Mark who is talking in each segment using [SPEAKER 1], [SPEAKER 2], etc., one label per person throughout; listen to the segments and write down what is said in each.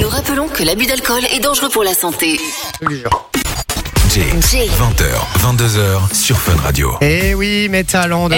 [SPEAKER 1] Nous rappelons que l'abus d'alcool est dangereux pour la santé.
[SPEAKER 2] J.
[SPEAKER 1] J.
[SPEAKER 2] 20h, 22h sur Fun Radio.
[SPEAKER 3] Eh oui, métal on
[SPEAKER 4] Eh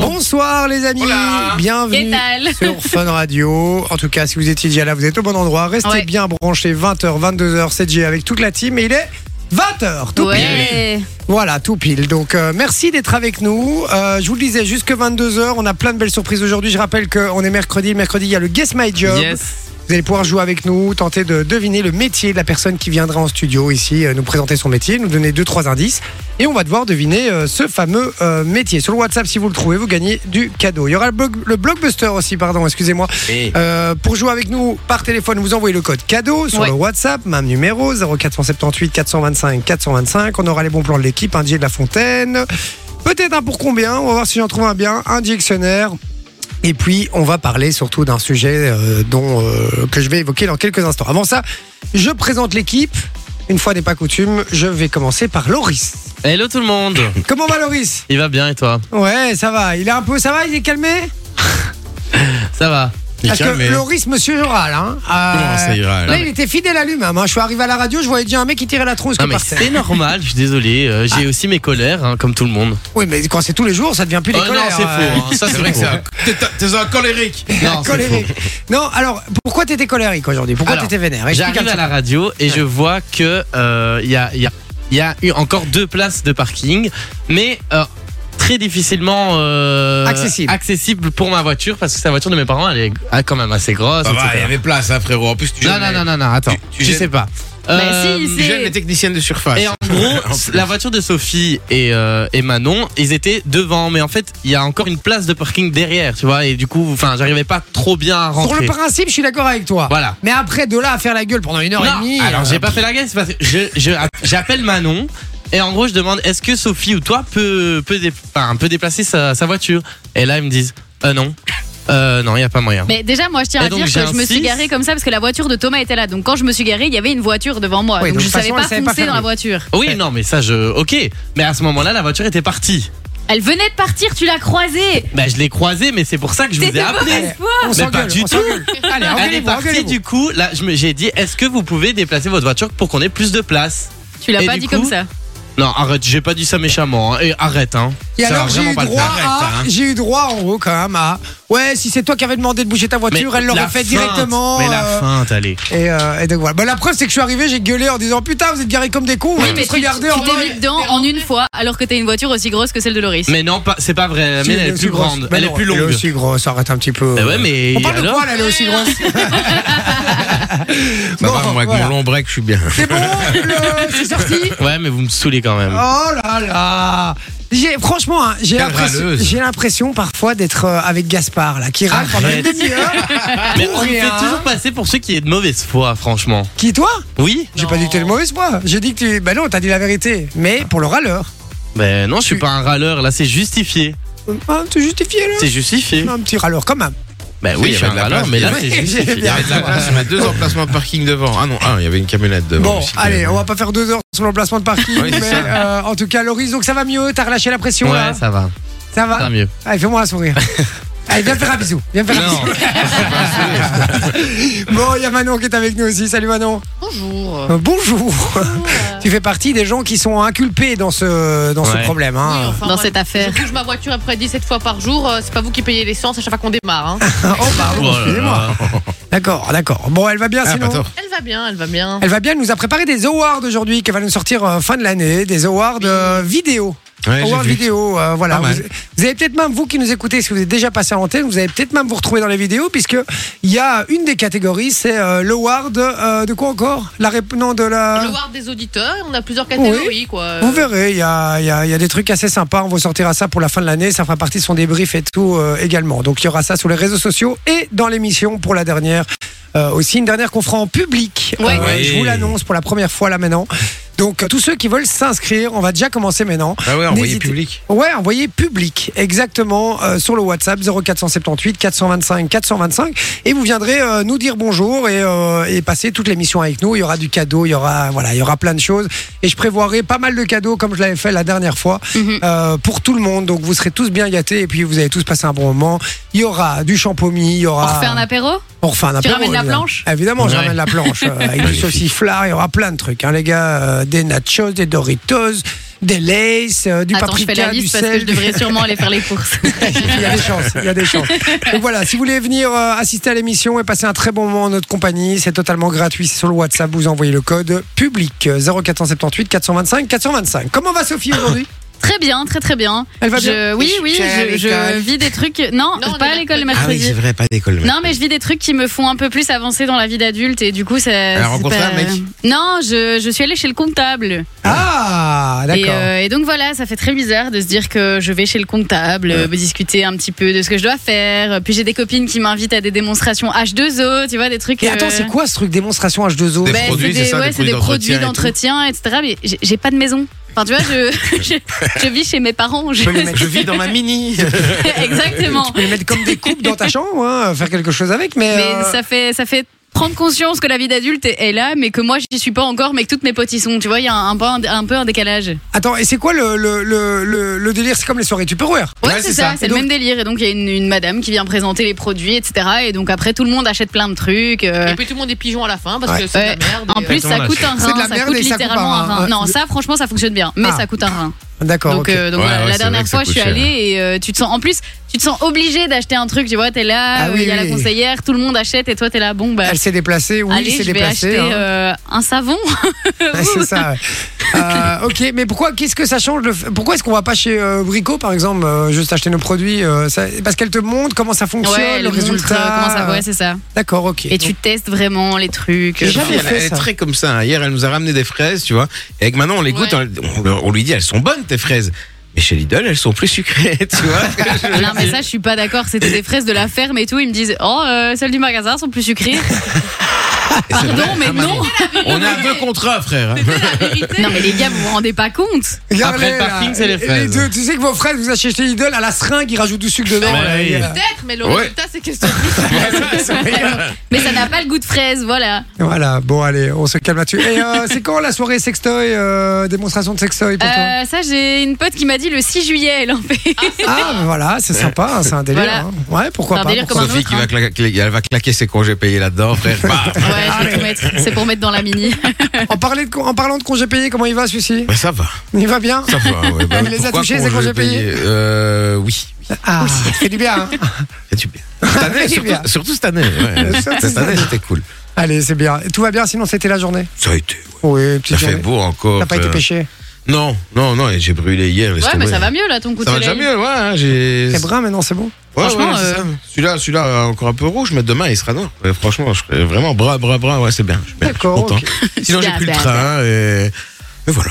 [SPEAKER 3] Bonsoir les amis,
[SPEAKER 4] Hola.
[SPEAKER 3] bienvenue
[SPEAKER 4] Métal.
[SPEAKER 3] sur Fun Radio. En tout cas, si vous étiez déjà là, vous êtes au bon endroit. Restez
[SPEAKER 4] Ouais.
[SPEAKER 3] bien branchés, 20h, 22h, 7G avec toute la team. Et il est 20h, tout pile.
[SPEAKER 4] Ouais.
[SPEAKER 3] Voilà, tout pile. Donc, euh, merci d'être avec nous. Euh, je vous le disais, jusque 22h, on a plein de belles surprises aujourd'hui. Je rappelle qu'on est mercredi. Mercredi, il y a le Guess My Job.
[SPEAKER 5] Yes.
[SPEAKER 3] Vous allez pouvoir jouer avec nous, tenter de deviner le métier de la personne qui viendra en studio ici, euh, nous présenter son métier, nous donner deux trois indices, et on va devoir deviner euh, ce fameux euh, métier. Sur le WhatsApp, si vous le trouvez, vous gagnez du cadeau. Il y aura le, blog- le blockbuster aussi, pardon, excusez-moi.
[SPEAKER 5] Oui.
[SPEAKER 3] Euh, pour jouer avec nous par téléphone, vous envoyez le code cadeau sur
[SPEAKER 4] Ouais.
[SPEAKER 3] le WhatsApp, même numéro 0478 425 425. On aura les bons plans de l'équipe, un DJ de la Fontaine, peut-être un pour combien. On va voir si j'en trouve un bien, un dictionnaire. Et puis, on va parler surtout d'un sujet euh, dont euh, que je vais évoquer dans quelques instants. Avant ça, je présente l'équipe. Une fois n'est pas coutume, je vais commencer par Loris.
[SPEAKER 5] Hello tout le monde.
[SPEAKER 3] Comment va Loris
[SPEAKER 5] Il va bien et toi
[SPEAKER 3] Ouais, ça va. Il est un peu, ça va, il est calmé.
[SPEAKER 5] Ça va
[SPEAKER 3] Parce que Loris, monsieur Joral, hein. euh,
[SPEAKER 6] Comment ça ira, là
[SPEAKER 3] Là, il était fidèle à lui-même. hein. Je suis arrivé à la radio, je voyais déjà un mec qui tirait la tronche
[SPEAKER 5] Non
[SPEAKER 3] que
[SPEAKER 5] Ah, mais
[SPEAKER 3] par terre.
[SPEAKER 5] c'est normal, je suis désolé. euh, J'ai aussi mes colères, hein, comme tout le monde.
[SPEAKER 3] Oui, mais quand c'est tous les jours, ça devient plus des
[SPEAKER 5] Oh non,
[SPEAKER 3] colères,
[SPEAKER 5] c'est
[SPEAKER 3] euh,
[SPEAKER 5] faux. hein, Ça c'est vrai que c'est un-
[SPEAKER 6] T'es- T'es un colérique.
[SPEAKER 5] Non, c'est
[SPEAKER 3] colérique.
[SPEAKER 5] faux.
[SPEAKER 3] Non, alors, pourquoi t'étais colérique aujourd'hui Pourquoi
[SPEAKER 5] Alors,
[SPEAKER 3] t'étais vénère Explique
[SPEAKER 5] J'arrive
[SPEAKER 3] un
[SPEAKER 5] à
[SPEAKER 3] petit
[SPEAKER 5] la radio et je vois que euh, il y a, il y a- il y a eu encore deux places de parking, mais euh, très difficilement euh,
[SPEAKER 3] Accessible.
[SPEAKER 5] accessible pour ma voiture parce que sa voiture de mes parents elle est ah, quand même assez grosse.
[SPEAKER 6] Ça va, Bah il
[SPEAKER 5] etc.
[SPEAKER 6] y avait place, hein, frérot. En plus, tu
[SPEAKER 5] Non
[SPEAKER 6] gênes
[SPEAKER 5] non
[SPEAKER 6] les-
[SPEAKER 5] non non non attends,
[SPEAKER 6] Tu- tu
[SPEAKER 5] je
[SPEAKER 6] gênes-
[SPEAKER 5] sais pas.
[SPEAKER 4] si,
[SPEAKER 5] Euh,
[SPEAKER 6] Tu gênes les techniciennes de
[SPEAKER 3] Ah,
[SPEAKER 6] surface.
[SPEAKER 5] Et en gros, la voiture de Sophie et, euh, et Manon, ils étaient devant, mais en fait, il y a encore une place de parking derrière, tu vois, et du coup, enfin, j'arrivais pas trop bien à
[SPEAKER 3] peu. Sur
[SPEAKER 5] rentrer.
[SPEAKER 3] le principe, je suis d'accord avec toi.
[SPEAKER 5] Voilà.
[SPEAKER 3] Mais après, de là à faire la gueule pendant une heure et
[SPEAKER 5] Non,
[SPEAKER 3] demie.
[SPEAKER 5] alors
[SPEAKER 3] euh,
[SPEAKER 5] j'ai pas fait la gueule, c'est parce que je- je- ah, j'appelle Manon. Et en gros, je demande est-ce que Sophie ou toi peut, peut, dé- enfin, peut déplacer sa, sa voiture Et là, ils me disent euh, non, euh, non, il n'y a pas moyen.
[SPEAKER 4] Mais déjà, moi, je tiens
[SPEAKER 5] Et
[SPEAKER 4] à
[SPEAKER 5] donc,
[SPEAKER 4] dire que
[SPEAKER 5] j'ai
[SPEAKER 4] je
[SPEAKER 5] un
[SPEAKER 4] me suis
[SPEAKER 5] six.
[SPEAKER 4] garée comme ça parce que la voiture de Thomas était là. Donc, quand je me suis garée, il y avait une voiture devant moi.
[SPEAKER 3] Oui,
[SPEAKER 4] donc, je
[SPEAKER 3] donc, de toute
[SPEAKER 4] savais
[SPEAKER 3] façon,
[SPEAKER 4] pas
[SPEAKER 3] elle savait pas
[SPEAKER 4] foncer dans
[SPEAKER 3] fermer.
[SPEAKER 4] la voiture.
[SPEAKER 5] Oui, non, mais ça, je. Ok. Mais à ce moment-là, la voiture était partie.
[SPEAKER 4] Elle venait de partir, tu l'as croisée.
[SPEAKER 5] Bah, je l'ai croisée, mais c'est pour ça que je vous ai
[SPEAKER 4] C'était
[SPEAKER 5] appelé.
[SPEAKER 4] mauvaise foi.
[SPEAKER 3] On
[SPEAKER 5] Mais
[SPEAKER 3] s'engueule.
[SPEAKER 5] pas du
[SPEAKER 3] on
[SPEAKER 5] tout.
[SPEAKER 3] s'engueule. Allez,
[SPEAKER 5] Elle est
[SPEAKER 3] engueulez-vous,
[SPEAKER 5] partie
[SPEAKER 3] engueulez-vous.
[SPEAKER 5] du coup. Là, je me- j'ai dit est-ce que vous pouvez déplacer votre voiture pour qu'on ait plus de place
[SPEAKER 4] Tu l'as
[SPEAKER 5] Et
[SPEAKER 4] pas
[SPEAKER 5] du
[SPEAKER 4] dit
[SPEAKER 5] coup,
[SPEAKER 4] comme ça.
[SPEAKER 5] Non, arrête, j'ai pas dit ça méchamment. hein, et arrête, hein.
[SPEAKER 3] Et
[SPEAKER 5] Ça va
[SPEAKER 3] alors, j'ai
[SPEAKER 5] vraiment
[SPEAKER 3] eu
[SPEAKER 5] pas le
[SPEAKER 3] droit
[SPEAKER 5] faire.
[SPEAKER 3] à.
[SPEAKER 6] hein.
[SPEAKER 3] J'ai eu droit, en gros, quand même, à. Ouais, si c'est toi qui avais demandé de bouger ta voiture, elle l'aurait
[SPEAKER 5] la
[SPEAKER 3] fait
[SPEAKER 5] feinte,
[SPEAKER 3] directement.
[SPEAKER 5] Mais la
[SPEAKER 3] euh,
[SPEAKER 5] feinte, allez.
[SPEAKER 3] Et, euh, et donc voilà. Bah, la preuve, c'est que je suis arrivé, j'ai gueulé en disant Putain, vous êtes garés comme des cons, on va
[SPEAKER 4] mais
[SPEAKER 3] tous
[SPEAKER 4] tu
[SPEAKER 3] regarder
[SPEAKER 4] tu
[SPEAKER 3] en
[SPEAKER 4] t'es mis dedans en une fois alors que t'as une voiture aussi grosse que celle de Loris.
[SPEAKER 5] Mais non, pas- c'est pas vrai. Mais elle est plus grande. elle est plus longue.
[SPEAKER 3] Bah, Elle est aussi grosse, arrête un petit peu.
[SPEAKER 5] Bah ouais, mais.
[SPEAKER 3] On parle de
[SPEAKER 5] alors
[SPEAKER 3] quoi, là, elle est aussi grosse
[SPEAKER 5] Bah,
[SPEAKER 6] Ça va,
[SPEAKER 3] Bon,
[SPEAKER 6] moi, avec
[SPEAKER 3] voilà.
[SPEAKER 6] mon long break, je suis bien.
[SPEAKER 3] C'est bon, le- c'est sorti
[SPEAKER 5] Ouais, mais vous me saoulez quand même.
[SPEAKER 3] Oh là là J'ai- Franchement, hein, j'ai
[SPEAKER 6] Quelle
[SPEAKER 3] l'impression-
[SPEAKER 6] râleuse.
[SPEAKER 3] j'ai l'impression parfois d'être euh, avec Gaspard, là, qui râle pendant une
[SPEAKER 5] Arrête.
[SPEAKER 3] demi-heure.
[SPEAKER 5] mais
[SPEAKER 3] Ah, pour
[SPEAKER 5] on me
[SPEAKER 3] rien.
[SPEAKER 5] fait toujours passer pour ceux qui est de mauvaise foi, franchement.
[SPEAKER 3] Qui, toi
[SPEAKER 5] Oui
[SPEAKER 3] J'ai pas dit que t'es le mauvais moi. J'ai dit que tu. Bah non, t'as dit la vérité.
[SPEAKER 5] Ah.
[SPEAKER 3] Mais pour le râleur.
[SPEAKER 5] Ben non, je suis
[SPEAKER 3] Tu-
[SPEAKER 5] pas un râleur. Là, c'est justifié.
[SPEAKER 3] Ah, tu justifies, là
[SPEAKER 5] C'est justifié.
[SPEAKER 3] Un petit râleur, quand même.
[SPEAKER 5] Ben
[SPEAKER 6] Oui,
[SPEAKER 5] oui,
[SPEAKER 6] il y
[SPEAKER 5] je suis
[SPEAKER 6] avait
[SPEAKER 5] un
[SPEAKER 6] de la
[SPEAKER 5] râleur,
[SPEAKER 6] place.
[SPEAKER 5] mais là,
[SPEAKER 3] Ouais,
[SPEAKER 5] c'est
[SPEAKER 3] j'ai
[SPEAKER 5] justifié.
[SPEAKER 6] Il y avait de la place, on a deux emplacements de parking devant. Ah non, ah, il y avait une camionnette devant.
[SPEAKER 3] Bon,
[SPEAKER 6] aussi, quand
[SPEAKER 3] allez,
[SPEAKER 6] même.
[SPEAKER 3] on va pas faire deux heures sur l'emplacement de parking.
[SPEAKER 6] Oui, c'est
[SPEAKER 3] mais
[SPEAKER 6] ça.
[SPEAKER 3] euh, en tout cas, Loris, donc ça va mieux. T'as relâché la pression, là
[SPEAKER 5] Ouais, ça va.
[SPEAKER 3] Ça va
[SPEAKER 5] Ça va mieux.
[SPEAKER 3] Allez, fais-moi un sourire. Allez, viens me faire un bisou. Viens me faire un
[SPEAKER 5] Non.
[SPEAKER 3] bisou. Bon, il y a Manon qui est avec nous aussi. Salut Manon.
[SPEAKER 7] Bonjour.
[SPEAKER 3] Euh, bonjour. tu fais partie des gens qui sont inculpés dans ce, dans ce
[SPEAKER 5] Ouais.
[SPEAKER 3] problème. Hein.
[SPEAKER 4] Dans cette affaire.
[SPEAKER 7] Je bouge ma voiture après 17 fois par jour. euh, C'est pas vous qui payez l'essence à chaque fois qu'on démarre. hein.
[SPEAKER 3] Oh, pardon,
[SPEAKER 5] Oh là là.
[SPEAKER 3] excusez-moi. D'accord, d'accord. Bon, elle va bien
[SPEAKER 6] Ah,
[SPEAKER 3] sinon
[SPEAKER 6] pas tort.
[SPEAKER 7] Elle va bien, elle va
[SPEAKER 6] Hein.
[SPEAKER 7] bien.
[SPEAKER 3] Elle va bien, elle nous a préparé des awards aujourd'hui qu'elle va nous sortir euh, fin de l'année, des awards euh, vidéo.
[SPEAKER 6] Ouais, j'ai
[SPEAKER 3] awards
[SPEAKER 6] vu.
[SPEAKER 3] vidéo, euh, voilà.
[SPEAKER 6] Pas
[SPEAKER 3] Vous,
[SPEAKER 6] mal.
[SPEAKER 3] vous avez peut-être même, vous qui nous écoutez, si vous êtes déjà passé à l'antenne, vous avez peut-être même vous retrouver dans les vidéos, puisque il y a une des catégories, c'est euh, l'award euh, de quoi encore La rép- Non, de la.
[SPEAKER 7] Le voir des auditeurs, on a plusieurs catégories
[SPEAKER 4] euh,
[SPEAKER 7] quoi.
[SPEAKER 3] Vous verrez, il y a, il y a- il y a des trucs assez sympas. On vous sortira ça pour la fin de l'année. Ça fera partie de son débrief et tout euh, également. Donc il y aura ça sur les réseaux sociaux et dans l'émission pour la dernière. Euh, aussi une dernière qu'on fera en public.
[SPEAKER 7] Ouais.
[SPEAKER 3] Je vous l'annonce pour la première fois là maintenant. Donc, euh, tous ceux qui veulent s'inscrire, on va déjà commencer maintenant.
[SPEAKER 6] Ah ouais, envoyé
[SPEAKER 3] N'hésitez-
[SPEAKER 6] public.
[SPEAKER 3] Ouais, envoyez public, exactement, euh, sur le WhatsApp 0478 425 425. Et vous viendrez euh, nous dire bonjour et, euh, et passer toute l'émission avec nous. Il y aura du cadeau, il y aura, voilà, il y aura plein de choses. Et je prévoirai pas mal de cadeaux, comme je l'avais fait la dernière fois,
[SPEAKER 4] Mhm.
[SPEAKER 3] euh, pour tout le monde. Donc vous serez tous bien gâtés et puis vous allez tous passer un bon moment. Il y aura du champomis, il y
[SPEAKER 4] On
[SPEAKER 3] aura.
[SPEAKER 4] refait un apéro
[SPEAKER 3] On refait un apéro,
[SPEAKER 4] ramènes la
[SPEAKER 3] évidemment.
[SPEAKER 4] planche
[SPEAKER 3] Évidemment, je
[SPEAKER 5] Ouais.
[SPEAKER 3] ramène la planche. euh, avec du sauciflard, il y aura plein de trucs. Hein, les gars, euh, des nachos, des Doritos, des Lays, euh, du
[SPEAKER 4] Attends, je
[SPEAKER 3] paprika,
[SPEAKER 4] fais la
[SPEAKER 3] du
[SPEAKER 4] liste
[SPEAKER 3] sel.
[SPEAKER 4] parce que je
[SPEAKER 3] du-
[SPEAKER 4] devrais sûrement aller faire les courses.
[SPEAKER 3] il y a des chances, il y a des chances. Donc voilà, si vous voulez venir euh, assister à l'émission et passer un très bon moment en notre compagnie, c'est totalement gratuit. C'est sur le WhatsApp, vous envoyez le code public euh, 0478 425 425. Comment va Sophie aujourd'hui
[SPEAKER 4] Très bien, très très bien.
[SPEAKER 3] Elle va
[SPEAKER 4] Je-
[SPEAKER 3] bien
[SPEAKER 4] Oui,
[SPEAKER 6] Je-
[SPEAKER 4] oui,
[SPEAKER 6] tu es à
[SPEAKER 4] je, je
[SPEAKER 6] l'école
[SPEAKER 4] vis des trucs. Non,
[SPEAKER 7] Non, on
[SPEAKER 4] pas
[SPEAKER 7] est
[SPEAKER 4] à l'école le
[SPEAKER 7] mercredi.
[SPEAKER 6] Ah oui,
[SPEAKER 4] mercredi.
[SPEAKER 6] c'est vrai, pas d'école.
[SPEAKER 4] non, mais je vis des trucs qui me font un peu plus avancer dans la vie d'adulte et du coup, ça. c'est
[SPEAKER 6] rencontré un mec
[SPEAKER 4] Non, je, je suis allée chez le comptable.
[SPEAKER 3] Ah,
[SPEAKER 4] Et,
[SPEAKER 3] d'accord.
[SPEAKER 4] euh, et donc voilà, ça fait très bizarre de se dire que je vais chez le comptable, euh, me discuter un petit peu de ce que je dois faire. Puis j'ai des copines qui m'invitent à des démonstrations H2O, tu vois, des trucs.
[SPEAKER 3] Et attends,
[SPEAKER 4] euh,
[SPEAKER 3] c'est quoi ce truc démonstration H2O
[SPEAKER 6] Des
[SPEAKER 4] Ben,
[SPEAKER 6] produits,
[SPEAKER 4] c'est
[SPEAKER 6] c'est
[SPEAKER 4] des,
[SPEAKER 6] ça, des
[SPEAKER 4] ouais, c'est
[SPEAKER 6] produits
[SPEAKER 4] des produits
[SPEAKER 6] d'entretien
[SPEAKER 4] d'entretien, etc. Mais j'ai- j'ai pas de maison. Enfin, tu vois, je, je, je vis chez mes parents. Je-
[SPEAKER 6] Je vis dans ma mini.
[SPEAKER 4] exactement.
[SPEAKER 3] Tu peux les mettre comme des coupes dans ta chambre, hein, faire quelque chose avec, mais.
[SPEAKER 4] Mais
[SPEAKER 3] euh,
[SPEAKER 4] ça fait, ça fait prendre conscience que la vie d'adulte est, est là, mais que moi, j'y suis pas encore, mais que toutes mes potes y sont. Tu vois, il y a un, peu- un, peu un décalage.
[SPEAKER 3] Attends, et c'est quoi le, le, le, le, le délire C'est comme les soirées Tupperware.
[SPEAKER 4] Ouais,
[SPEAKER 6] Ouais,
[SPEAKER 4] c'est
[SPEAKER 6] c'est
[SPEAKER 4] ça,
[SPEAKER 6] ça.
[SPEAKER 4] c'est
[SPEAKER 3] Et
[SPEAKER 4] le
[SPEAKER 3] donc-
[SPEAKER 4] même délire. Et donc, il y a une, une madame qui vient présenter les produits, etc. Et donc, après, tout le monde achète plein de trucs. euh,
[SPEAKER 7] Et puis tout le monde est pigeon à la fin parce que c'est
[SPEAKER 4] Ouais.
[SPEAKER 7] de la merde.
[SPEAKER 4] en
[SPEAKER 7] et, euh,
[SPEAKER 4] plus,
[SPEAKER 5] Exactement,
[SPEAKER 4] ça
[SPEAKER 5] là,
[SPEAKER 4] coûte un
[SPEAKER 3] euh, c'est de la
[SPEAKER 4] rein, ça
[SPEAKER 3] merde
[SPEAKER 4] coûte
[SPEAKER 3] et ça coûte
[SPEAKER 4] littéralement
[SPEAKER 3] un
[SPEAKER 4] un
[SPEAKER 3] rein.
[SPEAKER 4] rein. Non, ça, franchement, ça fonctionne bien, mais
[SPEAKER 3] Ah.
[SPEAKER 4] ça coûte un rein.
[SPEAKER 3] D'accord.
[SPEAKER 4] Donc,
[SPEAKER 3] ok.
[SPEAKER 4] euh, donc
[SPEAKER 6] Ouais,
[SPEAKER 4] voilà,
[SPEAKER 6] ouais,
[SPEAKER 4] la
[SPEAKER 6] c'est vrai
[SPEAKER 4] dernière
[SPEAKER 6] que ça
[SPEAKER 4] fois, je suis
[SPEAKER 6] coûte cher.
[SPEAKER 4] allée et euh, tu te sens. En plus, tu te sens obligé d'acheter un truc, tu vois, t'es là,
[SPEAKER 3] Ah
[SPEAKER 4] euh, il
[SPEAKER 3] oui,
[SPEAKER 4] y a
[SPEAKER 3] oui.
[SPEAKER 4] la conseillère, tout le monde achète et toi, t'es là, bon, bah,
[SPEAKER 3] Elle s'est déplacée, oui,
[SPEAKER 4] allez,
[SPEAKER 3] elle s'est
[SPEAKER 4] je vais
[SPEAKER 3] déplacée.
[SPEAKER 4] acheter
[SPEAKER 3] hein.
[SPEAKER 4] euh, un savon.
[SPEAKER 3] Ouais, c'est ça. ouais. Euh, ok, mais pourquoi Qu'est-ce que ça change le f- Pourquoi est-ce qu'on va pas chez euh, Brico, par exemple, euh, juste acheter nos produits euh, ça- Parce qu'elle te montre comment ça fonctionne,
[SPEAKER 4] Ouais,
[SPEAKER 3] le
[SPEAKER 4] elle montre,
[SPEAKER 3] résultat.
[SPEAKER 4] euh, comment ça, ouais, c'est ça.
[SPEAKER 3] D'accord, ok.
[SPEAKER 4] Et tu testes vraiment les trucs.
[SPEAKER 3] J'ai
[SPEAKER 6] Sophie,
[SPEAKER 3] jamais
[SPEAKER 6] elle,
[SPEAKER 3] fait
[SPEAKER 6] elle est
[SPEAKER 3] ça.
[SPEAKER 6] très comme ça. hein. Hier, elle nous a ramené des fraises, tu vois. Et avec maintenant, on les goûte, on, on- on lui dit, elles sont bonnes tes fraises. Mais chez Lidl, elles sont plus sucrées, tu vois.
[SPEAKER 4] Non, mais ça, je suis pas d'accord. C'était des fraises de la ferme et tout. Ils me disent, oh, euh, celles du magasin sont plus sucrées. Pardon, mais non.
[SPEAKER 6] Ah, on est à deux contre un, frère.
[SPEAKER 4] Non, Ah, mais les gars, vous vous rendez pas compte.
[SPEAKER 3] Regardez,
[SPEAKER 5] Après le
[SPEAKER 3] là,
[SPEAKER 5] parking, c'est les fraises.
[SPEAKER 3] deux. tu sais que vos fraises, vous achetez chez Lidl à la seringue, ils rajoutent du sucre dedans.
[SPEAKER 5] Ouais,
[SPEAKER 3] là,
[SPEAKER 5] Ah, bah oui.
[SPEAKER 3] il y a-
[SPEAKER 7] Peut-être, mais le
[SPEAKER 6] Ouais.
[SPEAKER 7] résultat, c'est qu'elles sont plus.
[SPEAKER 4] Mais ça n'a pas le goût de fraise, voilà.
[SPEAKER 3] Voilà, bon, allez, on se calme là-dessus. Et euh, c'est quand la soirée sextoy, euh, démonstration de sextoy pour toi
[SPEAKER 4] Euh, ça, j'ai une pote qui m'a dit le 6 juillet, elle en fait.
[SPEAKER 3] Ah, mais voilà, c'est sympa, hein, c'est un délire.
[SPEAKER 4] Voilà.
[SPEAKER 3] hein. Ouais, pourquoi
[SPEAKER 4] C'est un
[SPEAKER 3] pas.
[SPEAKER 4] délire
[SPEAKER 3] pourquoi
[SPEAKER 4] comme un
[SPEAKER 6] Sophie
[SPEAKER 4] autre,
[SPEAKER 6] qui va claquer, elle va claquer ses congés payés là-dedans, frère. Bah,
[SPEAKER 4] Ah, Ouais, je vais tout mettre. C'est pour mettre dans la mini.
[SPEAKER 3] pas. En, parler de con- en parlant de congé payé, comment il va celui-ci
[SPEAKER 6] bah, ça va,
[SPEAKER 3] Il va bien
[SPEAKER 6] ça va. ouais, bah,
[SPEAKER 3] Il les a
[SPEAKER 6] pourquoi
[SPEAKER 3] touchés, ces
[SPEAKER 6] congés
[SPEAKER 3] congés payés
[SPEAKER 6] Euh, oui.
[SPEAKER 3] Ah, ça fait du bien. hein.
[SPEAKER 6] Et tu bien. Cette année,
[SPEAKER 3] C'est
[SPEAKER 6] surtout,
[SPEAKER 3] bien.
[SPEAKER 6] surtout cette année. ouais.
[SPEAKER 3] Surtout cette
[SPEAKER 6] Cette année, c'était cool.
[SPEAKER 3] Allez, c'est bien. Tout va bien, sinon c'était la journée.
[SPEAKER 6] Ça a été. ouais.
[SPEAKER 3] Oui, petite
[SPEAKER 6] Ça fait
[SPEAKER 3] journée.
[SPEAKER 6] beau encore.
[SPEAKER 3] T'as pas été
[SPEAKER 6] euh,
[SPEAKER 3] pêché.
[SPEAKER 6] Non, non, non, et j'ai brûlé hier. laisse
[SPEAKER 4] Ouais, mais
[SPEAKER 6] tomber.
[SPEAKER 4] ça va mieux, là, ton coup de
[SPEAKER 6] Ça va
[SPEAKER 4] soleil.
[SPEAKER 6] déjà mieux, ouais. hein, j'ai-
[SPEAKER 3] C'est brun maintenant, c'est bon.
[SPEAKER 6] Ouais,
[SPEAKER 4] Franchement,
[SPEAKER 6] ouais, c'est
[SPEAKER 4] euh,
[SPEAKER 6] ça. celui-là, celui-là euh, encore un peu rouge, mais demain il sera noir. Ouais, franchement, je serais vraiment bras, bras, bras. Ouais, c'est bien. Je suis bien, je suis
[SPEAKER 3] D'accord,
[SPEAKER 6] content.
[SPEAKER 3] ok.
[SPEAKER 6] Sinon, j'ai
[SPEAKER 4] Super,
[SPEAKER 6] pris le
[SPEAKER 4] super,
[SPEAKER 6] train et, et voilà.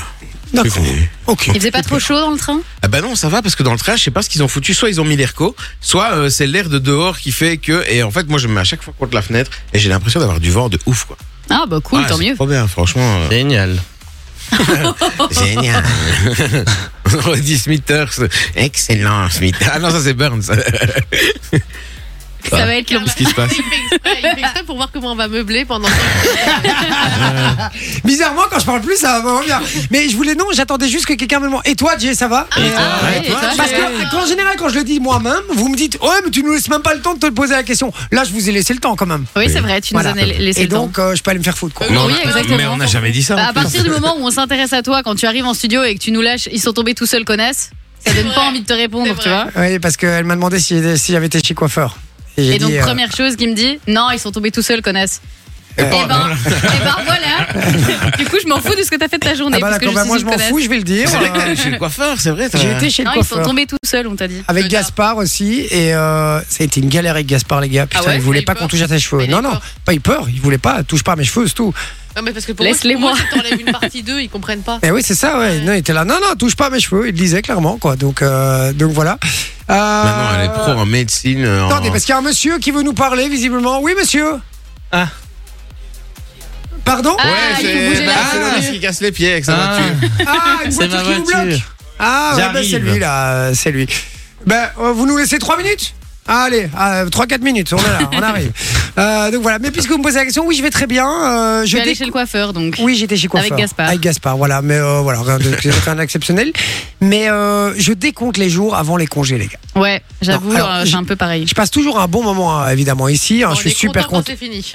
[SPEAKER 6] C'est
[SPEAKER 3] D'accord.
[SPEAKER 6] fini.
[SPEAKER 3] Ok.
[SPEAKER 4] Il faisait pas trop chaud dans le train
[SPEAKER 6] Ah bah non, ça va parce que dans le train, je sais pas ce qu'ils ont foutu. Soit ils ont mis l'airco, soit euh, c'est l'air de dehors qui fait que. Et en fait, moi, je me mets à chaque fois contre la fenêtre et j'ai l'impression d'avoir du vent de ouf, quoi.
[SPEAKER 4] Ah, bah cool,
[SPEAKER 6] Ah,
[SPEAKER 4] tant
[SPEAKER 6] c'est
[SPEAKER 4] mieux.
[SPEAKER 6] Trop bien, franchement. euh,
[SPEAKER 5] Génial.
[SPEAKER 6] génial. On redit Smithers. Excellent, Smithers. Ah non, ça c'est Burns.
[SPEAKER 4] Ça va être long.
[SPEAKER 6] Qu'est-ce qui se passe
[SPEAKER 7] Il fait exprès, il fait exprès pour voir comment on va meubler pendant.
[SPEAKER 3] Bizarrement, quand je parle plus, ça va bien. Mais je voulais, non, j'attendais juste que quelqu'un me demande Et toi, Jay, ça va Mais, euh,
[SPEAKER 4] Ah, ouais,
[SPEAKER 6] toi,
[SPEAKER 4] et toi,
[SPEAKER 3] Parce
[SPEAKER 4] j'ai-
[SPEAKER 3] que, en général, quand je le dis moi-même, vous me dites Ouais, mais tu nous laisses même pas le temps de te poser la question. Là, je vous ai laissé le temps quand même.
[SPEAKER 4] Oui, c'est vrai, tu nous
[SPEAKER 3] Voilà.
[SPEAKER 4] en as laissé
[SPEAKER 3] Et
[SPEAKER 4] le temps.
[SPEAKER 3] donc, euh, je peux aller me faire foutre, quoi.
[SPEAKER 7] Oui,
[SPEAKER 6] Mais on a-
[SPEAKER 4] exactement.
[SPEAKER 6] Mais on n'a jamais dit ça. en
[SPEAKER 4] Bah, à
[SPEAKER 6] plus.
[SPEAKER 4] partir du moment où on s'intéresse à toi, quand tu arrives en studio et que tu nous lâches, ils sont tombés tout seuls, connaissent, ça donne pas
[SPEAKER 7] vrai.
[SPEAKER 4] envie de te répondre,
[SPEAKER 7] C'est
[SPEAKER 4] tu
[SPEAKER 7] vrai.
[SPEAKER 4] vois.
[SPEAKER 3] Oui, parce qu'elle m'a demandé si, si j'avais été chez coiffeur. j'ai
[SPEAKER 4] Et donc,
[SPEAKER 3] dit, euh,
[SPEAKER 4] première chose qu'il me dit, non, ils sont tombés tout seuls, connaissent. Et ben, eh ben, voilà. du coup, je m'en fous de ce que t'as fait de ta journée.
[SPEAKER 3] Ah bah
[SPEAKER 4] parce que
[SPEAKER 3] d'accord, bah
[SPEAKER 4] je
[SPEAKER 3] moi
[SPEAKER 4] suis
[SPEAKER 3] je
[SPEAKER 4] une
[SPEAKER 3] m'en
[SPEAKER 4] connasse.
[SPEAKER 3] fous, je vais le dire.
[SPEAKER 6] C'est vrai
[SPEAKER 4] bah,
[SPEAKER 6] que t'es allé chez le coiffeur, c'est vrai. t'as-
[SPEAKER 3] J'ai été chez le
[SPEAKER 4] Non, ils sont
[SPEAKER 3] coiffeur.
[SPEAKER 4] tombés tout seuls, on t'a dit.
[SPEAKER 3] Avec
[SPEAKER 7] Connard.
[SPEAKER 3] Gaspard aussi, et euh, ça a été une galère avec Gaspard, les gars. Putain,
[SPEAKER 7] Ah ouais,
[SPEAKER 3] il voulait
[SPEAKER 7] il a eu
[SPEAKER 3] pas qu'on
[SPEAKER 7] peur.
[SPEAKER 3] touche à tes cheveux.
[SPEAKER 7] Mais il a
[SPEAKER 3] Non,
[SPEAKER 7] eu
[SPEAKER 3] non,
[SPEAKER 7] peur.
[SPEAKER 3] pas eu peur, il voulait pas, touche pas à mes cheveux, c'est tout.
[SPEAKER 7] Non, mais parce que pour eux,
[SPEAKER 4] Laisse-les
[SPEAKER 7] pour moi,
[SPEAKER 4] moi.
[SPEAKER 7] si t'enlèves une partie d'eux, ils comprennent pas.
[SPEAKER 3] Mais Ben oui, c'est ça, ouais. Non, il était là, non, non, touche pas à mes cheveux, il le disait clairement, quoi. Donc, euh, donc voilà. Euh,
[SPEAKER 6] Maintenant, Bah elle est pro en médecine. euh, en-
[SPEAKER 3] Attendez, parce qu'il y a un monsieur qui veut nous parler, visiblement. Oui, monsieur
[SPEAKER 5] Ah.
[SPEAKER 3] Pardon
[SPEAKER 4] Ah, il faut bouger la
[SPEAKER 5] bah,
[SPEAKER 4] voiture.
[SPEAKER 5] ah,
[SPEAKER 6] Barcelone qui casse les pieds avec sa
[SPEAKER 5] Ah.
[SPEAKER 6] voiture.
[SPEAKER 3] Ah, une
[SPEAKER 5] C'est ma
[SPEAKER 3] voiture qui nous
[SPEAKER 5] voiture.
[SPEAKER 3] bloque. Ah, ouais, bah, c'est
[SPEAKER 5] J'arrive.
[SPEAKER 3] lui là, euh, c'est lui. Ben, euh, vous nous laissez 3 minutes Allez, 3-4 minutes, on est là, on arrive. Euh, donc voilà, mais puisque vous me posez la question, oui, je vais très bien. euh,
[SPEAKER 4] Je
[SPEAKER 3] je
[SPEAKER 4] vais aller
[SPEAKER 3] déc-
[SPEAKER 4] chez le coiffeur donc.
[SPEAKER 3] Oui, j'étais chez coiffeur.
[SPEAKER 4] Avec Gaspard.
[SPEAKER 3] Avec Gaspard, voilà, mais euh, voilà, rien, de, rien d'exceptionnel. Mais euh, je décompte les jours avant les congés, les gars.
[SPEAKER 4] Ouais, j'avoue,
[SPEAKER 3] Non, alors,
[SPEAKER 4] euh, c'est un peu pareil.
[SPEAKER 3] Je passe toujours un bon moment, hein, évidemment, ici. hein,
[SPEAKER 7] On
[SPEAKER 3] je suis
[SPEAKER 7] est
[SPEAKER 3] super
[SPEAKER 7] content quand
[SPEAKER 3] content.
[SPEAKER 7] C'est fini.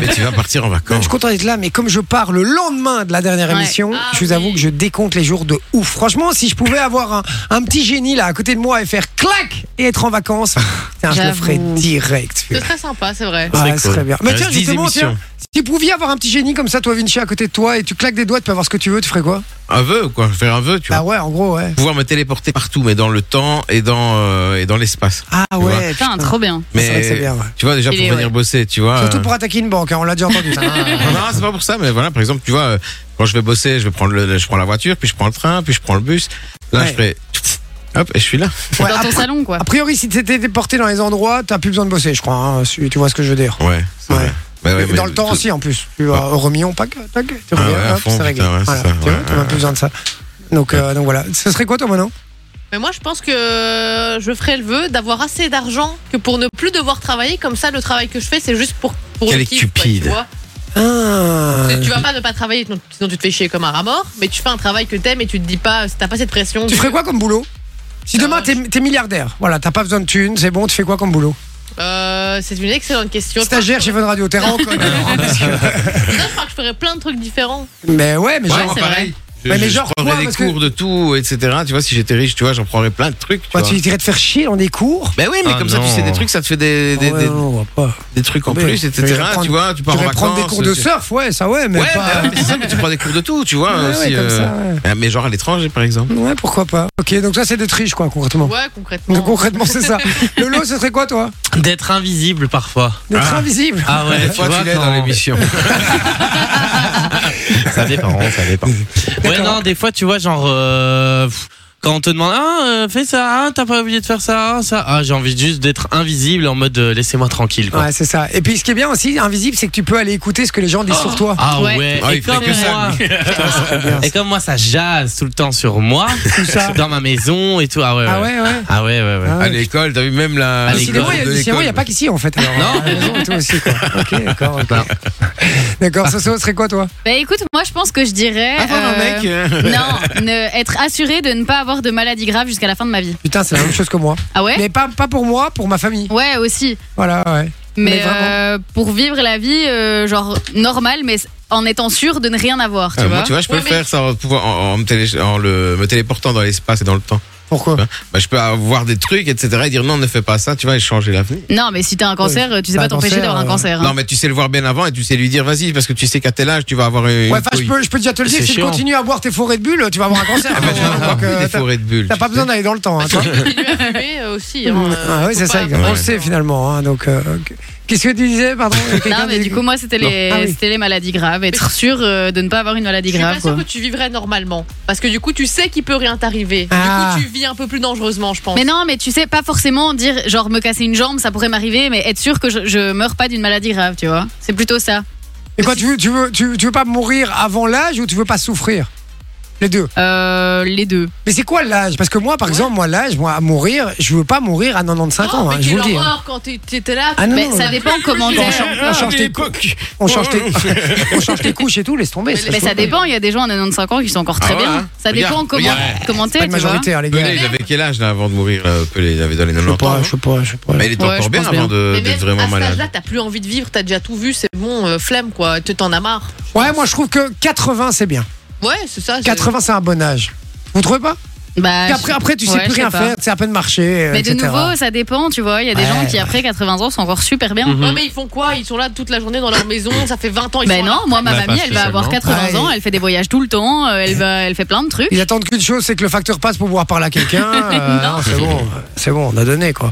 [SPEAKER 6] mais tu vas partir en
[SPEAKER 3] Non, je
[SPEAKER 6] vacances.
[SPEAKER 3] suis content d'être là, mais comme je pars le lendemain de la dernière
[SPEAKER 4] Ouais.
[SPEAKER 3] émission,
[SPEAKER 7] Ah
[SPEAKER 3] je vous
[SPEAKER 7] oui.
[SPEAKER 3] avoue que je décompte les jours de ouf. Franchement, si je pouvais avoir un, un petit génie là à côté de moi et faire clac et être en vacances, putain, je le
[SPEAKER 4] J'avoue.
[SPEAKER 3] ferais direct.
[SPEAKER 7] C'est très sympa, c'est vrai.
[SPEAKER 3] Ah,
[SPEAKER 6] serait
[SPEAKER 3] ce
[SPEAKER 6] cool.
[SPEAKER 3] serait bien. Mais
[SPEAKER 6] Il
[SPEAKER 3] tiens,
[SPEAKER 6] reste 10
[SPEAKER 3] justement,
[SPEAKER 6] émissions.
[SPEAKER 3] tiens, si vous pouviez avoir un petit génie comme ça, toi, Vinci, à côté de toi, et tu claques des doigts, tu peux avoir ce que tu veux, tu ferais quoi
[SPEAKER 6] Un vœu ou quoi Faire un vœu, tu vois.
[SPEAKER 3] Bah ouais, en gros, ouais.
[SPEAKER 6] Pouvoir me téléporter partout, mais dans le temps et dans, euh, et dans l'espace.
[SPEAKER 3] Ah
[SPEAKER 6] Tu vois.
[SPEAKER 3] ouais,
[SPEAKER 4] Putain, trop bien.
[SPEAKER 3] Mais... Ah, C'est vrai que c'est
[SPEAKER 6] Mais
[SPEAKER 3] bien, ouais.
[SPEAKER 6] tu vois, déjà
[SPEAKER 4] Il
[SPEAKER 6] pour
[SPEAKER 4] est-
[SPEAKER 6] venir
[SPEAKER 4] ouais.
[SPEAKER 6] bosser, tu vois.
[SPEAKER 3] Surtout
[SPEAKER 6] euh,
[SPEAKER 3] pour attaquer une banque, hein, on l'a déjà entendu ça.
[SPEAKER 6] Non, non, c'est pas pour ça, mais voilà, par exemple, tu vois, euh, quand je vais bosser, je vais prendre le, je prends la voiture, puis je prends le train, puis je prends le bus. Là,
[SPEAKER 3] Ouais.
[SPEAKER 6] je fais, hop, et je suis là.
[SPEAKER 4] dans
[SPEAKER 3] Ouais,
[SPEAKER 4] ton
[SPEAKER 3] après-
[SPEAKER 4] salon quoi.
[SPEAKER 3] A priori, si t'étais déporté dans les endroits, t'as plus besoin de bosser, je crois. hein, si tu vois ce que je veux dire.
[SPEAKER 6] Ouais. c'est
[SPEAKER 3] Ouais.
[SPEAKER 6] vrai. Bah ouais,
[SPEAKER 3] Et
[SPEAKER 6] mais
[SPEAKER 3] dans le temps
[SPEAKER 6] tout-
[SPEAKER 3] aussi en plus. Tu vas au remillon, pac, pac, tu
[SPEAKER 6] Ah
[SPEAKER 3] reviens,
[SPEAKER 6] ouais, à
[SPEAKER 3] hop,
[SPEAKER 6] fond,
[SPEAKER 3] c'est réglé.
[SPEAKER 6] putain, ouais, c'est
[SPEAKER 3] voilà,
[SPEAKER 6] ça,
[SPEAKER 3] tu vois,
[SPEAKER 6] ouais,
[SPEAKER 3] t'en as
[SPEAKER 6] ouais.
[SPEAKER 3] plus besoin de ça. Donc, euh, donc voilà. Ce serait quoi toi maintenant
[SPEAKER 7] Mais moi, je pense que euh, je ferais le vœu d'avoir assez d'argent que pour ne plus devoir travailler. Comme ça, le travail que je fais, c'est juste pour. pour
[SPEAKER 6] Quel
[SPEAKER 7] le
[SPEAKER 6] est
[SPEAKER 7] kiff, quoi,
[SPEAKER 6] cupide.
[SPEAKER 7] tu vois.
[SPEAKER 3] ah,
[SPEAKER 7] Parce que Tu vas pas ne pas travailler, sinon sinon tu te fais chier comme un rat mort. Mais tu fais un travail que t'aimes et tu te dis pas, t'as pas cette pression.
[SPEAKER 3] Tu ferais quoi comme boulot Si
[SPEAKER 7] Ça
[SPEAKER 3] demain
[SPEAKER 7] marche.
[SPEAKER 3] t'es t'es milliardaire, voilà, t'as pas besoin de thunes, c'est bon, tu fais quoi comme boulot
[SPEAKER 7] Euh, C'est une excellente question.
[SPEAKER 3] Stagiaire chez Fun Radio, t'es rencontre.
[SPEAKER 7] Je crois que- je crois que je ferais plein de trucs différents.
[SPEAKER 3] Mais ouais, mais
[SPEAKER 6] Ouais,
[SPEAKER 3] genre.
[SPEAKER 6] moi,
[SPEAKER 4] c'est
[SPEAKER 6] pareil. Je,
[SPEAKER 3] Mais
[SPEAKER 6] je-
[SPEAKER 3] les
[SPEAKER 6] je
[SPEAKER 3] genres,
[SPEAKER 6] prendrais
[SPEAKER 3] quoi,
[SPEAKER 6] des
[SPEAKER 3] parce que-
[SPEAKER 6] cours de tout, etc. Tu vois, si j'étais riche, tu vois, j'en prendrais plein de trucs. Tu
[SPEAKER 3] Quoi,
[SPEAKER 6] vois.
[SPEAKER 3] tu irais te faire chier dans des cours
[SPEAKER 6] Ben oui, mais
[SPEAKER 5] Ah
[SPEAKER 6] comme ça, tu sais
[SPEAKER 5] non.
[SPEAKER 6] des trucs, ça te fait des, des,
[SPEAKER 3] Ouais,
[SPEAKER 6] des-
[SPEAKER 3] non, on va pas.
[SPEAKER 6] des trucs en
[SPEAKER 3] Mais
[SPEAKER 6] plus,
[SPEAKER 3] tu
[SPEAKER 6] etc.
[SPEAKER 3] irais
[SPEAKER 6] Tu
[SPEAKER 3] prendre-
[SPEAKER 6] vois, tu
[SPEAKER 3] Tu
[SPEAKER 6] pars en
[SPEAKER 3] irais
[SPEAKER 6] vacances.
[SPEAKER 3] prendre des cours de
[SPEAKER 6] tu-
[SPEAKER 3] surf, ouais, ça ouais, mais
[SPEAKER 6] Ouais, bah
[SPEAKER 3] pas.
[SPEAKER 6] mais c'est ça, mais tu prends des cours de tout, tu vois.
[SPEAKER 3] Ouais, ouais,
[SPEAKER 6] aussi,
[SPEAKER 3] comme ça,
[SPEAKER 6] euh, Mais genre à l'étranger, par exemple.
[SPEAKER 3] Ouais, pourquoi pas. Ok, donc ça c'est d'être riche, quoi, concrètement.
[SPEAKER 7] Ouais,
[SPEAKER 3] Donc,
[SPEAKER 7] concrètement.
[SPEAKER 3] concrètement, c'est ça. Le lot, ce serait quoi, toi
[SPEAKER 5] D'être invisible parfois.
[SPEAKER 3] D'être invisible.
[SPEAKER 5] Ah ouais,
[SPEAKER 6] Des
[SPEAKER 5] tu
[SPEAKER 6] fois,
[SPEAKER 5] vois,
[SPEAKER 6] tu l'es
[SPEAKER 5] quand-
[SPEAKER 6] dans l'émission.
[SPEAKER 5] Ça dépend, hein, ça dépend. Ouais,
[SPEAKER 3] D'accord.
[SPEAKER 5] non, des fois, tu vois, genre. euh, pff, Quand on te demande, ah, euh, fais ça, ah, t'as pas oublié de faire ça, ah, ça. Ah, j'ai envie juste d'être invisible en mode euh, laissez-moi tranquille,
[SPEAKER 6] Ah.
[SPEAKER 5] quoi.
[SPEAKER 3] Ouais, c'est ça. Et puis ce qui est bien aussi, invisible, c'est que tu peux aller écouter ce que les gens disent sur toi.
[SPEAKER 5] Ah ouais,
[SPEAKER 4] Ouais.
[SPEAKER 6] Ah,
[SPEAKER 5] et,
[SPEAKER 6] il fait
[SPEAKER 5] comme
[SPEAKER 6] que ça,
[SPEAKER 5] moi,
[SPEAKER 3] C'est bien.
[SPEAKER 5] et comme moi, ça jase tout le temps sur moi,
[SPEAKER 3] Tout ça.
[SPEAKER 5] dans ma maison et tout. Ah ouais,
[SPEAKER 3] Ah ouais, ouais.
[SPEAKER 5] Ah ouais, ouais, ouais.
[SPEAKER 3] Ah ouais. Ah,
[SPEAKER 6] À l'école, t'as vu même la.
[SPEAKER 5] À
[SPEAKER 6] la
[SPEAKER 5] l'école.
[SPEAKER 3] Décidément,
[SPEAKER 6] cour
[SPEAKER 3] il y a-
[SPEAKER 6] de
[SPEAKER 3] décidément, il n'y a
[SPEAKER 6] l'école.
[SPEAKER 3] pas qu'ici en fait. Alors,
[SPEAKER 5] Non.
[SPEAKER 3] À la maison et toi aussi, quoi. Ok, d'accord. ok.
[SPEAKER 5] Non.
[SPEAKER 3] D'accord, ça, ça serait quoi toi
[SPEAKER 4] Bah écoute, moi je pense que je dirais.
[SPEAKER 6] Ah, voilà,
[SPEAKER 4] euh,
[SPEAKER 6] mec.
[SPEAKER 4] Non, ne- être assuré de ne pas avoir de maladie grave jusqu'à la fin de ma vie.
[SPEAKER 3] Putain, c'est la même chose que moi.
[SPEAKER 4] Ah ouais
[SPEAKER 3] Mais pas, pas pour moi, pour ma famille.
[SPEAKER 4] Ouais, aussi.
[SPEAKER 3] Voilà, ouais.
[SPEAKER 4] Mais,
[SPEAKER 3] Mais vraiment.
[SPEAKER 4] euh, pour vivre la vie, euh, genre normale, mais en étant sûr de ne rien avoir, tu
[SPEAKER 6] Ah,
[SPEAKER 4] vois.
[SPEAKER 6] moi, tu vois, je peux
[SPEAKER 7] Ouais,
[SPEAKER 6] le
[SPEAKER 7] mais-
[SPEAKER 6] faire ça en, pouvant- en- en me télé- en le, me téléportant dans l'espace et dans le temps.
[SPEAKER 3] Pourquoi
[SPEAKER 6] Bah, je peux avoir des trucs, etc. et dire non, ne fais pas ça, tu vois, et changer l'avenir.
[SPEAKER 4] Non, mais si t'as un cancer, tu sais
[SPEAKER 3] t'as
[SPEAKER 4] pas
[SPEAKER 3] un
[SPEAKER 4] t'empêcher
[SPEAKER 3] cancer,
[SPEAKER 4] d'avoir un
[SPEAKER 3] euh,
[SPEAKER 4] cancer. hein.
[SPEAKER 6] Non, mais tu sais le voir bien avant et tu sais lui dire vas-y, parce que tu sais qu'à tel âge, tu vas avoir une.
[SPEAKER 3] Ouais, enfin, je
[SPEAKER 6] couille.
[SPEAKER 3] peux, je peux déjà te le dire,
[SPEAKER 5] C'est
[SPEAKER 3] si tu
[SPEAKER 5] chiant.
[SPEAKER 3] continues à boire tes forêts de bulles, tu vas avoir un cancer.
[SPEAKER 6] Ah, bah, tu vas
[SPEAKER 3] Donc,
[SPEAKER 6] avoir
[SPEAKER 3] euh,
[SPEAKER 6] des
[SPEAKER 3] t'as-
[SPEAKER 6] forêts de bulles.
[SPEAKER 3] T'as pas
[SPEAKER 6] tu
[SPEAKER 3] besoin
[SPEAKER 6] sais.
[SPEAKER 3] d'aller dans le temps, hein, toi.
[SPEAKER 7] Continuer à fumer, euh, aussi. hein, euh,
[SPEAKER 3] Ah oui,
[SPEAKER 7] faut
[SPEAKER 3] c'est
[SPEAKER 7] pas-
[SPEAKER 3] ça,
[SPEAKER 7] faut
[SPEAKER 3] on
[SPEAKER 7] pas-
[SPEAKER 3] le sait finalement. hein, donc, euh, ok. qu'est-ce que tu disais, pardon
[SPEAKER 4] Non,
[SPEAKER 3] Quelqu'un
[SPEAKER 4] mais
[SPEAKER 3] dit-
[SPEAKER 4] du coup, moi, c'était les,
[SPEAKER 3] Ah oui.
[SPEAKER 4] c'était les maladies graves. Être sûr euh, de ne pas avoir une
[SPEAKER 7] Je
[SPEAKER 4] maladie
[SPEAKER 7] suis
[SPEAKER 4] grave,
[SPEAKER 7] pas sûre
[SPEAKER 4] quoi.
[SPEAKER 7] que tu vivrais normalement. Parce que du coup, tu sais qu'il peut rien t'arriver.
[SPEAKER 3] Ah.
[SPEAKER 7] Du coup, tu vis un peu plus dangereusement, je pense.
[SPEAKER 4] Mais non, mais tu sais, pas forcément dire, genre, me casser une jambe, ça pourrait m'arriver, mais être sûr que je, je meurs pas d'une maladie grave, tu vois. C'est plutôt ça.
[SPEAKER 3] Et quoi, tu veux, tu veux, tu, tu veux pas mourir avant l'âge ou tu veux pas souffrir Les deux.
[SPEAKER 4] Euh, les deux.
[SPEAKER 3] Mais c'est quoi l'âge Parce que moi, par
[SPEAKER 7] Ouais.
[SPEAKER 3] exemple, moi, l'âge, moi, à mourir, je veux pas mourir à 95
[SPEAKER 7] Non,
[SPEAKER 3] ans,
[SPEAKER 4] Oh,
[SPEAKER 7] mais
[SPEAKER 3] hein, je vous le
[SPEAKER 7] quelle
[SPEAKER 3] dis. hein.
[SPEAKER 7] horreur quand t'es- t'étais là.
[SPEAKER 3] Ah non,
[SPEAKER 4] mais
[SPEAKER 3] non,
[SPEAKER 4] ça
[SPEAKER 3] non.
[SPEAKER 4] dépend comment
[SPEAKER 3] on
[SPEAKER 4] t'es.
[SPEAKER 6] Ah,
[SPEAKER 3] change, on change tes cou- on change tes, on change tes couches et tout, laisse tomber.
[SPEAKER 4] Oh. Mais
[SPEAKER 3] je
[SPEAKER 4] ça
[SPEAKER 3] trouve.
[SPEAKER 4] dépend, il y a des gens à 95 ans qui sont encore
[SPEAKER 6] Ah
[SPEAKER 4] très
[SPEAKER 6] ouais,
[SPEAKER 4] bien.
[SPEAKER 6] hein.
[SPEAKER 4] Ça dépend
[SPEAKER 6] Regarde,
[SPEAKER 4] comment
[SPEAKER 6] regarde.
[SPEAKER 4] comment
[SPEAKER 3] Pas
[SPEAKER 4] t'es,
[SPEAKER 3] de
[SPEAKER 4] tu vois.
[SPEAKER 3] majoritaire, les gars.
[SPEAKER 6] Pelé, il avait quel âge là avant de mourir là, Pelé, il avait dans les
[SPEAKER 3] Je sais
[SPEAKER 6] 90
[SPEAKER 3] pas,
[SPEAKER 6] ans.
[SPEAKER 3] je sais pas, je sais pas.
[SPEAKER 6] hein. Mais il était
[SPEAKER 4] Ouais, je
[SPEAKER 6] encore bien
[SPEAKER 4] pense
[SPEAKER 6] avant
[SPEAKER 4] bien.
[SPEAKER 6] de-
[SPEAKER 7] Mais
[SPEAKER 6] d'être Euh,
[SPEAKER 7] même
[SPEAKER 6] vraiment
[SPEAKER 7] à cet âge-là,
[SPEAKER 6] malade.
[SPEAKER 7] t'as plus envie de vivre, t'as déjà tout vu, c'est bon, euh, flemme quoi, tu t'en as marre.
[SPEAKER 3] Ouais, moi, je trouve que 80, c'est bien.
[SPEAKER 7] Ouais, c'est ça. c'est-
[SPEAKER 3] 80, c'est un bon âge. Vous trouvez pas
[SPEAKER 4] Bah,
[SPEAKER 3] Puis après,
[SPEAKER 4] je-
[SPEAKER 3] après, tu sais
[SPEAKER 4] ouais,
[SPEAKER 3] plus
[SPEAKER 4] je sais
[SPEAKER 3] rien
[SPEAKER 4] pas.
[SPEAKER 3] faire, c'est à peine marcher. euh,
[SPEAKER 4] Mais de
[SPEAKER 3] etc.
[SPEAKER 4] nouveau, ça dépend, tu vois. Il y a des
[SPEAKER 3] Ouais.
[SPEAKER 4] gens qui, après 80 ans, sont encore super bien.
[SPEAKER 5] Mhm.
[SPEAKER 7] Ouais, mais ils font quoi Ils sont là toute la journée dans leur maison, ça fait 20 ans ils
[SPEAKER 4] Ben
[SPEAKER 7] sont
[SPEAKER 4] non,
[SPEAKER 7] là.
[SPEAKER 4] moi, ma
[SPEAKER 5] Ouais,
[SPEAKER 4] mamie,
[SPEAKER 5] pas
[SPEAKER 4] elle va avoir
[SPEAKER 5] spécialement.
[SPEAKER 4] 80 ans,
[SPEAKER 3] Bah, Ouais.
[SPEAKER 4] elle fait des voyages tout le temps, euh, elle, va, elle fait plein de trucs.
[SPEAKER 3] Ils attendent qu'une chose, c'est que le facteur passe pour pouvoir parler à quelqu'un. Euh, non, c'est bon, c'est bon, on a donné quoi.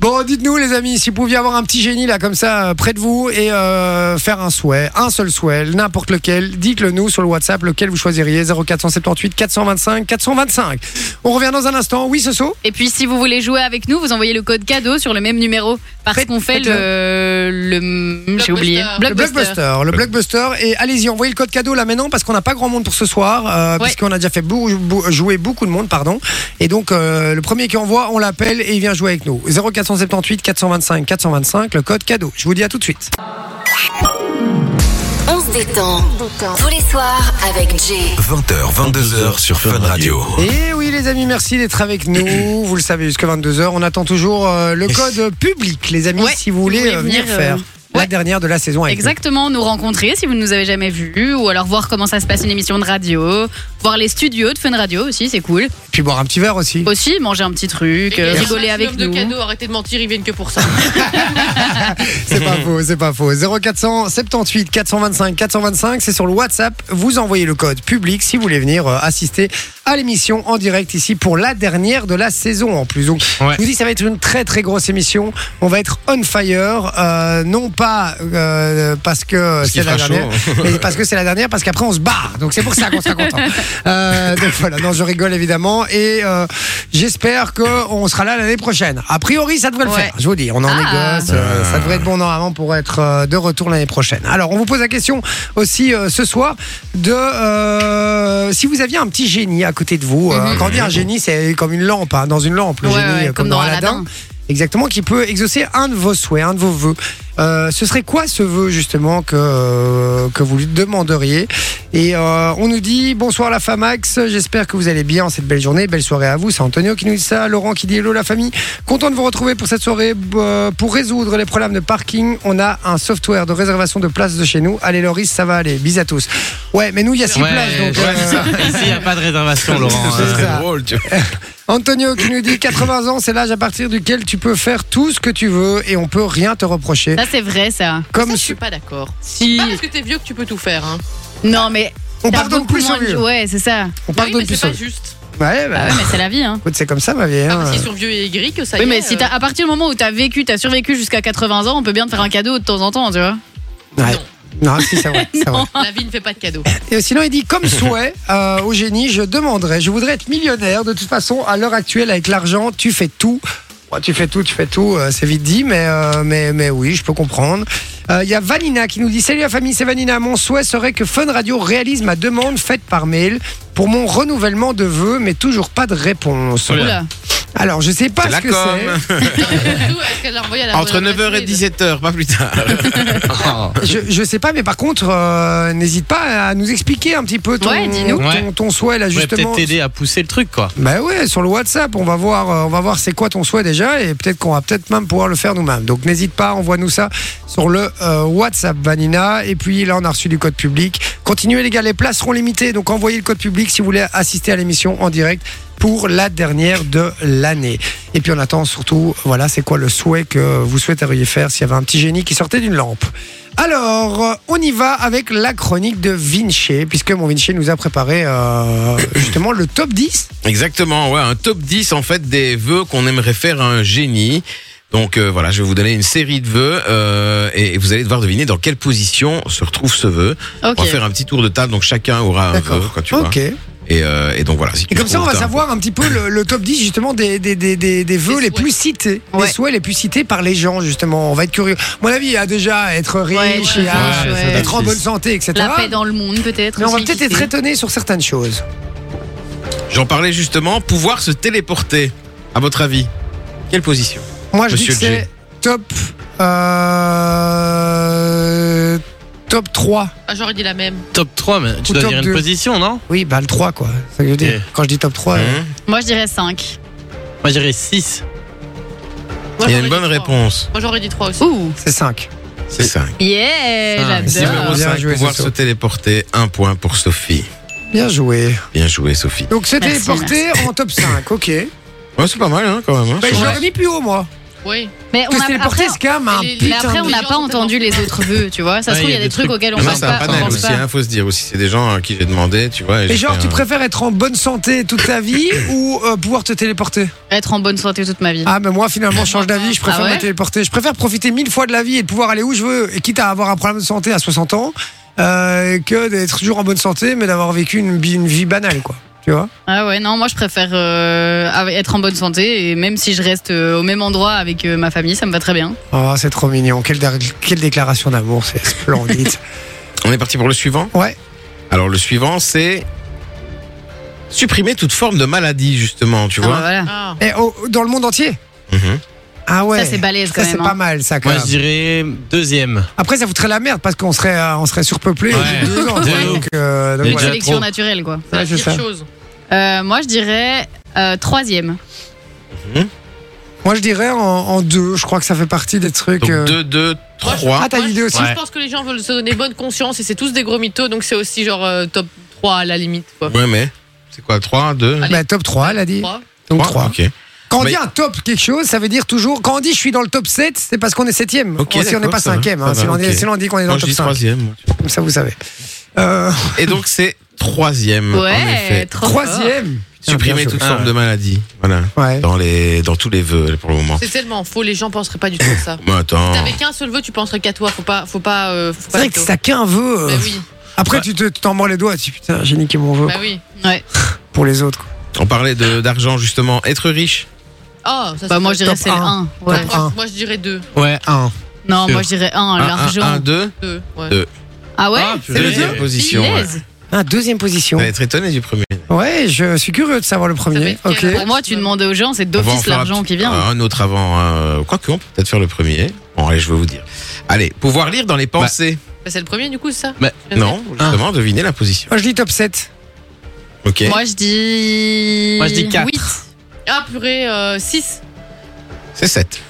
[SPEAKER 3] Bon, dites-nous les amis, si vous pouviez avoir un petit génie là comme ça euh, près de vous et euh, faire un souhait, un seul souhait, n'importe lequel, dites-le nous sur le WhatsApp, lequel vous choisiriez 0478 425 425. On revient dans un instant. Oui, Soso
[SPEAKER 4] Et puis, si vous voulez jouer avec nous, vous envoyez le code cadeau sur le même numéro. Parce
[SPEAKER 3] Faites-
[SPEAKER 4] qu'on fait le. le J'ai oublié.
[SPEAKER 3] Le blockbuster, le blockbuster. Et allez-y, envoyez le code cadeau là maintenant parce qu'on n'a pas grand monde pour ce soir, euh, puisqu'on a déjà fait bou- bou- jouer beaucoup de monde, pardon. Et donc euh, le premier qui envoie, on l'appelle et il vient jouer avec nous. 0478 425 425, le code cadeau. Je vous dis à tout de suite.
[SPEAKER 1] On se détend tous les soirs avec Jay.
[SPEAKER 2] 20h, 22h sur Fun Radio.
[SPEAKER 3] Et oui les amis, merci d'être avec nous. Vous le savez, jusqu'à 22h, on attend toujours euh, le code public, les amis,
[SPEAKER 4] Ouais,
[SPEAKER 3] si vous voulez euh, venir
[SPEAKER 4] euh,
[SPEAKER 3] faire la
[SPEAKER 4] ouais.
[SPEAKER 3] dernière de la saison avec nous.
[SPEAKER 4] Exactement, nous rencontrer si vous ne nous avez jamais vus, ou alors voir comment ça se passe une émission de radio, voir les studios de Fun Radio aussi, c'est cool.
[SPEAKER 3] Puis boire un petit verre aussi.
[SPEAKER 4] Aussi, manger un petit truc, euh, rigoler avec nous.
[SPEAKER 7] De
[SPEAKER 3] hein.
[SPEAKER 7] cadeaux, arrêtez de mentir, ils viennent que pour ça.
[SPEAKER 3] C'est pas faux, c'est pas faux. 0478 425 425, c'est sur le WhatsApp. Vous envoyez le code public si vous voulez venir euh, assister à l'émission en direct ici pour la dernière de la saison en plus. Donc,
[SPEAKER 5] Ouais.
[SPEAKER 3] je vous dis, ça va être une très très grosse émission. On va être on fire, euh, non pas euh, parce que c'est
[SPEAKER 6] qu'il
[SPEAKER 3] la
[SPEAKER 6] fera
[SPEAKER 3] dernière, mais parce que c'est la dernière, parce qu'après on se barre. Donc c'est pour ça qu'on sera content. Euh, donc voilà, non, je rigole évidemment et euh, j'espère qu'on sera là l'année prochaine. A priori, ça devrait le
[SPEAKER 4] Ouais.
[SPEAKER 3] faire. Je vous dis, on en
[SPEAKER 4] Ah.
[SPEAKER 3] négocie. Euh, ça devrait être bon normalement pour être euh, de retour l'année prochaine. Alors, on vous pose la question aussi euh, ce soir de euh, si vous aviez un petit génie à côté de vous. Euh, Quand on dit un génie, c'est comme une lampe, hein, dans une lampe, le
[SPEAKER 4] Mhm. Ouais,
[SPEAKER 3] génie,
[SPEAKER 4] ouais,
[SPEAKER 3] euh, comme, dans, Aladdin. Exactement, qui peut exaucer un de vos souhaits, un de vos vœux. Euh, ce serait quoi ce vœu justement que, euh, que vous lui demanderiez Et euh, on nous dit bonsoir la Famax, j'espère que vous allez bien en cette belle journée, belle soirée à vous. C'est Antonio qui nous dit ça, Laurent qui dit hello la famille. Content de vous retrouver pour cette soirée. B- euh, Pour résoudre les problèmes de parking, on a un software de réservation de places de chez nous. Allez Loris, ça va aller, bis à tous. Ouais, mais nous il y a six
[SPEAKER 5] Ouais,
[SPEAKER 3] places donc.
[SPEAKER 5] ouais,
[SPEAKER 3] euh,
[SPEAKER 5] c'est ça.
[SPEAKER 6] Ah.
[SPEAKER 5] Ici, il n'y a pas de réservation, Laurent.
[SPEAKER 3] C'est
[SPEAKER 5] Euh,
[SPEAKER 3] ça.
[SPEAKER 6] drôle, tu vois.
[SPEAKER 3] Antonio qui nous dit 80 ans, c'est l'âge à partir duquel tu peux faire tout ce que tu veux et on peut rien te reprocher.
[SPEAKER 4] Ça, c'est vrai, ça.
[SPEAKER 3] Comme
[SPEAKER 7] Bah, ça, je
[SPEAKER 3] ce-
[SPEAKER 7] suis pas d'accord.
[SPEAKER 4] Si.
[SPEAKER 7] Pas parce que t'es vieux que tu peux tout faire. Hein.
[SPEAKER 4] Non, mais.
[SPEAKER 3] on
[SPEAKER 4] t'as
[SPEAKER 3] pardonne
[SPEAKER 4] beaucoup
[SPEAKER 3] plus aux
[SPEAKER 4] moins de-
[SPEAKER 3] vieux.
[SPEAKER 4] Ouais, c'est ça.
[SPEAKER 3] On
[SPEAKER 7] Bah oui,
[SPEAKER 3] pardonne
[SPEAKER 7] mais
[SPEAKER 3] plus
[SPEAKER 7] c'est
[SPEAKER 3] aux
[SPEAKER 7] pas
[SPEAKER 3] vieux.
[SPEAKER 7] juste.
[SPEAKER 3] Ouais, bah,
[SPEAKER 4] Bah ouais, mais c'est la vie, hein.
[SPEAKER 3] écoute, c'est comme ça ma vie.
[SPEAKER 7] Ah,
[SPEAKER 3] hein.
[SPEAKER 7] parce qu'ils sont vieux et aigris que ça y
[SPEAKER 4] Oui,
[SPEAKER 7] est.
[SPEAKER 4] mais si
[SPEAKER 7] euh,
[SPEAKER 4] t'as- à partir du moment où t'as vécu, t'as survécu jusqu'à 80 ans, on peut bien te faire un cadeau de temps en temps, tu vois.
[SPEAKER 3] Ouais. Non, si, c'est vrai, c'est vrai.
[SPEAKER 7] La vie ne fait pas de cadeaux.
[SPEAKER 3] Et sinon, il dit comme souhait euh, au génie, je demanderais, je voudrais être millionnaire. De toute façon, à l'heure actuelle, avec l'argent, tu fais tout. Ouais, tu fais tout, tu fais tout, euh, c'est vite dit, mais, euh, mais, mais oui, je peux comprendre. Euh, Il y a Vanina qui nous dit Salut la famille, c'est Vanina. Mon souhait serait que Fun Radio réalise ma demande faite par mail pour mon renouvellement de vœux, mais toujours pas de réponse.
[SPEAKER 5] Oula.
[SPEAKER 4] Oula.
[SPEAKER 3] Alors, je sais pas
[SPEAKER 6] C'est
[SPEAKER 3] ce
[SPEAKER 6] la
[SPEAKER 3] que
[SPEAKER 6] com.
[SPEAKER 3] c'est.
[SPEAKER 6] Entre 9h et 17h, pas plus tard.
[SPEAKER 5] hein.
[SPEAKER 3] Je, je sais pas, mais par contre, euh, n'hésite pas à nous expliquer un petit peu ton,
[SPEAKER 4] Ouais, dis-nous.
[SPEAKER 3] ton,
[SPEAKER 5] Ouais.
[SPEAKER 3] ton souhait là
[SPEAKER 5] Je vais
[SPEAKER 3] justement.
[SPEAKER 5] peut-être t'aider à pousser le truc, quoi.
[SPEAKER 3] Bah ouais, sur le WhatsApp, on va voir, euh, on va voir c'est quoi ton souhait déjà et peut-être qu'on va peut-être même pouvoir le faire nous-mêmes. Donc n'hésite pas, envoie-nous ça sur le euh, WhatsApp Vanina. Et puis là, on a reçu du code public. Continuez les gars, les places seront limitées, donc envoyez le code public si vous voulez assister à l'émission en direct pour la dernière de l'année. Et puis on attend surtout, voilà, c'est quoi le souhait que vous souhaiteriez faire s'il y avait un petit génie qui sortait d'une lampe. Alors, euh, on y va avec la chronique de Vinci, puisque mon Vinci nous a préparé euh, justement le top 10
[SPEAKER 6] Exactement, ouais, un top 10 en fait des vœux qu'on aimerait faire à un génie. Donc euh, voilà, je vais vous donner une série de vœux euh, et vous allez devoir deviner dans quelle position se retrouve ce vœu.
[SPEAKER 4] Ok.
[SPEAKER 6] On va faire un petit tour de table, donc chacun aura un vœu, quoi, tu vois.
[SPEAKER 3] ok.
[SPEAKER 6] Et, euh, et donc voilà. si tu
[SPEAKER 3] Et comme ça, on va
[SPEAKER 6] trouves, t'as un
[SPEAKER 3] savoir un petit peu le, le top 10 justement des, des, des, des, des vœux
[SPEAKER 7] Des
[SPEAKER 3] les
[SPEAKER 7] souhaits.
[SPEAKER 3] plus cités.
[SPEAKER 4] Ouais.
[SPEAKER 3] Les souhaits les plus cités par les gens, justement. On va être curieux. À Mon avis, il y a déjà être riche,
[SPEAKER 4] Ouais,
[SPEAKER 3] il y
[SPEAKER 4] ouais,
[SPEAKER 3] a
[SPEAKER 4] ouais.
[SPEAKER 3] être en bonne santé, etc.
[SPEAKER 4] La paix dans le monde, peut-être.
[SPEAKER 3] Mais on va
[SPEAKER 4] aussi,
[SPEAKER 3] peut-être
[SPEAKER 4] qui
[SPEAKER 3] être
[SPEAKER 4] sait.
[SPEAKER 3] étonné sur certaines choses.
[SPEAKER 6] J'en parlais justement, pouvoir se téléporter. À votre avis, quelle position
[SPEAKER 3] Moi, je
[SPEAKER 6] Monsieur
[SPEAKER 3] dis que
[SPEAKER 6] G.
[SPEAKER 3] c'est top. euh, top 3.
[SPEAKER 7] Ah, J'aurais dit la même.
[SPEAKER 5] Top 3, mais tu
[SPEAKER 3] Ou
[SPEAKER 5] dois
[SPEAKER 3] top
[SPEAKER 5] dire une
[SPEAKER 3] deux.
[SPEAKER 5] position, non
[SPEAKER 3] Oui, bah le 3, quoi. C'est ça que je veux dire.
[SPEAKER 5] Ok.
[SPEAKER 3] Quand je dis top 3. euh,
[SPEAKER 6] Hein
[SPEAKER 4] Moi, je dirais 5.
[SPEAKER 5] Moi, je dirais 6.
[SPEAKER 7] Moi,
[SPEAKER 6] Il y
[SPEAKER 7] j'aurais
[SPEAKER 6] a une
[SPEAKER 7] dit
[SPEAKER 6] bonne
[SPEAKER 7] trois.
[SPEAKER 6] réponse.
[SPEAKER 7] Moi j'aurais dit 3 aussi.
[SPEAKER 4] Ouh.
[SPEAKER 3] C'est 5.
[SPEAKER 6] C'est ça.
[SPEAKER 4] Yeah,
[SPEAKER 5] Cinq.
[SPEAKER 6] C'est numéro
[SPEAKER 4] j'adore.
[SPEAKER 3] bien
[SPEAKER 6] 5,
[SPEAKER 3] joué,
[SPEAKER 6] pouvoir
[SPEAKER 3] Soso.
[SPEAKER 6] se téléporter. Un point pour Sophie.
[SPEAKER 3] Bien joué.
[SPEAKER 6] Bien joué, Sophie.
[SPEAKER 3] Donc, se
[SPEAKER 4] Merci,
[SPEAKER 3] téléporter en top 5. Ok.
[SPEAKER 6] Ouais, c'est pas mal, hein, quand même. hein.
[SPEAKER 3] Bah,
[SPEAKER 6] C'est-
[SPEAKER 3] j'aurais mis plus haut, moi.
[SPEAKER 7] Oui.
[SPEAKER 4] Mais on
[SPEAKER 3] Que se
[SPEAKER 4] a,
[SPEAKER 3] téléporter,
[SPEAKER 4] après,
[SPEAKER 3] c'est quand même un
[SPEAKER 7] Mais
[SPEAKER 4] mais
[SPEAKER 3] putain
[SPEAKER 4] après, on
[SPEAKER 3] de-
[SPEAKER 4] n'a
[SPEAKER 7] gens
[SPEAKER 4] pas
[SPEAKER 7] ont
[SPEAKER 4] entendu les autres vœux, tu vois. Ça se
[SPEAKER 5] Ouais,
[SPEAKER 4] trouve, il y a des trucs auxquels on
[SPEAKER 6] Maintenant,
[SPEAKER 4] pense
[SPEAKER 6] Ah, c'est un
[SPEAKER 4] pas. on
[SPEAKER 6] panel
[SPEAKER 4] pense
[SPEAKER 6] aussi,
[SPEAKER 4] pas.
[SPEAKER 6] hein, faut se dire aussi. C'est des gens à qui j'ai demandé, tu vois. et
[SPEAKER 3] Mais
[SPEAKER 6] j'ai
[SPEAKER 3] genre,
[SPEAKER 6] fait
[SPEAKER 3] tu
[SPEAKER 5] Euh,
[SPEAKER 6] un-
[SPEAKER 3] préfères être en bonne santé toute ta vie ou euh, pouvoir te téléporter
[SPEAKER 4] Être en bonne santé toute ma vie.
[SPEAKER 3] Ah, mais moi, finalement, je change d'avis, je préfère
[SPEAKER 4] Ah ouais
[SPEAKER 3] me téléporter. Je préfère profiter mille fois de la vie et de pouvoir aller où je veux, et quitte à avoir un problème de santé à 60 ans, euh, que d'être toujours en bonne santé, mais d'avoir vécu une, bi- une vie banale, quoi. tu vois.
[SPEAKER 4] Ah ouais, non, moi je préfère euh, av- être en bonne santé et même si je reste euh, au même endroit avec euh, ma famille, ça me va très bien.
[SPEAKER 3] Oh, c'est trop mignon. Quelle, dé- quelle déclaration d'amour, c'est splendide.
[SPEAKER 6] On est parti pour le suivant
[SPEAKER 3] Ouais.
[SPEAKER 6] Alors le suivant, c'est supprimer toute forme de maladie, justement, tu
[SPEAKER 4] Ah bah
[SPEAKER 6] vois.
[SPEAKER 4] voilà.
[SPEAKER 7] Ah.
[SPEAKER 3] Et au- Eh, oh, dans le monde entier
[SPEAKER 6] Mhm.
[SPEAKER 3] Ah ouais.
[SPEAKER 4] Ça c'est balèze
[SPEAKER 3] Ça,
[SPEAKER 4] quand
[SPEAKER 3] c'est
[SPEAKER 4] même.
[SPEAKER 3] pas
[SPEAKER 4] hein.
[SPEAKER 3] mal, ça, quand
[SPEAKER 5] Moi,
[SPEAKER 3] même.
[SPEAKER 5] je dirais deuxième.
[SPEAKER 3] Après, ça foutrait la merde parce qu'on serait, euh, on serait surpeuplé. au
[SPEAKER 5] Ouais.
[SPEAKER 3] bout de deux ans, quoi.
[SPEAKER 5] De ouf.
[SPEAKER 3] donc, euh, donc
[SPEAKER 5] Et
[SPEAKER 4] Une
[SPEAKER 3] voilà.
[SPEAKER 5] déjà-
[SPEAKER 4] sélection
[SPEAKER 5] trop.
[SPEAKER 4] naturelle quoi.
[SPEAKER 3] Ouais, c'est
[SPEAKER 7] Dire
[SPEAKER 3] ça.
[SPEAKER 7] chose.
[SPEAKER 4] Euh, moi je dirais euh, troisième.
[SPEAKER 3] Moi, je dirais en, en deux. Je crois que ça fait partie des trucs.
[SPEAKER 6] Donc
[SPEAKER 3] euh,
[SPEAKER 6] 2, 2, 3.
[SPEAKER 3] Ah, t'as
[SPEAKER 7] Moi,
[SPEAKER 3] l'idée aussi
[SPEAKER 7] Moi,
[SPEAKER 5] Ouais.
[SPEAKER 7] je pense que les gens veulent se donner bonne conscience et c'est tous des gros mythos, donc c'est aussi genre euh, top 3 à la limite. Quoi.
[SPEAKER 6] Ouais, mais c'est quoi 3, 2,
[SPEAKER 7] Allez.
[SPEAKER 3] Bah, top 3, elle a dit.
[SPEAKER 7] 3.
[SPEAKER 3] Donc 3.
[SPEAKER 6] Ok.
[SPEAKER 3] Quand on
[SPEAKER 6] Mais-
[SPEAKER 3] dit un top quelque chose, ça veut dire toujours. Quand on dit je suis dans le top 7, c'est parce qu'on est 7ème.
[SPEAKER 6] Ok,
[SPEAKER 3] si on n'est
[SPEAKER 6] d'accord,
[SPEAKER 3] pas
[SPEAKER 6] ça va,
[SPEAKER 3] 5ème.
[SPEAKER 6] ça
[SPEAKER 3] si
[SPEAKER 6] va,
[SPEAKER 3] l'on
[SPEAKER 6] ok.
[SPEAKER 3] dit- si l'on dit qu'on est dans
[SPEAKER 6] Moi,
[SPEAKER 3] le
[SPEAKER 6] je
[SPEAKER 3] top
[SPEAKER 6] dis
[SPEAKER 3] 5.
[SPEAKER 6] troisième.
[SPEAKER 3] Comme ça, vous savez. Euh,
[SPEAKER 6] Et donc, c'est troisième, en
[SPEAKER 4] Ouais,
[SPEAKER 6] effet.
[SPEAKER 4] trop fort.
[SPEAKER 3] Troisième.
[SPEAKER 6] Supprimer
[SPEAKER 3] Bien
[SPEAKER 6] toute
[SPEAKER 5] joué.
[SPEAKER 6] forme
[SPEAKER 5] Ah ouais.
[SPEAKER 6] de maladie. Voilà.
[SPEAKER 3] Ouais.
[SPEAKER 6] Dans, les, dans tous les vœux, pour le moment. hein.
[SPEAKER 7] C'est tellement faux, les gens penseraient pas du tout à ça.
[SPEAKER 6] Mais attends.
[SPEAKER 7] Si
[SPEAKER 5] Ah.
[SPEAKER 7] T'avais qu'un seul vœu, tu penserais qu'à toi. Faut pas, faut pas, euh, faut
[SPEAKER 3] C'est
[SPEAKER 7] pas.
[SPEAKER 3] vrai que ça qu'un vœu. euh,
[SPEAKER 7] Bah oui,
[SPEAKER 3] Après, tu te- tu t'en mords les doigts. Tu dis, putain, j'ai niqué mon vœu
[SPEAKER 7] bah oui.
[SPEAKER 4] Ouais.
[SPEAKER 3] pour les autres. quoi.
[SPEAKER 6] On parlait de- d'argent, justement. Être riche.
[SPEAKER 7] Oh,
[SPEAKER 4] Bah
[SPEAKER 7] ça c'est-
[SPEAKER 4] moi je dirais
[SPEAKER 3] Top
[SPEAKER 4] c'est le
[SPEAKER 3] un.
[SPEAKER 4] 1. Ouais.
[SPEAKER 3] Top
[SPEAKER 7] moi,
[SPEAKER 3] un.
[SPEAKER 7] moi, je dirais 2.
[SPEAKER 5] Ouais, un.
[SPEAKER 4] Non,
[SPEAKER 6] Sûr.
[SPEAKER 4] moi je dirais 1,
[SPEAKER 6] 1,
[SPEAKER 4] l'argent.
[SPEAKER 6] 2.
[SPEAKER 7] ouais.
[SPEAKER 6] Deux.
[SPEAKER 4] Ah ouais
[SPEAKER 5] Ah,
[SPEAKER 6] C'est
[SPEAKER 5] purée.
[SPEAKER 3] le
[SPEAKER 6] deuxième
[SPEAKER 5] Ouais.
[SPEAKER 6] position. ouais.
[SPEAKER 4] Punaise.
[SPEAKER 3] Ah, deuxième position.
[SPEAKER 6] Vous allez être étonné du premier.
[SPEAKER 3] Ouais, je suis curieux de savoir le premier.
[SPEAKER 7] Ça fait
[SPEAKER 3] Ok.
[SPEAKER 7] quel
[SPEAKER 4] Pour moi, tu demandes aux gens, c'est
[SPEAKER 6] On Ah, va en
[SPEAKER 4] d'office
[SPEAKER 6] faire un
[SPEAKER 4] l'argent
[SPEAKER 6] petit-
[SPEAKER 4] qui vient.
[SPEAKER 6] Un autre avant. euh, Quoique, on peut peut-être faire le premier. Bon, allez, je vais vous dire. Allez, pouvoir lire dans les pensées.
[SPEAKER 7] Bah, c'est le premier du coup, c'est ça.
[SPEAKER 5] Bah,
[SPEAKER 7] Jamais.
[SPEAKER 6] non, justement, deviner la position.
[SPEAKER 3] Moi, je dis top 7.
[SPEAKER 6] Ok.
[SPEAKER 4] Moi je dis.
[SPEAKER 5] Moi, je dis quatre.
[SPEAKER 4] huit.
[SPEAKER 7] Ah purée, 6.
[SPEAKER 6] C'est 7.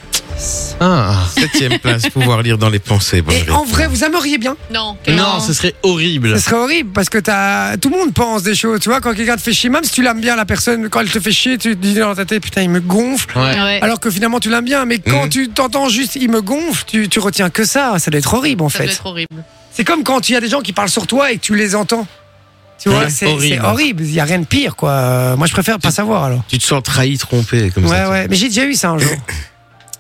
[SPEAKER 5] Ah.
[SPEAKER 6] Septième place, pouvoir lire dans les pensées. Bonne
[SPEAKER 3] Et en
[SPEAKER 6] réponse.
[SPEAKER 3] vrai, vous aimeriez bien.
[SPEAKER 7] Non. quel-
[SPEAKER 5] Non, ce serait horrible.
[SPEAKER 3] Ce serait horrible parce que t'as... tout le monde pense des choses. Tu vois, quand quelqu'un te fait chier, même si tu l'aimes bien, la personne, quand elle te fait chier, tu te dis dans ta tête, putain, il me gonfle.
[SPEAKER 5] Ouais.
[SPEAKER 4] Ouais.
[SPEAKER 3] Alors que finalement, tu l'aimes bien. Mais quand
[SPEAKER 5] Mm.
[SPEAKER 6] Mhm.
[SPEAKER 3] tu t'entends juste, il me gonfle, tu, tu retiens que ça. Ça doit être horrible en
[SPEAKER 7] Ça
[SPEAKER 3] fait.
[SPEAKER 7] doit être horrible.
[SPEAKER 3] C'est comme quand il y a des gens qui parlent sur toi et que tu les entends. Tu vois,
[SPEAKER 5] Ouais,
[SPEAKER 3] c'est c'est
[SPEAKER 5] horrible.
[SPEAKER 3] horrible. Il n'y a rien de pire, quoi. Euh, Moi, je préfère pas savoir alors.
[SPEAKER 6] Tu te sens trahi, trompé, comme
[SPEAKER 3] Ouais,
[SPEAKER 6] ça.
[SPEAKER 3] ouais. Mais j'ai déjà eu ça un jour.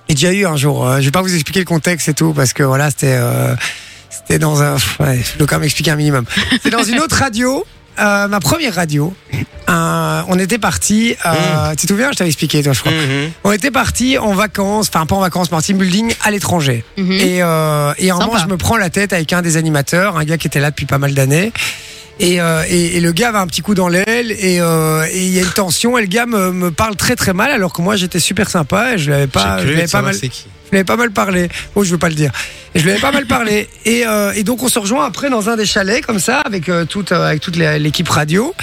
[SPEAKER 3] J'ai déjà eu un jour. Euh, je vais pas vous expliquer le contexte et tout parce que voilà, c'était euh, c'était dans un. pff, Ouais, je dois quand même expliquer un minimum. C'est dans une autre radio, euh, ma première radio. Un- on était parti. Euh, Tu te souviens Je t'avais expliqué, toi, je crois.
[SPEAKER 6] Mhm.
[SPEAKER 3] On était parti en vacances, enfin pas en vacances, mais en team building à l'étranger.
[SPEAKER 4] Mhm.
[SPEAKER 3] Et, euh, et à un
[SPEAKER 4] Sympa.
[SPEAKER 3] moment, je me prends la tête avec un des animateurs, un gars qui était là depuis pas mal d'années. Et, euh, et, et le gars avait un petit coup dans l'aile et euh, et il y a une tension et le gars me, me parle très très mal alors que moi j'étais super sympa et je l'avais pas, je
[SPEAKER 6] J'ai cru
[SPEAKER 3] lui avais
[SPEAKER 6] de
[SPEAKER 3] pas
[SPEAKER 6] savoir
[SPEAKER 3] mal,
[SPEAKER 6] c'est qui.
[SPEAKER 3] je lui avais pas mal parlé. Oh je veux pas le dire. Et je lui avais pas mal parlé et, euh, et donc on se rejoint après dans un des chalets comme ça avec euh, toute euh, avec toute la- l'équipe radio.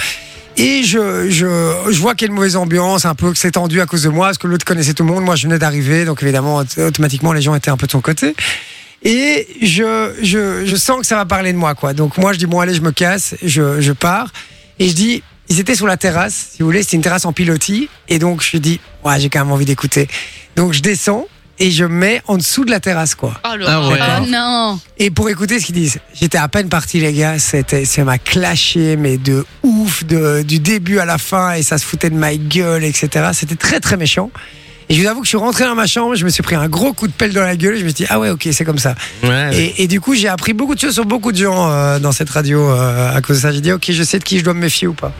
[SPEAKER 3] Et je, je, je vois qu'il y a une mauvaise ambiance, un peu que c'est tendu à cause de moi, parce que l'autre connaissait tout le monde, moi je venais d'arriver, donc évidemment, aut- automatiquement, les gens étaient un peu de son côté. Et je, je, je sens que ça va parler de moi, quoi. Donc moi, je dis, bon, allez, je me casse, je, je pars. Et je dis, ils étaient sur la terrasse, si vous voulez, c'était une terrasse en pilotis. Et donc, je dis, ouais, j'ai quand même envie d'écouter. Donc, je descends et je me mets en dessous de la terrasse, quoi.
[SPEAKER 7] Ah, le-
[SPEAKER 5] Ah ouais.
[SPEAKER 4] Oh non
[SPEAKER 3] Et pour écouter ce qu'ils disent, j'étais à peine parti les gars, c'était ça m'a clashé mais de ouf de, du début à la fin et ça se foutait de ma gueule etc. C'était très très méchant. Et je vous avoue que je suis rentré dans ma chambre, je me suis pris un gros coup de pelle dans la gueule et je me suis dit ah ouais ok c'est comme ça.
[SPEAKER 6] Ah Ouais.
[SPEAKER 3] Et, et du coup j'ai appris beaucoup de choses sur beaucoup de gens euh, dans cette radio euh, à cause de ça. J'ai dit ok je sais de qui je dois me méfier ou pas.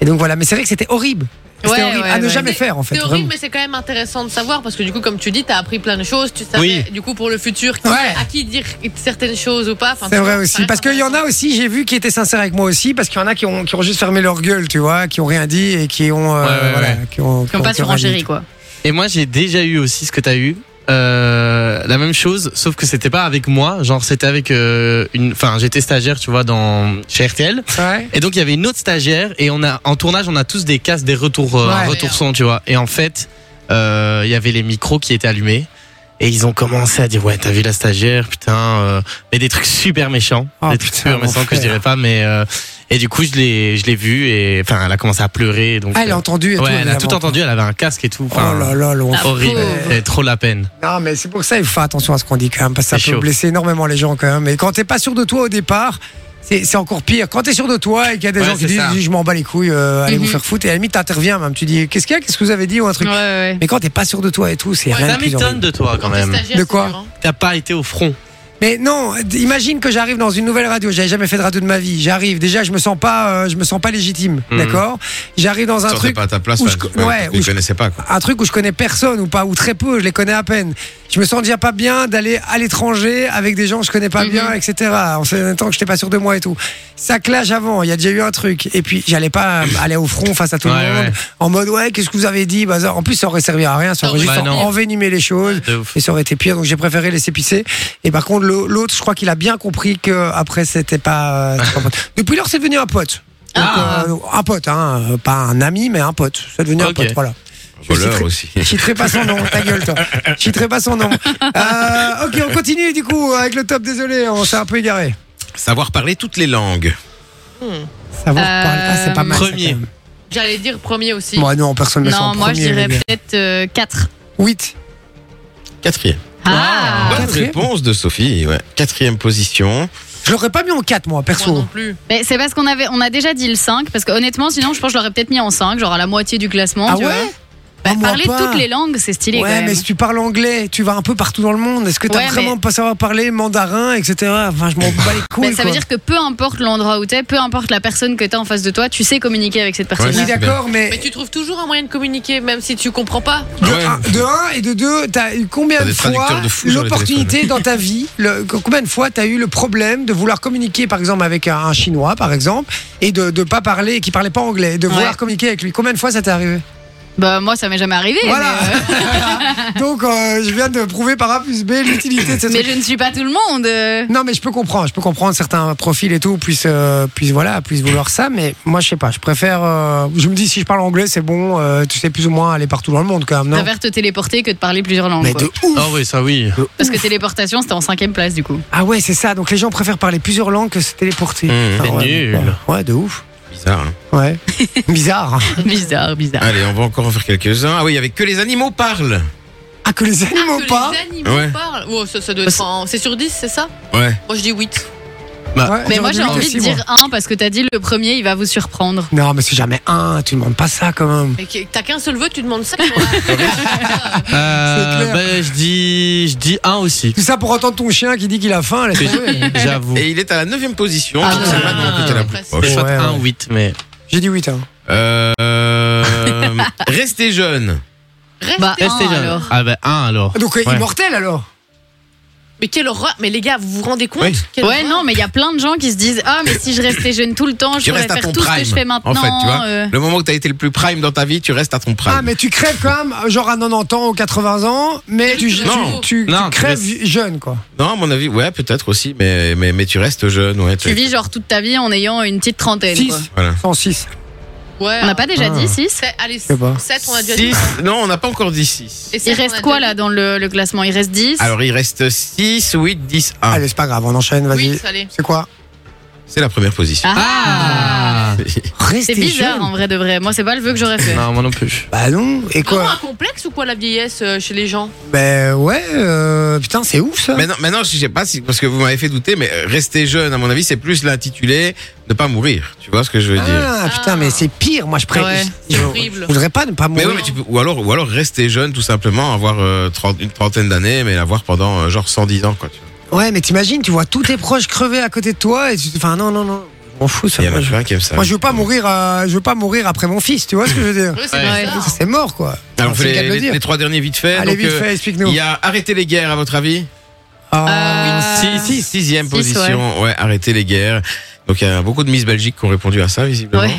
[SPEAKER 3] Et donc voilà mais c'est vrai que c'était horrible. C'était
[SPEAKER 4] Ouais,
[SPEAKER 3] horrible
[SPEAKER 4] ouais,
[SPEAKER 3] à ne
[SPEAKER 4] ouais.
[SPEAKER 3] jamais faire en fait.
[SPEAKER 7] C'est horrible,
[SPEAKER 3] vraiment.
[SPEAKER 7] mais c'est quand même intéressant de savoir parce que du coup, comme tu dis, t'as appris plein de choses. Tu savais,
[SPEAKER 5] Oui.
[SPEAKER 7] du coup, pour le futur, qui-
[SPEAKER 3] Ouais.
[SPEAKER 7] à qui dire certaines choses ou pas. Enfin,
[SPEAKER 3] C'est
[SPEAKER 7] tu
[SPEAKER 3] vrai
[SPEAKER 7] vois, ça
[SPEAKER 3] aussi.
[SPEAKER 7] reste
[SPEAKER 3] Parce qu'il y en a aussi, j'ai vu, qui étaient sincères avec moi aussi, parce qu'il y en a qui ont, qui ont juste fermé leur gueule, tu vois, qui ont rien dit et qui ont. euh,
[SPEAKER 5] Ouais, ouais,
[SPEAKER 3] voilà,
[SPEAKER 5] ouais.
[SPEAKER 3] Qui ont,
[SPEAKER 4] Qui ont pas
[SPEAKER 3] qui ont rien dit.
[SPEAKER 4] surenchéri quoi.
[SPEAKER 5] Et moi, j'ai déjà eu aussi ce que t'as eu. Euh, la même chose, sauf que c'était pas avec moi. Genre, c'était avec euh, une. Enfin, j'étais stagiaire, tu vois, dans chez RTL.
[SPEAKER 3] Ouais.
[SPEAKER 5] Et donc, il y avait une autre stagiaire. Et on a en tournage, on a tous des casques, des retours, euh, un
[SPEAKER 3] Ouais.
[SPEAKER 5] retour son, tu vois. Et en fait, euh, il y avait les micros qui étaient allumés. Et ils ont commencé à dire ouais t'as vu la stagiaire putain euh, mais des trucs super méchants
[SPEAKER 3] Oh,
[SPEAKER 5] des trucs
[SPEAKER 3] putain,
[SPEAKER 5] super méchants que
[SPEAKER 3] l'enfer.
[SPEAKER 5] je dirais pas mais euh, et du coup je l'ai je l'ai vue et enfin elle a commencé à pleurer donc
[SPEAKER 3] Ah, elle
[SPEAKER 5] euh,
[SPEAKER 3] a entendu et
[SPEAKER 5] ouais,
[SPEAKER 3] tout.
[SPEAKER 5] elle a
[SPEAKER 3] évidemment.
[SPEAKER 5] tout entendu, elle avait un casque et tout.
[SPEAKER 3] Oh là là, l'enfer.
[SPEAKER 5] horrible,
[SPEAKER 4] pauvre.
[SPEAKER 5] elle avait trop la peine.
[SPEAKER 3] Non, mais c'est pour ça il faut faire attention à ce qu'on dit quand même, parce que ça
[SPEAKER 5] C'est
[SPEAKER 3] peut
[SPEAKER 5] chaud.
[SPEAKER 3] blesser énormément les gens quand même. Et quand t'es pas sûr de toi au départ, c'est c'est encore pire. Quand t'es sûr de toi et qu'il y a des
[SPEAKER 5] Ouais,
[SPEAKER 3] gens qui
[SPEAKER 5] c'est
[SPEAKER 3] disent
[SPEAKER 5] ça.
[SPEAKER 3] je m'en bats les couilles, euh, allez
[SPEAKER 4] Mhm.
[SPEAKER 3] vous faire foutre, et à la limite t'interviens même. Tu dis qu'est-ce qu'il y a, qu'est-ce que vous avez dit ou un truc.
[SPEAKER 4] Ouais, ouais.
[SPEAKER 3] Mais quand t'es pas sûr de toi et tout, c'est rien
[SPEAKER 5] Ça
[SPEAKER 3] de plus horrible.
[SPEAKER 5] m'étonne de toi quand
[SPEAKER 7] Les
[SPEAKER 5] même.
[SPEAKER 7] stagiaires,
[SPEAKER 3] De
[SPEAKER 7] c'est
[SPEAKER 3] quoi
[SPEAKER 7] dur, hein.
[SPEAKER 5] T'as pas été au front.
[SPEAKER 3] Mais non, d- imagine que j'arrive dans une nouvelle radio. J'avais jamais fait de radio de ma vie. J'arrive. Déjà, je me sens pas, euh, je me sens pas légitime.
[SPEAKER 5] Mhm.
[SPEAKER 3] D'accord. J'arrive dans un
[SPEAKER 6] sortais
[SPEAKER 3] truc,
[SPEAKER 6] pas à ta place,
[SPEAKER 3] où
[SPEAKER 6] enfin,
[SPEAKER 3] je-
[SPEAKER 6] parce que
[SPEAKER 3] ouais,
[SPEAKER 6] tu
[SPEAKER 3] où
[SPEAKER 6] les
[SPEAKER 3] je-
[SPEAKER 6] connaissais pas. Quoi.
[SPEAKER 3] un truc où je connais personne ou pas ou très peu. Je les connais à peine. Je me sens déjà pas bien d'aller à l'étranger avec des gens que je connais pas
[SPEAKER 4] Mhm.
[SPEAKER 3] bien, etc. En même temps que j'étais pas sûr de moi et tout. Ça clash avant. Il y a déjà eu un truc. Et puis, j'allais pas aller au front face à tout
[SPEAKER 5] Ouais,
[SPEAKER 3] le monde
[SPEAKER 5] ouais.
[SPEAKER 3] en mode ouais, qu'est-ce que vous avez dit Bazar. En plus, ça aurait servi à rien. Ça aurait
[SPEAKER 5] Bah
[SPEAKER 3] juste
[SPEAKER 5] non.
[SPEAKER 3] envenimé les choses
[SPEAKER 5] De ouf.
[SPEAKER 3] et ça aurait été pire donc j'ai préféré laisser pisser et par contre le- l'autre je crois qu'il a bien compris que après c'était pas, euh, c'était pas un pote. depuis lors c'est devenu un pote Donc,
[SPEAKER 5] Ah.
[SPEAKER 3] euh, un pote hein, euh, pas un ami mais un pote c'est devenu
[SPEAKER 5] Ok.
[SPEAKER 3] un pote voilà je
[SPEAKER 6] Voleur
[SPEAKER 3] citerai-
[SPEAKER 6] aussi.
[SPEAKER 3] je citerai pas son nom, ta gueule toi. Je citerai pas son nom. Euh, ok, on continue du coup avec le top. Désolé, on s'est un peu égaré.
[SPEAKER 6] Savoir parler toutes les langues.
[SPEAKER 3] Savoir parler. Ah, c'est pas mal. ça,
[SPEAKER 5] Premier.
[SPEAKER 3] quand même.
[SPEAKER 7] J'allais dire premier aussi.
[SPEAKER 3] Moi non, personne ne me sent
[SPEAKER 4] Non, moi je
[SPEAKER 3] premier,
[SPEAKER 4] dirais
[SPEAKER 3] les gars.
[SPEAKER 4] peut-être euh, 4.
[SPEAKER 3] 8.
[SPEAKER 6] Quatrième.
[SPEAKER 4] Ah
[SPEAKER 6] Bonne
[SPEAKER 3] Quatrième.
[SPEAKER 6] réponse de Sophie. Ouais. Quatrième position.
[SPEAKER 3] Je l'aurais pas mis en 4 moi, perso.
[SPEAKER 7] Moi non plus.
[SPEAKER 4] Mais c'est parce qu'on avait, on a déjà dit le 5, parce que honnêtement, sinon je pense que je l'aurais peut-être mis en 5, genre à la moitié du classement.
[SPEAKER 3] ah
[SPEAKER 4] tu
[SPEAKER 3] ouais
[SPEAKER 4] vois.
[SPEAKER 3] Ah, moi
[SPEAKER 4] Bah, Parler
[SPEAKER 3] pas.
[SPEAKER 4] toutes les langues, c'est stylé quand
[SPEAKER 3] Ouais,
[SPEAKER 4] même.
[SPEAKER 3] mais si tu parles anglais, tu vas un peu partout dans le monde. Est-ce que t'as
[SPEAKER 4] Ouais,
[SPEAKER 3] vraiment
[SPEAKER 4] mais-
[SPEAKER 3] pas savoir parler mandarin, etc. Enfin, je m'en bats les couilles.
[SPEAKER 4] Mais Ben, ça veut
[SPEAKER 3] quoi.
[SPEAKER 4] dire que peu importe l'endroit où t'es, peu importe la personne que t'as en face de toi, tu sais communiquer avec cette personne.
[SPEAKER 6] Ouais,
[SPEAKER 3] Oui,
[SPEAKER 6] c'est
[SPEAKER 3] d'accord, mais,
[SPEAKER 7] Mais tu trouves toujours un moyen de communiquer, même si tu comprends pas.
[SPEAKER 3] de,
[SPEAKER 6] Ouais.
[SPEAKER 3] un, de un et de deux, t'as eu combien
[SPEAKER 6] T'as
[SPEAKER 3] de
[SPEAKER 6] des
[SPEAKER 3] fois
[SPEAKER 6] traducteurs de fous sur les
[SPEAKER 3] l'opportunité dans ta vie, le- combien de fois t'as eu le problème de vouloir communiquer, par exemple, avec un, un chinois, par exemple, et de ne pas parler, qui parlait pas anglais, et de
[SPEAKER 4] Ouais.
[SPEAKER 3] vouloir communiquer avec lui. Combien de fois ça t'est arrivé
[SPEAKER 4] Bah moi ça m'est jamais arrivé.
[SPEAKER 3] Voilà.
[SPEAKER 4] Mais, euh,
[SPEAKER 3] Donc, euh, je viens de prouver par A plus B l'utilité de cette
[SPEAKER 4] mais je ne suis pas tout le monde. euh.
[SPEAKER 3] Non, mais je peux comprendre. Je peux comprendre certains profils et tout puissent, euh, puissent, voilà, puissent vouloir ça. Mais moi, je sais pas. Je préfère. euh, je me dis, si je parle anglais, c'est bon. euh, tu sais plus ou moins aller partout dans le monde, quand même, non
[SPEAKER 4] Préfère te téléporter que de parler plusieurs langues.
[SPEAKER 3] Mais
[SPEAKER 4] quoi.
[SPEAKER 3] de ouf
[SPEAKER 5] Ah oui, ça oui.
[SPEAKER 4] Parce que téléportation c'était en cinquième place du coup.
[SPEAKER 3] Ah ouais, c'est ça. Donc les gens préfèrent parler plusieurs langues que se téléporter.
[SPEAKER 6] Mmh,
[SPEAKER 3] Ah
[SPEAKER 5] c'est
[SPEAKER 3] ouais,
[SPEAKER 5] nul.
[SPEAKER 3] Ouais, ouais, de ouf.
[SPEAKER 6] Bizarre. hein.
[SPEAKER 3] Ouais. Bizarre.
[SPEAKER 4] bizarre, bizarre.
[SPEAKER 6] Allez, on va encore en faire quelques-uns. Ah oui, avec que les animaux parlent.
[SPEAKER 3] Ah, que les
[SPEAKER 7] Ah,
[SPEAKER 3] animaux
[SPEAKER 7] que
[SPEAKER 3] pas
[SPEAKER 7] les animaux
[SPEAKER 6] Ouais.
[SPEAKER 7] parlent. Oh, ça, ça doit être en- C'est sur 10, c'est ça
[SPEAKER 6] Ouais.
[SPEAKER 7] Moi je dis 8.
[SPEAKER 3] Ouais,
[SPEAKER 6] Ah,
[SPEAKER 4] Mais
[SPEAKER 3] j'aurais
[SPEAKER 4] moi
[SPEAKER 3] dû
[SPEAKER 4] j'ai
[SPEAKER 3] mettre
[SPEAKER 4] envie
[SPEAKER 3] aussi,
[SPEAKER 4] de
[SPEAKER 3] moi.
[SPEAKER 4] dire un parce que t'as dit le premier il va vous surprendre.
[SPEAKER 3] Non, mais c'est jamais un. Tu ne demandes pas ça, quand même.
[SPEAKER 7] Mais que- t'as qu'un seul vœu, tu demandes ça.
[SPEAKER 5] Euh,
[SPEAKER 3] C'est clair.
[SPEAKER 5] ben, je dis, je dis un aussi.
[SPEAKER 3] Tout ça pour entendre ton chien qui dit qu'il a faim. laisse
[SPEAKER 5] Ah
[SPEAKER 3] tomber.
[SPEAKER 5] J'avoue.
[SPEAKER 6] Et il est à la neuvième position.
[SPEAKER 4] Ah
[SPEAKER 6] donc c'est
[SPEAKER 4] ouais.
[SPEAKER 6] maintenant que t'es la plus
[SPEAKER 7] Ouais,
[SPEAKER 5] Je
[SPEAKER 6] proche.
[SPEAKER 5] souhaite
[SPEAKER 3] ouais,
[SPEAKER 5] un
[SPEAKER 3] ouais.
[SPEAKER 5] 8, mais.
[SPEAKER 3] J'ai dit 8. Hein.
[SPEAKER 6] Euh, rester jeune.
[SPEAKER 7] Reste-
[SPEAKER 4] Bah
[SPEAKER 5] Restez
[SPEAKER 4] un
[SPEAKER 5] jeune.
[SPEAKER 4] alors.
[SPEAKER 5] Ah ben un alors.
[SPEAKER 3] Donc, euh,
[SPEAKER 5] Ouais.
[SPEAKER 3] immortel, alors
[SPEAKER 7] Mais quelle horreur. Mais les gars, vous vous rendez compte
[SPEAKER 6] Oui.
[SPEAKER 7] Quelle
[SPEAKER 4] Ouais,
[SPEAKER 7] horreur.
[SPEAKER 4] non, mais il y a plein de gens qui se disent Ah, mais si je restais jeune tout le temps, je
[SPEAKER 6] Tu
[SPEAKER 4] pourrais
[SPEAKER 6] restes à
[SPEAKER 4] faire
[SPEAKER 6] ton
[SPEAKER 4] tout ce que je fais
[SPEAKER 6] prime.
[SPEAKER 4] maintenant.
[SPEAKER 6] En fait, tu vois.
[SPEAKER 4] euh.
[SPEAKER 6] Le moment où t'as été le plus prime dans ta vie, tu restes à ton prime.
[SPEAKER 3] Ah, mais tu crèves quand même, genre à 90 ans ou 80 ans, mais tu, tu,
[SPEAKER 6] Non.
[SPEAKER 3] tu- tu
[SPEAKER 5] Non, tu
[SPEAKER 3] crèves
[SPEAKER 5] restes-
[SPEAKER 3] jeune, quoi.
[SPEAKER 6] Non, à mon avis, ouais, peut-être aussi, mais, mais, mais tu restes jeune, ouais.
[SPEAKER 4] Tu vis genre toute ta vie en ayant une petite trentaine.
[SPEAKER 3] Six.
[SPEAKER 4] quoi.
[SPEAKER 6] Voilà.
[SPEAKER 3] 106.
[SPEAKER 7] Ouais.
[SPEAKER 4] On n'a pas déjà
[SPEAKER 3] Ah.
[SPEAKER 4] dit 6
[SPEAKER 7] Sept- Allez,
[SPEAKER 3] sais pas.
[SPEAKER 7] 7, on a déjà dit.
[SPEAKER 6] Six.
[SPEAKER 4] hein.
[SPEAKER 6] Non, on n'a pas encore dit 6.
[SPEAKER 7] Et
[SPEAKER 4] Il
[SPEAKER 7] sept, on
[SPEAKER 4] reste
[SPEAKER 7] a
[SPEAKER 4] quoi
[SPEAKER 7] déjà
[SPEAKER 4] là dans le, le classement Il reste 10
[SPEAKER 6] Alors, il reste 6, 8, 10, 1.
[SPEAKER 3] Allez, c'est pas grave, on enchaîne,
[SPEAKER 7] dit
[SPEAKER 3] vas-y.
[SPEAKER 7] Oui, allez.
[SPEAKER 3] c'est quoi
[SPEAKER 6] C'est la première position.
[SPEAKER 4] Ah,
[SPEAKER 5] Ah
[SPEAKER 3] Rester
[SPEAKER 4] C'est bizarre hein.
[SPEAKER 3] jeune
[SPEAKER 4] en vrai de vrai. Moi, c'est pas le vœu que j'aurais fait.
[SPEAKER 5] Non, moi non plus.
[SPEAKER 3] Bah non, et
[SPEAKER 7] Vraiment un
[SPEAKER 3] quoi
[SPEAKER 7] complexe ou quoi la vieillesse euh, chez les gens
[SPEAKER 3] Ben ouais, euh, putain, c'est ouf ça.
[SPEAKER 6] Maintenant, maintenant, je sais pas si, parce que vous m'avez fait douter, mais euh, rester jeune, à mon avis, c'est plus l'intitulé ne pas mourir. Tu vois ce que je veux dire?
[SPEAKER 3] Ah,
[SPEAKER 7] Ah.
[SPEAKER 3] putain, mais c'est pire, moi je
[SPEAKER 4] Ouais,
[SPEAKER 3] préfère.
[SPEAKER 7] c'est
[SPEAKER 3] je,
[SPEAKER 7] horrible.
[SPEAKER 3] je voudrais pas ne pas
[SPEAKER 6] Mais
[SPEAKER 3] mourir.
[SPEAKER 6] ouais, mais tu peux, ou alors, ou alors rester jeune, tout simplement, avoir euh, 30 une trentaine d'années, mais l'avoir pendant euh, genre 110 ans, quoi. tu vois.
[SPEAKER 3] Ouais, mais t'imagines, tu vois tous tes proches crever à côté de toi, et tu... enfin non, non, non, je m'en fous ça.
[SPEAKER 6] Il y en
[SPEAKER 3] Moi
[SPEAKER 6] a
[SPEAKER 3] je...
[SPEAKER 6] plein qui aiment ça.
[SPEAKER 3] moi, je veux pas mourir, euh, je veux pas mourir après mon fils, tu vois ce que je veux dire
[SPEAKER 7] Ouais, c'est
[SPEAKER 5] Ouais.
[SPEAKER 7] bizarre.
[SPEAKER 3] C'est mort quoi.
[SPEAKER 6] Alors, on fait
[SPEAKER 3] C'est le cas de
[SPEAKER 6] les,
[SPEAKER 3] le
[SPEAKER 6] Ah, les-
[SPEAKER 3] dire.
[SPEAKER 6] les trois derniers vite fait.
[SPEAKER 3] Allez,
[SPEAKER 6] Donc,
[SPEAKER 3] vite
[SPEAKER 6] euh,
[SPEAKER 3] fait, explique-nous.
[SPEAKER 6] Il y a arrêter les guerres, à votre avis?
[SPEAKER 3] Ah,
[SPEAKER 4] Euh,
[SPEAKER 6] Six- Sixième
[SPEAKER 4] Six,
[SPEAKER 6] position, ouais. arrêter les guerres. Donc il y a beaucoup de Miss Belgique qui ont répondu à ça, visiblement.
[SPEAKER 4] Ouais.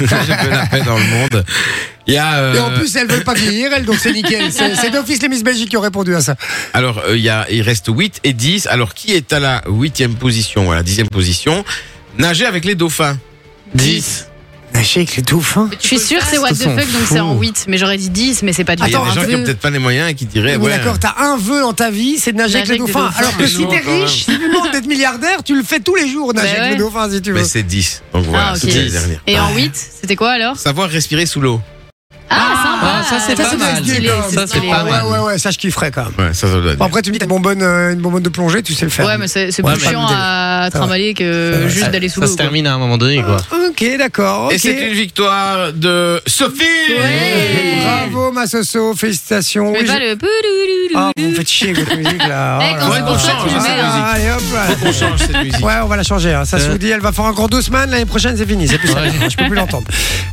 [SPEAKER 6] J'ai fait la paix dans le monde. Il y a, euh,
[SPEAKER 3] Et en plus, elles veulent pas vieillir, elles, donc c'est nickel. C'est c'est d'office les Miss Belgique qui ont répondu à ça.
[SPEAKER 6] alors euh, il y a, il reste 8 et 10. Alors qui est à la huitième position, à la dixième position Nager avec les dauphins.
[SPEAKER 5] 10.
[SPEAKER 3] Nager avec les dauphins.
[SPEAKER 7] Mais tu
[SPEAKER 4] Je suis
[SPEAKER 7] peux le
[SPEAKER 4] sûre
[SPEAKER 7] faire.
[SPEAKER 4] c'est what the
[SPEAKER 5] Tout s'en
[SPEAKER 4] fuck, donc c'est en
[SPEAKER 5] fout.
[SPEAKER 4] 8. Mais j'aurais dit 10, mais c'est pas du
[SPEAKER 6] Ah, Il y a
[SPEAKER 3] Attends,
[SPEAKER 4] tout.
[SPEAKER 6] des gens
[SPEAKER 3] un
[SPEAKER 6] qui ont
[SPEAKER 3] peu.
[SPEAKER 6] peut-être pas les moyens et qui diraient
[SPEAKER 3] Oui,
[SPEAKER 6] Eh ouais.
[SPEAKER 3] d'accord, t'as un vœu dans ta vie, c'est de nager avec les dauphins. Alors que
[SPEAKER 6] Mais
[SPEAKER 3] si
[SPEAKER 6] non,
[SPEAKER 3] t'es
[SPEAKER 6] quand même.
[SPEAKER 3] riche, si tu demandes d'être milliardaire, tu le fais tous les jours, nager
[SPEAKER 4] Bah
[SPEAKER 3] avec
[SPEAKER 4] ouais.
[SPEAKER 3] les dauphins si tu veux.
[SPEAKER 6] Mais c'est 10. Donc voilà,
[SPEAKER 4] Ah, ok.
[SPEAKER 6] c'était la
[SPEAKER 5] Dix.
[SPEAKER 6] dernière.
[SPEAKER 4] Et en 8, c'était quoi alors
[SPEAKER 6] Savoir respirer sous l'eau.
[SPEAKER 4] Ah, sympa
[SPEAKER 5] Ah, ça, c'est
[SPEAKER 3] Ça,
[SPEAKER 5] pas
[SPEAKER 3] c'est
[SPEAKER 5] mal.
[SPEAKER 3] stylé,
[SPEAKER 4] c'est
[SPEAKER 5] Ça, c'est
[SPEAKER 4] stylé. euh,
[SPEAKER 5] pas
[SPEAKER 3] ouais,
[SPEAKER 5] mal.
[SPEAKER 3] ouais, ouais, ça je kifferais quand même.
[SPEAKER 6] Ouais, ça, ça doit être
[SPEAKER 3] Bon,
[SPEAKER 6] bien.
[SPEAKER 3] après, tu me dis, t'as une bonbonne, euh, une bonbonne de plongée, tu sais le faire.
[SPEAKER 4] Ouais, mais c'est c'est
[SPEAKER 3] Ouais,
[SPEAKER 4] plus
[SPEAKER 3] mais-
[SPEAKER 4] chiant à trimballer que juste d'aller sous
[SPEAKER 5] Ça
[SPEAKER 4] l'eau.
[SPEAKER 5] se
[SPEAKER 4] quoi.
[SPEAKER 5] termine à un moment donné, quoi.
[SPEAKER 3] Ok, d'accord.
[SPEAKER 6] Et
[SPEAKER 3] ok.
[SPEAKER 6] c'est une victoire de Sophie
[SPEAKER 3] Bravo, ma soso, félicitations.
[SPEAKER 4] Mais
[SPEAKER 3] Oui,
[SPEAKER 4] pas
[SPEAKER 3] je-
[SPEAKER 4] le
[SPEAKER 3] Ah, vous me
[SPEAKER 4] boudoudou.
[SPEAKER 3] faites chier avec votre musique là.
[SPEAKER 4] Eh,
[SPEAKER 3] Oh
[SPEAKER 4] quand
[SPEAKER 3] là
[SPEAKER 4] c'est
[SPEAKER 3] là.
[SPEAKER 4] pour ça que tu
[SPEAKER 3] Ah,
[SPEAKER 4] mets, hein.
[SPEAKER 3] Allez hop là.
[SPEAKER 6] On change cette musique.
[SPEAKER 3] Ouais, on va la changer. hein. Ça se
[SPEAKER 5] Euh.
[SPEAKER 3] vous dit, elle va faire encore deux semaines. L'année prochaine, c'est fini. C'est plus ça. Je peux plus l'entendre.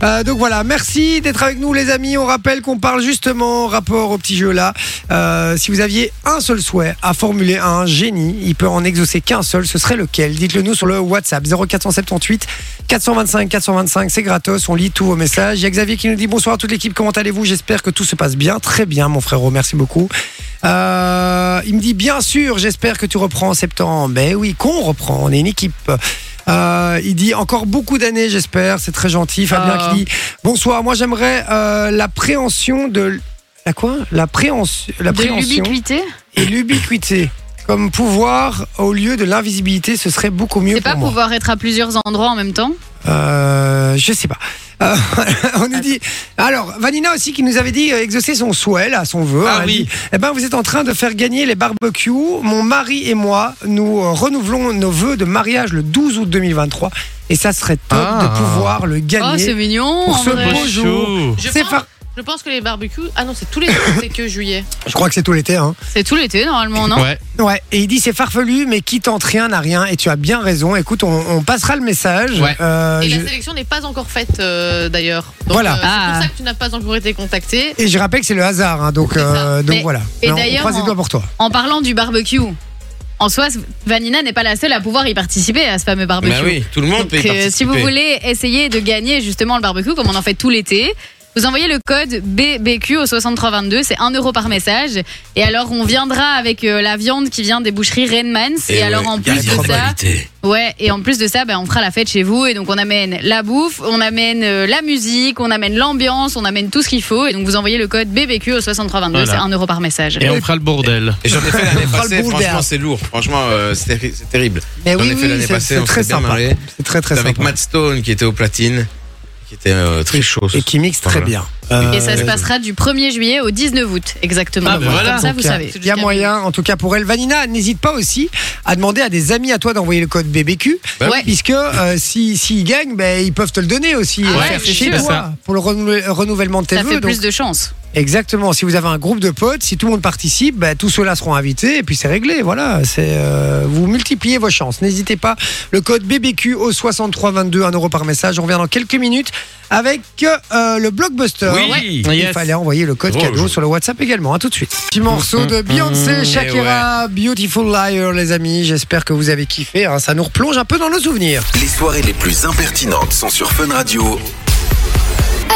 [SPEAKER 3] Euh, donc voilà, merci d'être avec nous, les amis. On rappelle qu'on parle justement rapport au petit jeu là. Euh, si vous aviez un seul souhait à formuler à un génie, il peut en exaucer qu'un seul. Ce serait lequel Dites-le nous sur le WhatsApp 0478 425 425. C'est gratos. On lit tous vos messages. Il y a Xavier qui nous dit bonsoir à toute l'équipe. Comment allez-vous J'espère que tout se passe bien. Très bien, mon frérot. Merci beaucoup. Euh, il me dit bien sûr, j'espère que tu reprends en septembre. Ben oui, qu'on reprend, on est une équipe. Euh, il dit encore beaucoup d'années, j'espère. C'est très gentil. Fabien
[SPEAKER 4] Ah.
[SPEAKER 3] qui dit bonsoir. Moi, j'aimerais euh, l'appréhension de la quoi L'appréhension,
[SPEAKER 4] De
[SPEAKER 3] l'appréhension
[SPEAKER 4] l'ubiquité
[SPEAKER 3] et l'ubiquité comme pouvoir au lieu de l'invisibilité. Ce serait beaucoup mieux
[SPEAKER 4] C'est
[SPEAKER 3] pour
[SPEAKER 4] pas
[SPEAKER 3] moi.
[SPEAKER 4] pouvoir être à plusieurs endroits en même temps
[SPEAKER 3] Euh, je sais pas. Euh, on nous dit. Alors, Vanina aussi qui nous avait dit euh, exaucer son souhait, là, son vœu.
[SPEAKER 5] Ah
[SPEAKER 3] Elle
[SPEAKER 5] oui.
[SPEAKER 3] dit, Eh ben, vous êtes en train de faire gagner les barbecues. Mon mari et moi, nous euh, renouvelons nos vœux de mariage le 12 août 2023. Et ça serait top
[SPEAKER 5] Ah.
[SPEAKER 3] de pouvoir le
[SPEAKER 4] Oh, c'est
[SPEAKER 3] gagner.
[SPEAKER 4] mignon
[SPEAKER 3] Pour
[SPEAKER 4] en
[SPEAKER 3] ce
[SPEAKER 4] vrai.
[SPEAKER 3] beau Bonjour.
[SPEAKER 7] Je
[SPEAKER 3] C'est
[SPEAKER 7] pense,
[SPEAKER 3] par-
[SPEAKER 7] je pense que les barbecues. Ah non, c'est tous les ans, c'est que juillet.
[SPEAKER 3] Je crois que c'est tout l'été, hein.
[SPEAKER 4] C'est tout l'été normalement, non
[SPEAKER 5] Ouais.
[SPEAKER 3] Ouais, et il dit c'est farfelu, mais qui tente rien n'a rien. Et tu as bien raison. Écoute, on, on passera le message.
[SPEAKER 5] Ouais.
[SPEAKER 3] Euh,
[SPEAKER 7] Et
[SPEAKER 3] je-
[SPEAKER 7] la sélection n'est pas encore faite euh, d'ailleurs. Donc,
[SPEAKER 3] Voilà.
[SPEAKER 7] euh,
[SPEAKER 4] Ah.
[SPEAKER 7] C'est pour ça que tu n'as pas encore été contacté.
[SPEAKER 3] et je rappelle que c'est le hasard, hein, donc,
[SPEAKER 7] C'est ça.
[SPEAKER 3] euh, donc
[SPEAKER 4] Mais-
[SPEAKER 3] voilà.
[SPEAKER 4] et
[SPEAKER 3] Mais on- on
[SPEAKER 4] d'ailleurs,
[SPEAKER 3] croise les
[SPEAKER 4] on-
[SPEAKER 3] doigts pour toi.
[SPEAKER 4] En parlant du barbecue, en soi, Vanina n'est pas la seule à pouvoir y participer à ce fameux barbecue.
[SPEAKER 6] Bah oui, tout le monde
[SPEAKER 4] Donc,
[SPEAKER 6] peut y
[SPEAKER 4] euh,
[SPEAKER 6] participer.
[SPEAKER 4] si vous voulez essayer de gagner justement le barbecue, comme on en fait tout l'été, vous envoyez le code BBQ au 6322, c'est 1 euro par message. Et alors, on viendra avec euh, la viande qui vient des boucheries Renmans. Et,
[SPEAKER 6] Et
[SPEAKER 4] alors,
[SPEAKER 6] ouais,
[SPEAKER 4] en
[SPEAKER 6] il y a
[SPEAKER 4] plus
[SPEAKER 6] la
[SPEAKER 4] de ça,
[SPEAKER 2] Probabilité.
[SPEAKER 4] ouais, et en plus de ça, ben, on fera la fête chez vous. Et donc, on amène la bouffe, on amène euh, la musique, on amène l'ambiance, on amène tout ce qu'il faut. Et donc, vous envoyez le code BBQ au 6322,
[SPEAKER 5] Voilà.
[SPEAKER 4] c'est 1 euro par message.
[SPEAKER 5] Et on fera le bordel.
[SPEAKER 6] Et j'en ai fait l'année
[SPEAKER 3] On fera le
[SPEAKER 6] passée,
[SPEAKER 3] bon
[SPEAKER 6] franchement
[SPEAKER 3] derrière.
[SPEAKER 6] c'est lourd, franchement euh, c'est terri- c'est terrible.
[SPEAKER 3] Mais
[SPEAKER 6] J'en
[SPEAKER 3] oui,
[SPEAKER 6] ai fait
[SPEAKER 3] oui,
[SPEAKER 6] l'année
[SPEAKER 3] c'est-
[SPEAKER 6] passé,
[SPEAKER 3] c'est
[SPEAKER 6] on
[SPEAKER 3] très
[SPEAKER 6] s'est bien
[SPEAKER 3] sympa.
[SPEAKER 6] marré.
[SPEAKER 3] C'est très très
[SPEAKER 6] C'était avec
[SPEAKER 3] sympa.
[SPEAKER 6] Matt Stone qui était au platine, qui était euh, très chaud. ce
[SPEAKER 3] et qui mixe très
[SPEAKER 6] Voilà.
[SPEAKER 3] bien.
[SPEAKER 4] Et ça se
[SPEAKER 3] Euh,
[SPEAKER 4] passera du 1er juillet au 19 août, exactement.
[SPEAKER 5] Ah, ben voilà.
[SPEAKER 4] Comme ça, vous
[SPEAKER 3] donc,
[SPEAKER 4] savez.
[SPEAKER 3] Il y a moyen, en tout cas pour elle. Vanina, n'hésite pas aussi à demander à des amis à toi d'envoyer le code BBQ,
[SPEAKER 6] Bah
[SPEAKER 4] oui.
[SPEAKER 3] puisque euh, si- s'ils gagnent, ben, ils peuvent te le donner aussi
[SPEAKER 4] Ah
[SPEAKER 3] euh,
[SPEAKER 4] ouais,
[SPEAKER 3] faire
[SPEAKER 4] c'est
[SPEAKER 3] chez
[SPEAKER 4] sûr.
[SPEAKER 3] toi
[SPEAKER 5] C'est ça.
[SPEAKER 3] pour le renou- renouvellement de tes
[SPEAKER 4] Ça
[SPEAKER 3] vœux.
[SPEAKER 4] fait
[SPEAKER 3] donc.
[SPEAKER 4] plus de chance.
[SPEAKER 3] Exactement. Si vous avez un groupe de potes, si tout le monde participe, ben, tous ceux-là seront invités et puis c'est réglé. Voilà, c'est euh, vous multipliez vos chances. N'hésitez pas. Le code BBQ au 6322, 1 euro par message. On revient dans quelques minutes avec euh, le blockbuster.
[SPEAKER 6] Oui.
[SPEAKER 5] Ouais.
[SPEAKER 3] Il
[SPEAKER 5] Yes.
[SPEAKER 3] fallait envoyer le code
[SPEAKER 6] Drôle,
[SPEAKER 3] cadeau
[SPEAKER 6] je- Mm-hmm. Eh
[SPEAKER 3] sur le WhatsApp également. À tout de suite. Petit morceau de Beyoncé, Shakira, Beautiful Liar, les amis. J'espère que vous avez kiffé. hein. Ça nous replonge un peu dans nos souvenirs.
[SPEAKER 2] Les soirées les plus impertinentes sont sur Fun Radio.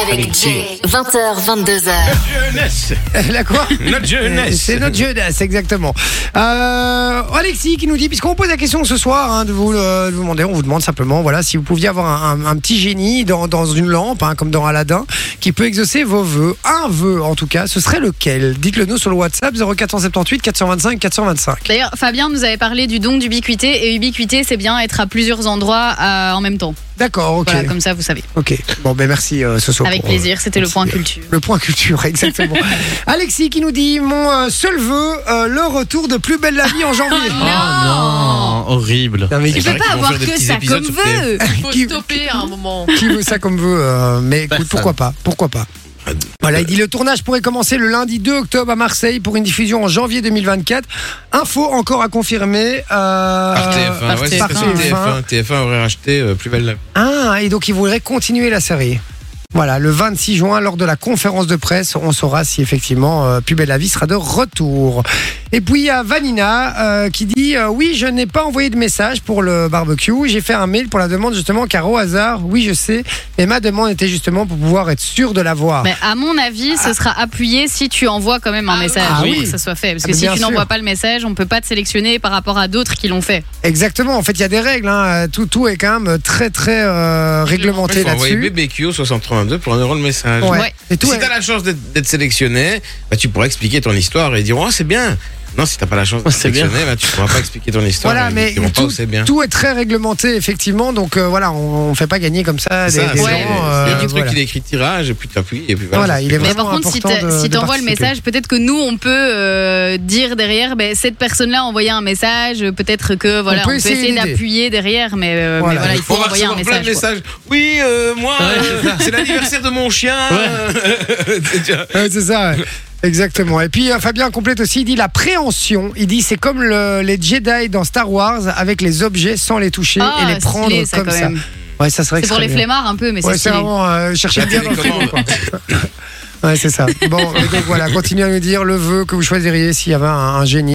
[SPEAKER 1] Avec Jay. 20h, 22h.
[SPEAKER 6] Jeunesse
[SPEAKER 3] La quoi
[SPEAKER 6] Notre jeunesse
[SPEAKER 3] C'est notre jeunesse, exactement. Euh, Alexis qui nous dit, puisqu'on pose la question ce soir, hein, de, vous, euh, de vous demander, on vous demande simplement, voilà, si vous pouviez avoir un, un- un petit génie dans, dans une lampe, hein, comme dans Aladdin, qui peut exaucer vos vœux, un vœu en tout cas, ce serait lequel Dites-le nous sur le WhatsApp 0478 425 425.
[SPEAKER 4] D'ailleurs, Fabien nous avait parlé du don d'ubiquité. Et ubiquité, c'est bien être à plusieurs endroits euh, en même temps.
[SPEAKER 3] D'accord, ok,
[SPEAKER 4] Voilà, comme ça, vous savez.
[SPEAKER 3] ok. Bon, ben merci euh, ce soir.
[SPEAKER 4] Avec
[SPEAKER 3] pour, euh,
[SPEAKER 4] plaisir, c'était le point culture.
[SPEAKER 3] Le point culture, exactement. Alexis qui nous dit mon euh, seul vœu, euh, le retour de Plus belle la vie en janvier.
[SPEAKER 4] Ah.
[SPEAKER 3] Ah,
[SPEAKER 5] Oh non, horrible.
[SPEAKER 3] Non, mais
[SPEAKER 4] Tu
[SPEAKER 6] Il paraît
[SPEAKER 4] peux pas
[SPEAKER 6] qu'ils vont
[SPEAKER 4] avoir
[SPEAKER 6] faire des
[SPEAKER 4] que
[SPEAKER 6] petits
[SPEAKER 4] ça
[SPEAKER 6] épisodes
[SPEAKER 4] comme
[SPEAKER 6] sur les-
[SPEAKER 4] vœu.
[SPEAKER 7] Il faut
[SPEAKER 3] Qui-
[SPEAKER 7] stopper à un moment.
[SPEAKER 3] qui veut ça comme veut, euh, mais écoute,
[SPEAKER 5] Personne.
[SPEAKER 3] pourquoi pas Pourquoi pas voilà, il dit le tournage pourrait commencer le lundi 2 octobre à Marseille pour une diffusion en janvier 2024. Info encore à confirmer. euh,
[SPEAKER 6] Par TF1, ouais, c'est
[SPEAKER 3] par
[SPEAKER 6] parce que
[SPEAKER 3] TF1.
[SPEAKER 6] TF1, TF1 aurait racheté euh, plus belle la
[SPEAKER 3] Ah, et donc il voudrait continuer la série. Voilà, le 26 juin, lors de la conférence de presse, on saura si effectivement euh, Plus belle la vie sera de retour. Et puis il y a Vanina euh, qui dit euh, Oui, je n'ai pas envoyé de message pour le barbecue. J'ai fait un mail pour la demande justement, car au hasard, oui, je sais, mais ma demande était justement pour pouvoir être sûr de l'avoir.
[SPEAKER 4] Mais à mon avis, ce sera appuyé si tu envoies quand même un
[SPEAKER 7] Ah
[SPEAKER 4] message
[SPEAKER 3] Ah. oui.
[SPEAKER 4] pour que ça soit fait. Parce
[SPEAKER 3] Ah,
[SPEAKER 4] que
[SPEAKER 3] mais
[SPEAKER 4] si
[SPEAKER 3] bien
[SPEAKER 4] tu
[SPEAKER 3] sûr.
[SPEAKER 4] n'envoies pas le message, on peut pas te sélectionner par rapport à d'autres qui l'ont fait.
[SPEAKER 3] Exactement, en fait, il y a des règles. hein. Tout, tout est quand même très, très euh, réglementé
[SPEAKER 6] Il faut envoyer
[SPEAKER 3] là-dessus.
[SPEAKER 6] BBQ 632 pour un euro le message.
[SPEAKER 3] Ouais.
[SPEAKER 4] Ouais.
[SPEAKER 3] Et tout
[SPEAKER 6] si
[SPEAKER 3] est-
[SPEAKER 6] t'as la chance d'être d'être sélectionné, bah, tu pourras expliquer ton histoire et dire oh c'est bien. Non, si t'as pas la chance de
[SPEAKER 5] C'est bien.
[SPEAKER 6] sélectionner, là, tu pourras pas expliquer ton histoire.
[SPEAKER 3] Voilà,
[SPEAKER 6] ils
[SPEAKER 3] mais
[SPEAKER 6] diront pas
[SPEAKER 3] tout-
[SPEAKER 6] où c'est bien.
[SPEAKER 3] Tout est très réglementé, effectivement. Donc euh, voilà, on ne fait pas gagner comme ça des,
[SPEAKER 6] C'est ça,
[SPEAKER 3] des
[SPEAKER 6] c'est-
[SPEAKER 3] gens.
[SPEAKER 6] c'est
[SPEAKER 3] euh,
[SPEAKER 6] un truc
[SPEAKER 3] voilà.
[SPEAKER 6] il écrit tirage et puis t'appuies et puis
[SPEAKER 3] Voilà, il est
[SPEAKER 4] Mais
[SPEAKER 3] vraiment
[SPEAKER 4] par contre, si
[SPEAKER 3] important
[SPEAKER 4] t'a-
[SPEAKER 3] de-
[SPEAKER 4] si
[SPEAKER 3] de
[SPEAKER 4] t'envoies le
[SPEAKER 3] participer.
[SPEAKER 4] message, peut-être que nous, on peut euh, dire derrière, ben, cette personne-là a envoyé un message, peut-être que voilà,
[SPEAKER 3] On
[SPEAKER 4] on
[SPEAKER 3] peut
[SPEAKER 4] peut,
[SPEAKER 3] essayer
[SPEAKER 4] essayer
[SPEAKER 3] une idée.
[SPEAKER 4] d'appuyer derrière, mais, euh, mais
[SPEAKER 3] Voilà.
[SPEAKER 4] voilà. il faut
[SPEAKER 6] On va
[SPEAKER 4] envoyer un
[SPEAKER 6] recevoir plein
[SPEAKER 4] message.
[SPEAKER 6] de
[SPEAKER 4] quoi.
[SPEAKER 6] messages. Oui, euh, moi,
[SPEAKER 5] Ouais,
[SPEAKER 6] euh, c'est l'anniversaire de mon chien. euh, tu vois.
[SPEAKER 3] Ouais, c'est ça. ouais. Exactement. Et puis euh, Fabien complète aussi, il dit la préhension. Il dit c'est comme le- les Jedi dans Star Wars avec les objets sans les toucher
[SPEAKER 4] Ah,
[SPEAKER 3] et les
[SPEAKER 4] c'est
[SPEAKER 3] prendre
[SPEAKER 4] stylé, ça,
[SPEAKER 3] comme
[SPEAKER 4] quand
[SPEAKER 3] ça.
[SPEAKER 4] même.
[SPEAKER 3] Ouais, ça serait
[SPEAKER 4] C'est pour les
[SPEAKER 3] extrêmement-
[SPEAKER 4] flemmards un peu, mais
[SPEAKER 3] Ouais,
[SPEAKER 4] c'est
[SPEAKER 3] c'est
[SPEAKER 4] stylé.
[SPEAKER 3] vraiment euh, chercher
[SPEAKER 6] La
[SPEAKER 3] le bien dans le frigo,
[SPEAKER 6] télécommande.
[SPEAKER 3] quoi. Ouais, c'est ça. Bon, et donc voilà, continuez à nous dire le vœu que vous choisiriez s'il y avait un, un génie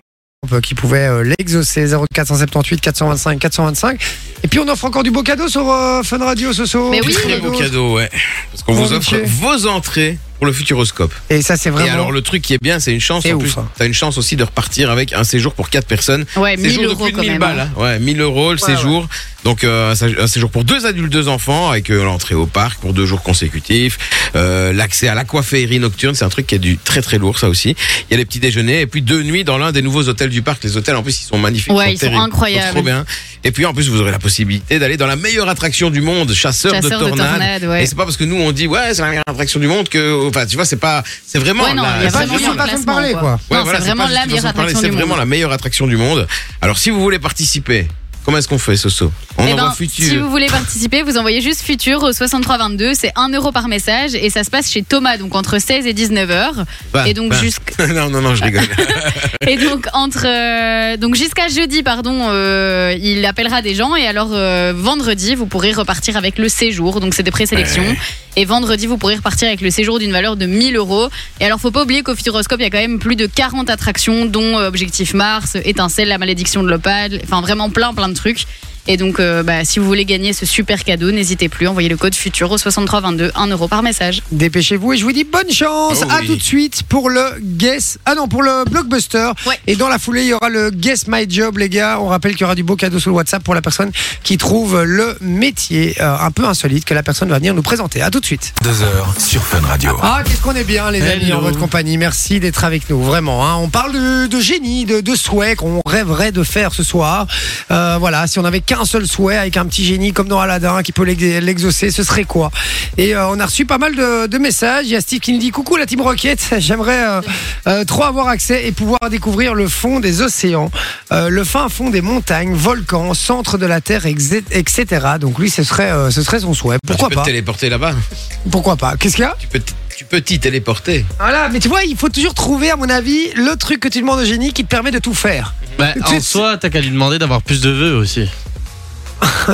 [SPEAKER 3] qui pouvait euh, l'exaucer 0478 425 425 et puis on offre encore du beau cadeau sur euh, Fun Radio Soso
[SPEAKER 4] Mais oui.
[SPEAKER 3] Du
[SPEAKER 6] Très
[SPEAKER 3] cadeau.
[SPEAKER 6] beau cadeau, ouais. Parce qu'on
[SPEAKER 3] Bon
[SPEAKER 6] vous offre
[SPEAKER 3] Dieu.
[SPEAKER 6] vos entrées pour le Futuroscope.
[SPEAKER 3] et ça c'est
[SPEAKER 6] Et
[SPEAKER 3] vraiment
[SPEAKER 6] alors le truc qui est bien, c'est une chance
[SPEAKER 3] C'est
[SPEAKER 6] en
[SPEAKER 3] ouf,
[SPEAKER 6] plus.
[SPEAKER 3] hein.
[SPEAKER 6] T'as une chance aussi de repartir avec un séjour pour quatre personnes.
[SPEAKER 4] Ouais, 1000
[SPEAKER 6] Séjour de
[SPEAKER 4] Eh, euros
[SPEAKER 6] plus de
[SPEAKER 4] quand
[SPEAKER 6] 1000
[SPEAKER 4] même.
[SPEAKER 6] balles.
[SPEAKER 4] hein.
[SPEAKER 6] hein. Ouais, 1000 euros le séjour. Donc euh, un sé- un séjour pour deux adultes, deux enfants, avec euh, l'entrée au parc pour deux jours consécutifs, euh, l'accès à l'aquaféerie nocturne, c'est un truc qui est du très très lourd ça aussi. Il y a les petits déjeuners et puis deux nuits dans l'un des nouveaux hôtels du parc. Les hôtels en plus ils sont magnifiques,
[SPEAKER 4] Ouais, ils sont
[SPEAKER 6] terribles,
[SPEAKER 4] incroyables.
[SPEAKER 6] trop bien. Et puis en plus vous aurez la possibilité d'aller dans la meilleure attraction du monde, hein. chasseur,
[SPEAKER 4] Chasseur
[SPEAKER 6] de
[SPEAKER 4] de
[SPEAKER 6] tornades.
[SPEAKER 4] tornades, ouais.
[SPEAKER 6] Et c'est pas parce que nous on dit ouais c'est la meilleure attraction du monde que enfin tu vois c'est pas c'est vraiment
[SPEAKER 4] Ouais, non,
[SPEAKER 6] la-
[SPEAKER 4] il y a
[SPEAKER 6] c'est
[SPEAKER 3] pas
[SPEAKER 4] vraiment
[SPEAKER 3] juste
[SPEAKER 4] eu un
[SPEAKER 3] une façon de
[SPEAKER 4] classement,
[SPEAKER 3] parler, quoi.
[SPEAKER 4] quoi.
[SPEAKER 6] Ouais,
[SPEAKER 4] Non,
[SPEAKER 6] voilà,
[SPEAKER 4] c'est vraiment
[SPEAKER 6] pas juste
[SPEAKER 4] la
[SPEAKER 6] une
[SPEAKER 4] meilleure
[SPEAKER 6] façon de parler,
[SPEAKER 4] attraction du
[SPEAKER 6] C'est vraiment
[SPEAKER 4] monde.
[SPEAKER 6] la meilleure attraction du monde. Alors, si vous voulez participer, comment est-ce qu'on fait, Soso On
[SPEAKER 4] Eh
[SPEAKER 6] envoie
[SPEAKER 4] ben,
[SPEAKER 6] futur.
[SPEAKER 4] Si vous voulez participer, vous envoyez juste Futur au 6322, c'est 1 euro par message et ça se passe chez Thomas, donc entre 16 et 19 heures.
[SPEAKER 6] Bah,
[SPEAKER 4] et donc
[SPEAKER 6] bah.
[SPEAKER 4] jusqu'-
[SPEAKER 6] non, non, non, je rigole.
[SPEAKER 4] et donc entre euh, donc jusqu'à jeudi, pardon, euh, il appellera des gens et alors euh, vendredi vous pourrez repartir avec le séjour, donc c'est des présélections. Et vendredi vous pourrez repartir avec le séjour d'une valeur de 1000 euros. Et alors faut pas oublier qu'au Futuroscope il y a quand même plus de 40 attractions, dont euh, Objectif Mars, Étincelle, la malédiction de l'opale, enfin vraiment plein plein de trucs. Et donc, euh, bah, si vous voulez gagner ce super cadeau, n'hésitez plus, envoyez le code FUTURO 6322, 1 euro par message.
[SPEAKER 3] Dépêchez-vous et je vous dis bonne chance.
[SPEAKER 6] Oh
[SPEAKER 3] à
[SPEAKER 6] oui.
[SPEAKER 3] tout de suite pour le Guess. Ah non, pour le Blockbuster.
[SPEAKER 4] Ouais.
[SPEAKER 3] Et dans la foulée, il y aura le Guess My Job, les gars. On rappelle qu'il y aura du beau cadeau sur le WhatsApp pour la personne qui trouve le métier euh, un peu insolite que la personne va venir nous présenter. À tout de suite.
[SPEAKER 2] 2h sur Fun Radio.
[SPEAKER 3] Ah, qu'est-ce qu'on est bien, les amis,
[SPEAKER 5] Hello.
[SPEAKER 3] en votre compagnie. Merci d'être avec nous, vraiment. hein. On parle de, de génie, de, de souhait qu'on rêverait de faire ce soir. Euh, voilà, si on avait qu'un seul souhait avec un petit génie comme dans Aladdin qui peut l'ex- l'exaucer, ce serait quoi Et euh, on a reçu pas mal de, de messages. Il y a Steve qui nous dit Coucou la Team Rocket, j'aimerais euh, euh, trop avoir accès et pouvoir découvrir le fond des océans, euh, le fin fond des montagnes, volcans, centre de la Terre, exe- etc. Donc lui, ce serait, euh, ce serait son souhait. Pourquoi
[SPEAKER 6] tu Bah, peux
[SPEAKER 3] pas
[SPEAKER 6] te téléporter là-bas.
[SPEAKER 3] Pourquoi pas Qu'est-ce qu'il y a
[SPEAKER 6] Tu peux t- tu peux t'y téléporter.
[SPEAKER 3] voilà, mais tu vois, il faut toujours trouver, à mon avis, le truc que tu demandes au génie qui te permet de tout faire.
[SPEAKER 5] Bah, en
[SPEAKER 3] Tu-
[SPEAKER 5] soi, t'as qu'à lui demander d'avoir plus de vœux aussi.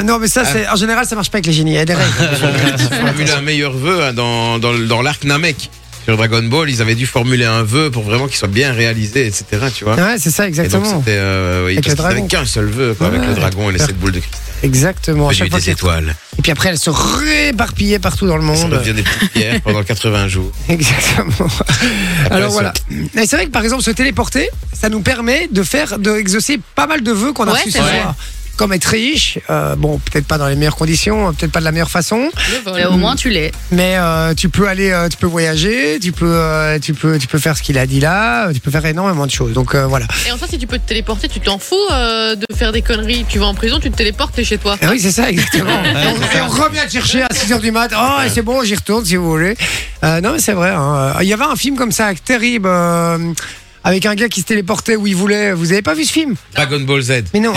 [SPEAKER 3] non, mais ça, c'est en général, ça marche pas avec les génies. Il y a des règles.
[SPEAKER 6] Ils ont formulé un meilleur vœu hein, dans, dans, le- dans l'arc Namek. Sur Dragon Ball, ils avaient dû formuler un vœu pour vraiment qu'il soit bien réalisé, etc. Tu vois
[SPEAKER 3] ouais, c'est ça,
[SPEAKER 6] Et donc,
[SPEAKER 3] exactement.
[SPEAKER 6] c'était. Euh, oui,
[SPEAKER 3] Avec
[SPEAKER 6] parce
[SPEAKER 3] le
[SPEAKER 6] que t'avais
[SPEAKER 3] dragon.
[SPEAKER 6] qu'un seul vœu, quoi, avec
[SPEAKER 3] Ouais.
[SPEAKER 6] le dragon et les sept boules de cristal.
[SPEAKER 3] Exactement. à
[SPEAKER 6] J'ai
[SPEAKER 3] chaque
[SPEAKER 6] eu
[SPEAKER 3] fois
[SPEAKER 6] des
[SPEAKER 3] qu'il-
[SPEAKER 6] étoiles.
[SPEAKER 3] Et puis après, elle se réparpillait partout dans le
[SPEAKER 6] Ça
[SPEAKER 3] monde.
[SPEAKER 6] devient des petites pierres pendant 80 jours.
[SPEAKER 3] Exactement. Alors
[SPEAKER 6] ça-
[SPEAKER 3] voilà. Et c'est vrai que par exemple, se téléporter, ça nous permet de faire, de exaucer pas mal de vœux qu'on a
[SPEAKER 4] Ouais,
[SPEAKER 3] reçus ce
[SPEAKER 4] c'est vrai.
[SPEAKER 3] soir. Comme être riche, euh, bon, peut-être pas dans les meilleures conditions, peut-être pas de la meilleure façon,
[SPEAKER 4] Mais au moins, tu l'es.
[SPEAKER 3] mais euh, tu peux aller, euh, tu peux voyager, tu peux, euh, tu peux, tu peux faire ce qu'il a dit là, euh, tu peux faire énormément de choses. Donc euh, voilà.
[SPEAKER 7] Et en fait, si tu peux te téléporter, tu t'en fous euh, de faire des conneries. Tu vas en prison, tu te téléportes, t'es chez toi.
[SPEAKER 3] Ah oui, c'est ça, exactement. et, on, et on revient te chercher à 6h du mat. Oh, et c'est bon, j'y retourne si vous voulez. Euh, non, mais c'est vrai. hein. Il y avait un film comme ça, terrible, euh, avec un gars qui se téléportait où il voulait. Vous avez pas vu ce film
[SPEAKER 6] Dragon Ball Z.
[SPEAKER 3] Mais non.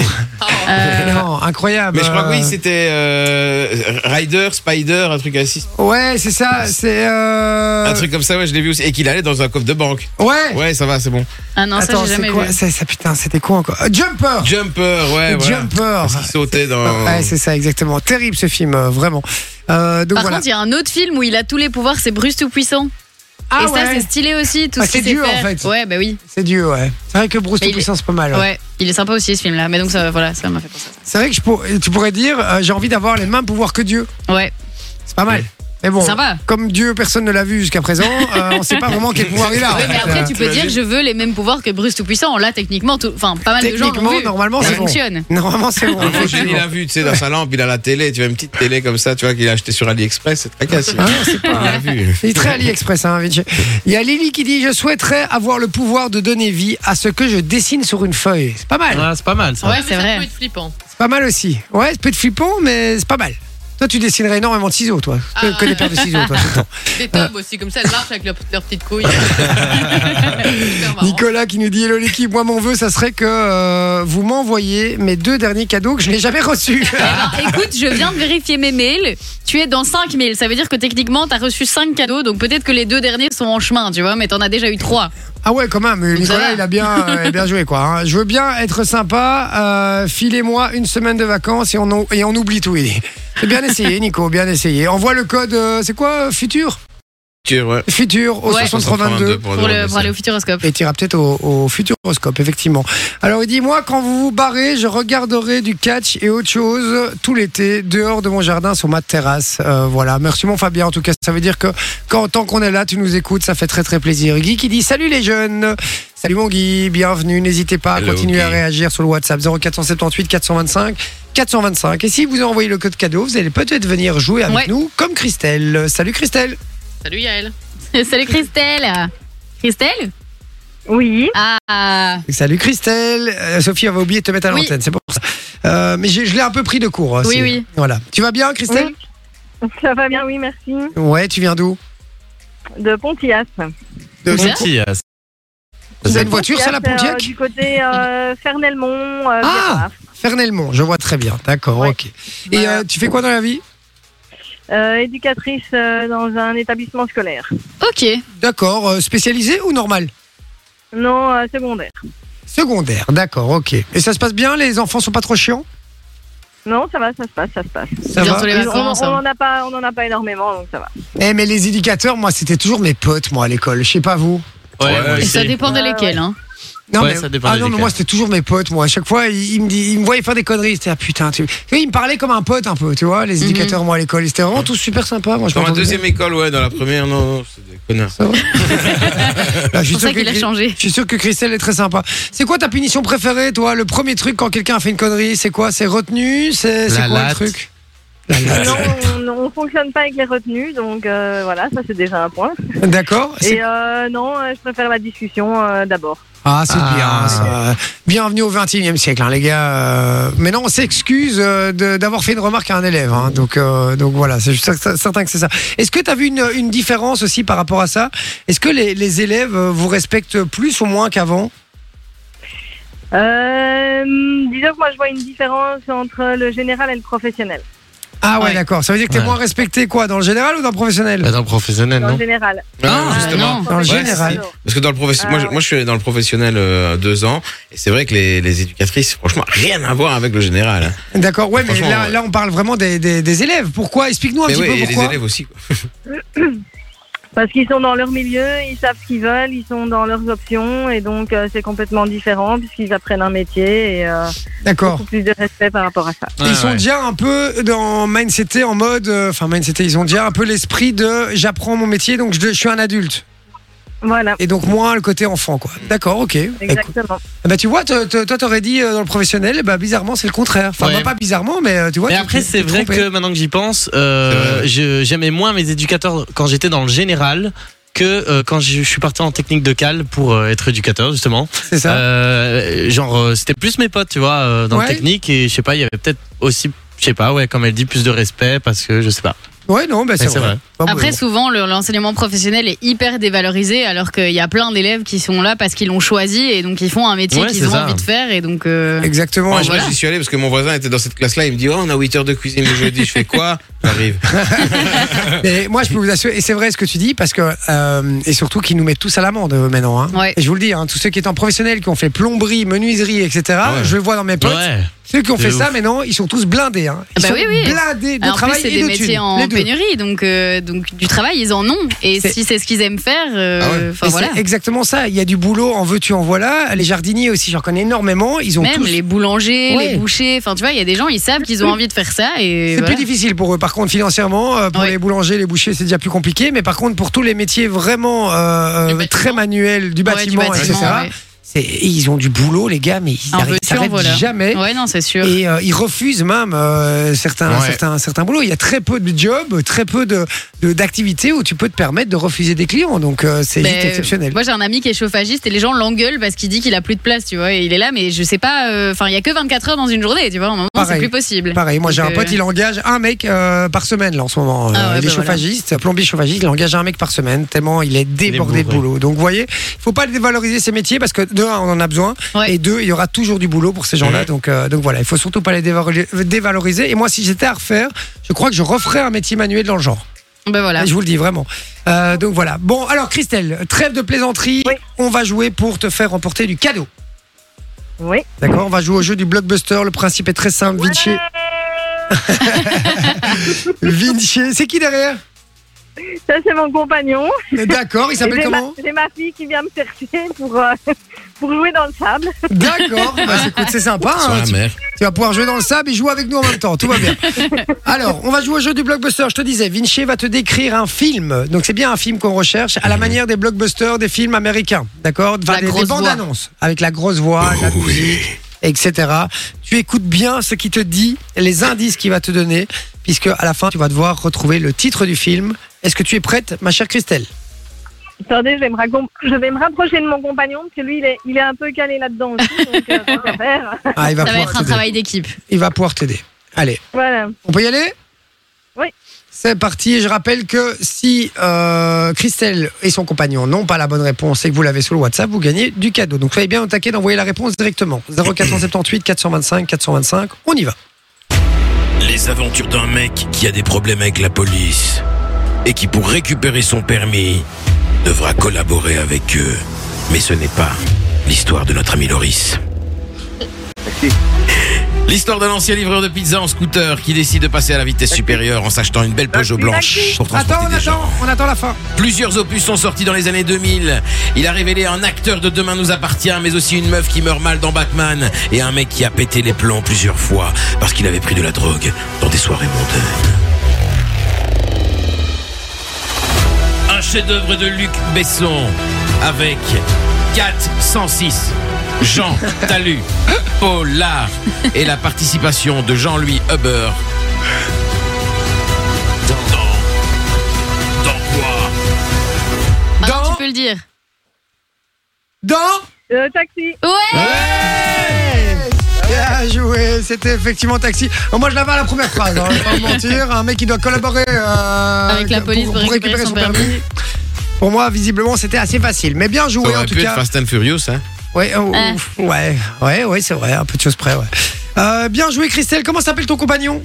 [SPEAKER 4] Euh,
[SPEAKER 3] non, incroyable.
[SPEAKER 6] Ah Mais je crois que oui,
[SPEAKER 3] Euh,
[SPEAKER 6] c'était euh, Rider, Spider, un truc ainsi.
[SPEAKER 3] Ouais, c'est ça. C'est. euh,
[SPEAKER 6] Un truc comme ça, ouais, je l'ai vu aussi. Et qu'il allait dans un coffre de banque.
[SPEAKER 3] Ouais.
[SPEAKER 6] Ouais, ça va, c'est bon.
[SPEAKER 4] Ah non, ça,
[SPEAKER 3] Attends,
[SPEAKER 4] j'ai
[SPEAKER 3] c'est
[SPEAKER 4] jamais
[SPEAKER 3] quoi
[SPEAKER 4] vu.
[SPEAKER 3] c'est- ça, Putain, c'était quoi encore Euh, Jumper.
[SPEAKER 6] Jumper, ouais, voilà.
[SPEAKER 3] Jumper.
[SPEAKER 6] Parce qu'il sautait dans.
[SPEAKER 3] Ouais, c'est ça, exactement. Terrible ce film, euh, vraiment. Euh, donc
[SPEAKER 4] Par
[SPEAKER 3] voilà.
[SPEAKER 4] contre, il y a un autre film où il a tous les pouvoirs, c'est Bruce tout puissant.
[SPEAKER 3] ah
[SPEAKER 4] et ça,
[SPEAKER 3] ouais,
[SPEAKER 4] c'est stylé aussi. Tout
[SPEAKER 3] Bah,
[SPEAKER 4] ce qu'il
[SPEAKER 3] c'est
[SPEAKER 4] sait
[SPEAKER 3] dur, en
[SPEAKER 4] faire.
[SPEAKER 3] fait.
[SPEAKER 4] Ouais, bah oui.
[SPEAKER 3] c'est Dieu, ouais. C'est vrai que Bruce
[SPEAKER 4] Mais il est-
[SPEAKER 3] Tout-Puissant, c'est pas mal. hein.
[SPEAKER 4] Ouais. il est sympa aussi ce film-là. Mais donc ça, voilà, ça m'a fait penser.
[SPEAKER 3] C'est vrai que je pour- tu pourrais dire, euh, j'ai envie d'avoir les mêmes pouvoirs que Dieu.
[SPEAKER 4] Ouais.
[SPEAKER 3] C'est pas mal. Mais bon,
[SPEAKER 4] C'est sympa.
[SPEAKER 3] comme Dieu, personne ne l'a vu jusqu'à présent, euh, on sait pas vraiment quel pouvoir il a.
[SPEAKER 4] Oui, mais après, tu peux dire je veux les mêmes pouvoirs que Bruce Tout-Puissant. Là, techniquement, tout- enfin, pas mal de gens Bah, l'ont
[SPEAKER 3] Techniquement,
[SPEAKER 4] vu.
[SPEAKER 3] normalement,
[SPEAKER 4] ça
[SPEAKER 3] c'est bon.
[SPEAKER 4] fonctionne.
[SPEAKER 3] Normalement, c'est bon.
[SPEAKER 6] Un prochain, il a vu, tu sais, dans sa lampe, il a la télé, tu vois, une petite télé comme ça, tu vois, qu'il a acheté sur AliExpress, c'est très casse.
[SPEAKER 3] Hein, c'est pas-
[SPEAKER 6] Il l'a vu.
[SPEAKER 3] Il est très AliExpress, hein, Vinci. Il y a Lily qui dit Je souhaiterais avoir le pouvoir de donner vie à ce que je dessine sur une feuille. C'est pas mal.
[SPEAKER 5] Ah, c'est pas mal ça.
[SPEAKER 4] Ouais,
[SPEAKER 7] mais
[SPEAKER 4] c'est
[SPEAKER 7] ça
[SPEAKER 4] vrai.
[SPEAKER 7] peut être flippant.
[SPEAKER 3] C'est pas mal aussi. Ouais, c'est peut être flippant, mais c'est pas mal. Toi, tu dessinerais énormément de ciseaux, toi. Euh,
[SPEAKER 7] Ah,
[SPEAKER 3] que des paires de ciseaux, toi, tout le temps.
[SPEAKER 7] Des tomes aussi, comme ça, elles marchent avec leurs leurs petites couilles. Super marrant.
[SPEAKER 3] Nicolas qui nous dit Hello, l'équipe. Moi, mon vœu, ça serait que euh, vous m'envoyiez mes deux derniers cadeaux que je n'ai jamais reçus.
[SPEAKER 4] Écoute, je viens de vérifier mes mails. Tu es dans 5 mails. Ça veut dire que techniquement, t'as reçu 5 cadeaux. Donc peut-être que les deux derniers sont en chemin, tu vois. Mais t'en as déjà eu 3.
[SPEAKER 3] Ah ouais, quand même.
[SPEAKER 4] ça
[SPEAKER 3] Nicolas,
[SPEAKER 4] va.
[SPEAKER 3] il a bien, euh, il a bien joué, quoi. hein. Je veux bien être sympa. euh, Filez-moi une semaine de vacances et on, en- et on oublie tout. il dit. C'est bien essayé, Nico. Bien essayé. Envoie le code. euh, C'est quoi euh, Futur
[SPEAKER 6] Tu vois,
[SPEAKER 3] Futur au
[SPEAKER 4] Ouais.
[SPEAKER 3] 682.
[SPEAKER 4] Pour, le,
[SPEAKER 6] demander
[SPEAKER 4] pour
[SPEAKER 6] ça.
[SPEAKER 4] aller au futuroscope.
[SPEAKER 3] Et tira peut-être au, au futuroscope, effectivement. Alors, il dit Moi, quand vous vous barrez, je regarderai du catch et autre chose tout l'été, dehors de mon jardin, sur ma terrasse. Euh, voilà. Merci, mon Fabien. En tout cas, ça veut dire que quand, tant qu'on est là, tu nous écoutes, ça fait très, très plaisir. Guy qui dit Salut les jeunes Salut mon Guy, bienvenue. N'hésitez pas à
[SPEAKER 6] Hello,
[SPEAKER 3] continuer à
[SPEAKER 6] Guy.
[SPEAKER 3] réagir sur le WhatsApp 0478 425 425. Et si vous envoyez le code cadeau, vous allez peut-être venir jouer avec
[SPEAKER 4] Ouais.
[SPEAKER 3] nous, comme Christelle. Salut Christelle
[SPEAKER 7] Salut Yael.
[SPEAKER 4] Salut Christelle. Christelle
[SPEAKER 8] Oui,
[SPEAKER 4] Ah.
[SPEAKER 3] Salut Christelle, Euh, Sophie avait oublié de te mettre à
[SPEAKER 4] Oui.
[SPEAKER 3] l'antenne, c'est pour ça. Euh, mais j'ai- je l'ai un peu pris de court.
[SPEAKER 4] Oui,
[SPEAKER 3] c'est-
[SPEAKER 4] oui.
[SPEAKER 3] Voilà. Tu vas bien Christelle
[SPEAKER 8] ça va bien, oui, merci.
[SPEAKER 3] Ouais, tu viens d'où
[SPEAKER 8] De Pontias.
[SPEAKER 4] Bien.
[SPEAKER 5] Gentil, euh,
[SPEAKER 3] Vous avez une voiture, ça la
[SPEAKER 8] Pontiac, euh,
[SPEAKER 3] Pontiac
[SPEAKER 8] Du côté euh, Fernelmont, euh,
[SPEAKER 3] Ah
[SPEAKER 8] Bérard.
[SPEAKER 3] Fernelmont, je vois très bien, d'accord,
[SPEAKER 8] Ouais.
[SPEAKER 3] ok. Et
[SPEAKER 8] Voilà.
[SPEAKER 3] euh, tu fais quoi dans la vie
[SPEAKER 8] Euh, éducatrice euh, dans un établissement scolaire.
[SPEAKER 4] Ok.
[SPEAKER 3] D'accord, euh, spécialisée ou normale
[SPEAKER 8] Non, euh, secondaire.
[SPEAKER 3] Secondaire, d'accord, ok. Et ça se passe bien Les enfants sont pas trop chiants
[SPEAKER 8] Non, ça va, ça se passe, ça se passe.
[SPEAKER 3] bah, Ça va
[SPEAKER 4] Bientôt les
[SPEAKER 8] on n'en
[SPEAKER 4] vacances. hein.
[SPEAKER 8] a pas, on en a pas énormément, donc ça va.
[SPEAKER 3] Eh mais les éducateurs, moi c'était toujours mes potes moi à l'école, je sais pas vous.
[SPEAKER 5] Ouais,
[SPEAKER 6] Ouais,
[SPEAKER 5] moi
[SPEAKER 4] Et
[SPEAKER 5] aussi.
[SPEAKER 4] ça dépend de
[SPEAKER 8] Ouais,
[SPEAKER 4] lesquels. Hein.
[SPEAKER 5] Ouais,
[SPEAKER 3] mais,
[SPEAKER 5] ça dépend
[SPEAKER 3] ah
[SPEAKER 5] des
[SPEAKER 3] non mais
[SPEAKER 5] écoles.
[SPEAKER 3] moi c'était toujours mes potes moi. À chaque fois ils, ils me dis- ils me voyaient faire des conneries, c'était ah putain tu. tu vois, Ils me parlaient comme un pote un peu, tu vois. Les
[SPEAKER 4] Mhm.
[SPEAKER 3] éducateurs moi à l'école, ils étaient vraiment tous super sympas. Moi je
[SPEAKER 6] Dans la
[SPEAKER 3] m'entendais
[SPEAKER 6] deuxième école, ouais, dans la première, non, c'est des connards.
[SPEAKER 3] bien. Ah, je suis
[SPEAKER 4] C'est pour
[SPEAKER 3] sûr
[SPEAKER 4] ça qu'il
[SPEAKER 3] que
[SPEAKER 4] a
[SPEAKER 3] Chris-
[SPEAKER 4] changé.
[SPEAKER 3] Je suis sûr que Christelle est très sympa. C'est quoi ta punition préférée toi Le premier truc quand quelqu'un a fait une connerie, c'est quoi C'est retenu C'est c'est
[SPEAKER 5] La
[SPEAKER 3] quoi le
[SPEAKER 5] latte.
[SPEAKER 3] truc La latte.
[SPEAKER 8] Non, on- on, fonctionne pas avec les retenues, donc euh, voilà, ça c'est déjà un point.
[SPEAKER 3] D'accord. c'est-
[SPEAKER 8] Et euh, non, euh, je préfère la discussion euh, d'abord.
[SPEAKER 3] Ah, c'est
[SPEAKER 5] Ah.
[SPEAKER 3] bien ça. Bienvenue au 21e siècle, hein, les gars. Euh, maintenant, on s'excuse euh, de- d'avoir fait une remarque à un élève. hein. donc, euh, donc voilà, c'est juste ça- certain que c'est ça. Est-ce que tu as vu une, une différence aussi par rapport à ça Est-ce que les, les élèves euh, vous respectent plus ou moins qu'avant
[SPEAKER 8] Euh, disons que moi je vois une différence entre le général et le professionnel.
[SPEAKER 3] Ah ouais,
[SPEAKER 4] Ouais.
[SPEAKER 3] d'accord. Ça veut dire que tu es
[SPEAKER 5] Ouais.
[SPEAKER 3] moins respecté quoi Dans le général ou dans le professionnel
[SPEAKER 5] Bah, dans le professionnel,
[SPEAKER 8] Dans le
[SPEAKER 5] non
[SPEAKER 8] général. Euh,
[SPEAKER 6] Ah,
[SPEAKER 4] Ah,
[SPEAKER 6] justement.
[SPEAKER 4] non.
[SPEAKER 3] Dans le
[SPEAKER 6] Ouais,
[SPEAKER 3] général.
[SPEAKER 8] Alors,
[SPEAKER 6] Parce que dans le professionnel, moi, je-
[SPEAKER 8] Ah.
[SPEAKER 6] moi, je suis allé dans le professionnel euh, deux ans, et c'est vrai que les, les éducatrices, franchement, rien à voir avec le général. hein.
[SPEAKER 3] D'accord, ouais, mais
[SPEAKER 6] Franchement,
[SPEAKER 3] là,
[SPEAKER 6] ouais.
[SPEAKER 3] là, on parle vraiment des, des- des élèves. Pourquoi Explique-nous un
[SPEAKER 6] Mais
[SPEAKER 3] petit
[SPEAKER 6] oui,
[SPEAKER 3] peu
[SPEAKER 6] et les
[SPEAKER 3] pourquoi.
[SPEAKER 6] élèves aussi. quoi.
[SPEAKER 8] Parce qu'ils sont dans leur milieu, ils savent ce qu'ils veulent, ils sont dans leurs options et donc euh, c'est complètement différent puisqu'ils apprennent un métier et euh,
[SPEAKER 3] D'accord.
[SPEAKER 8] beaucoup plus de respect par rapport à ça.
[SPEAKER 5] Ouais,
[SPEAKER 3] ils sont
[SPEAKER 5] ouais.
[SPEAKER 3] déjà un peu dans Mindset en mode, euh, enfin Mindset, ils ont déjà un peu l'esprit de j'apprends mon métier donc je, je suis un adulte
[SPEAKER 8] Voilà,
[SPEAKER 3] et donc moins le côté enfant quoi. D'accord, ok. Écoute.
[SPEAKER 8] exactement.
[SPEAKER 3] Bah tu vois, te- te- toi t'aurais dit euh, dans le professionnel, bah bizarrement c'est le contraire. Enfin
[SPEAKER 5] Ouais.
[SPEAKER 3] bah, pas bizarrement, mais euh, tu vois.
[SPEAKER 5] Mais
[SPEAKER 3] tu-
[SPEAKER 5] après,
[SPEAKER 3] tu-
[SPEAKER 5] c'est
[SPEAKER 3] tu te
[SPEAKER 5] vrai
[SPEAKER 3] trompais.
[SPEAKER 5] que maintenant que j'y pense, euh, je- j'aimais moins mes éducateurs quand j'étais dans le général que euh, quand je je suis parti en technique de cal pour euh, être éducateur justement.
[SPEAKER 3] c'est ça.
[SPEAKER 5] Euh, genre, euh, c'était plus mes potes, tu vois, euh, dans
[SPEAKER 3] Ouais.
[SPEAKER 5] le technique et je sais pas, il y avait peut-être aussi, je sais pas, ouais, comme elle dit, plus de respect parce que je sais pas.
[SPEAKER 3] Ouais non, bah c'est
[SPEAKER 5] c'est
[SPEAKER 3] vrai.
[SPEAKER 5] vrai.
[SPEAKER 3] Bah, bon,
[SPEAKER 4] Après,
[SPEAKER 3] bon.
[SPEAKER 4] souvent, le- l'enseignement professionnel est hyper dévalorisé, alors qu'il y a plein d'élèves qui sont là parce qu'ils l'ont choisi et donc ils font un métier
[SPEAKER 5] Ouais,
[SPEAKER 4] qu'ils
[SPEAKER 5] c'est
[SPEAKER 4] ont
[SPEAKER 5] ça.
[SPEAKER 4] envie de faire. Et donc, euh,
[SPEAKER 3] exactement.
[SPEAKER 6] Moi,
[SPEAKER 3] Ouais,
[SPEAKER 6] je-
[SPEAKER 4] voilà.
[SPEAKER 6] j'y suis allé parce que mon voisin était dans cette classe-là, il me dit, oh, on a 8 heures de cuisine le jeudi, je fais quoi J'arrive.
[SPEAKER 3] Mais moi, je peux vous assurer, et c'est vrai ce que tu dis, parce que, euh, et surtout qu'ils nous mettent tous à l'amende euh, maintenant. Hein.
[SPEAKER 4] Ouais.
[SPEAKER 3] Et je vous le dis, hein, tous ceux qui étaient en professionnel, qui ont fait plomberie, menuiserie, etc.,
[SPEAKER 6] Ouais.
[SPEAKER 3] je le vois dans mes potes,
[SPEAKER 5] Ah Ouais.
[SPEAKER 3] Ceux qui ont
[SPEAKER 5] De
[SPEAKER 3] fait
[SPEAKER 5] ouf.
[SPEAKER 3] ça, mais non, ils sont tous blindés. Hein. Ils
[SPEAKER 4] Bah
[SPEAKER 3] sont
[SPEAKER 4] oui, oui.
[SPEAKER 3] blindés de
[SPEAKER 4] Alors, en plus,
[SPEAKER 3] travail
[SPEAKER 4] c'est
[SPEAKER 3] et
[SPEAKER 4] des
[SPEAKER 3] de
[SPEAKER 4] métiers
[SPEAKER 3] thunes,
[SPEAKER 4] en
[SPEAKER 3] les deux.
[SPEAKER 4] pénurie, donc, euh, donc du travail, ils en ont. Et
[SPEAKER 3] C'est-
[SPEAKER 4] si c'est ce qu'ils aiment faire, euh,
[SPEAKER 6] Ah ouais.
[SPEAKER 4] enfin
[SPEAKER 3] Et
[SPEAKER 4] voilà.
[SPEAKER 3] C'est exactement ça. Il y a du boulot, en veux-tu, en voilà. Les jardiniers aussi, j'en connais énormément. Ils ont
[SPEAKER 4] Même
[SPEAKER 3] tous-
[SPEAKER 4] les boulangers,
[SPEAKER 3] Ouais.
[SPEAKER 4] les bouchers, enfin tu vois, il y a des gens, ils savent qu'ils ont envie de faire ça. Et
[SPEAKER 3] C'est
[SPEAKER 4] voilà.
[SPEAKER 3] plus difficile pour eux. Par contre, financièrement, euh, pour
[SPEAKER 4] Ouais.
[SPEAKER 3] les boulangers, les bouchers, c'est déjà plus compliqué. Mais par contre, pour tous les métiers vraiment euh,
[SPEAKER 7] Du
[SPEAKER 3] euh,
[SPEAKER 7] bâtiment.
[SPEAKER 3] très manuels, du
[SPEAKER 4] Ouais, du
[SPEAKER 3] bâtiment, etc.,
[SPEAKER 4] bâtiment, ouais.
[SPEAKER 3] c'est- ils ont du boulot, les gars, mais ils
[SPEAKER 4] En
[SPEAKER 3] n'arrêtent
[SPEAKER 4] veux-tu, en voilà.
[SPEAKER 3] jamais.
[SPEAKER 4] Ouais, non, c'est sûr.
[SPEAKER 3] Et euh, ils refusent même euh, certains,
[SPEAKER 5] Ouais.
[SPEAKER 3] certains, certains boulots. Il y a très peu de jobs, très peu de- de- d'activités où tu peux te permettre de refuser des clients. Donc euh, c'est
[SPEAKER 4] Ben,
[SPEAKER 3] juste exceptionnel.
[SPEAKER 4] Moi j'ai un ami qui est chauffagiste et les gens l'engueulent parce qu'il dit qu'il a plus de place, tu vois, et il est là, mais je sais pas, euh, enfin il y a que 24 heures dans une journée, tu vois, à un moment c'est
[SPEAKER 3] Pareil.
[SPEAKER 4] plus possible.
[SPEAKER 3] Pareil, moi j'ai
[SPEAKER 4] Donc,
[SPEAKER 3] un pote,
[SPEAKER 4] euh,
[SPEAKER 3] il engage un mec euh, par semaine là en ce
[SPEAKER 4] Ah
[SPEAKER 3] moment. Euh,
[SPEAKER 4] ouais,
[SPEAKER 3] il est
[SPEAKER 4] bah voilà.
[SPEAKER 3] chauffagiste, plombier chauffagiste, il engage un mec par semaine tellement il est débordé de
[SPEAKER 5] bourré.
[SPEAKER 3] boulot. Donc vous voyez, il faut pas dévaloriser ces métiers parce que de un, on en a besoin
[SPEAKER 4] Ouais.
[SPEAKER 3] et deux, il y aura toujours du boulot pour ces gens-là. Donc, euh, donc voilà, il faut surtout pas les dévalori- dévaloriser. Et moi, si j'étais à refaire, je crois que je referais un métier manuel dans le genre.
[SPEAKER 4] Ben
[SPEAKER 7] Ah.
[SPEAKER 4] voilà.
[SPEAKER 3] Ah, Je vous le dis vraiment. Euh, donc voilà. Bon, alors Christelle, trêve de plaisanterie.
[SPEAKER 8] Oui.
[SPEAKER 3] On va jouer pour te faire remporter du cadeau.
[SPEAKER 8] Oui.
[SPEAKER 3] D'accord, on va jouer au jeu du blockbuster. Le principe est très simple. Vinci. Vinci, c'est qui derrière
[SPEAKER 8] Ça, c'est mon compagnon.
[SPEAKER 3] D'accord, il s'appelle
[SPEAKER 8] Et j'ai ma-
[SPEAKER 3] comment
[SPEAKER 8] J'ai ma fille qui vient me chercher pour, euh, pour jouer dans le sable.
[SPEAKER 3] D'accord, bah, écoute, c'est sympa.
[SPEAKER 6] Sur
[SPEAKER 3] hein.
[SPEAKER 6] la
[SPEAKER 3] tu,
[SPEAKER 6] mer.
[SPEAKER 3] tu vas pouvoir jouer dans le sable et jouer avec nous en même temps, tout va bien. Alors, on va jouer au jeu du blockbuster. Je te disais, Vinci va te décrire un film. Donc, c'est bien un film qu'on recherche à la manière des blockbusters des films américains. D'accord Enfin,
[SPEAKER 4] La
[SPEAKER 3] Des, des
[SPEAKER 4] grosse
[SPEAKER 3] bandes
[SPEAKER 4] voix.
[SPEAKER 3] annonces avec la grosse voix, la musique, etc. Tu écoutes bien ce qu'il te dit, les indices qu'il va te donner, puisque à la fin, tu vas devoir retrouver le titre du film. Est-ce que tu es prête, ma chère Christelle
[SPEAKER 8] Attendez, je vais, me racom- je vais me rapprocher de mon compagnon parce que lui, il est, il est un peu calé là-dedans aussi. Donc, euh, tant qu'à faire.
[SPEAKER 3] Ah, il
[SPEAKER 4] Ça
[SPEAKER 3] va
[SPEAKER 4] va
[SPEAKER 3] pouvoir
[SPEAKER 4] être un
[SPEAKER 3] t'aider.
[SPEAKER 4] travail d'équipe.
[SPEAKER 3] Il va pouvoir t'aider. Allez.
[SPEAKER 8] Voilà.
[SPEAKER 3] On peut y aller
[SPEAKER 8] Oui.
[SPEAKER 3] C'est parti. Et je rappelle que si euh, Christelle et son compagnon n'ont pas la bonne réponse et que vous l'avez sur le WhatsApp, vous gagnez du cadeau. Donc soyez bien au taquet d'envoyer la réponse directement. 0478 425 425. On y va.
[SPEAKER 2] Les aventures d'un mec qui a des problèmes avec la police et qui, pour récupérer son permis, devra collaborer avec eux. Mais ce n'est pas l'histoire de notre ami Loris.
[SPEAKER 6] L'histoire d'un ancien livreur de pizza en scooter qui décide de passer à la vitesse supérieure en s'achetant une belle Peugeot blanche pour transporter
[SPEAKER 3] Attends, on
[SPEAKER 6] des gens.
[SPEAKER 3] attend, on attend la fin.
[SPEAKER 6] Plusieurs opus sont sortis dans les années 2000. Il a révélé un acteur de Demain nous appartient, mais aussi une meuf qui meurt mal dans Batman et un mec qui a pété les plombs plusieurs fois parce qu'il avait pris de la drogue dans des soirées mondaines. Un chef-d'œuvre de Luc Besson avec 406 Jean Talu, Paul Lard et la participation de Jean-Louis Huber dans, dans quoi
[SPEAKER 4] Maintenant,
[SPEAKER 3] Dans-
[SPEAKER 4] tu peux le dire.
[SPEAKER 3] Dans
[SPEAKER 8] Euh, taxi.
[SPEAKER 4] Ouais
[SPEAKER 3] Bien joué, c'était effectivement Taxi. Bon, moi je l'avais à la première phrase, hein, je vais pas vous mentir. Un mec qui doit collaborer euh,
[SPEAKER 4] Avec la police pour récupérer son permis.
[SPEAKER 3] Pour moi, visiblement, c'était assez facile. Mais bien joué
[SPEAKER 6] Ça aurait
[SPEAKER 3] en tout
[SPEAKER 6] pu
[SPEAKER 3] cas.
[SPEAKER 6] être Fast and Furious, hein.
[SPEAKER 3] Ouais, oh,
[SPEAKER 4] Hein.
[SPEAKER 3] ouf, ouais, ouais, ouais, c'est vrai, un peu de choses près, ouais. Euh, bien joué Christelle, comment s'appelle ton compagnon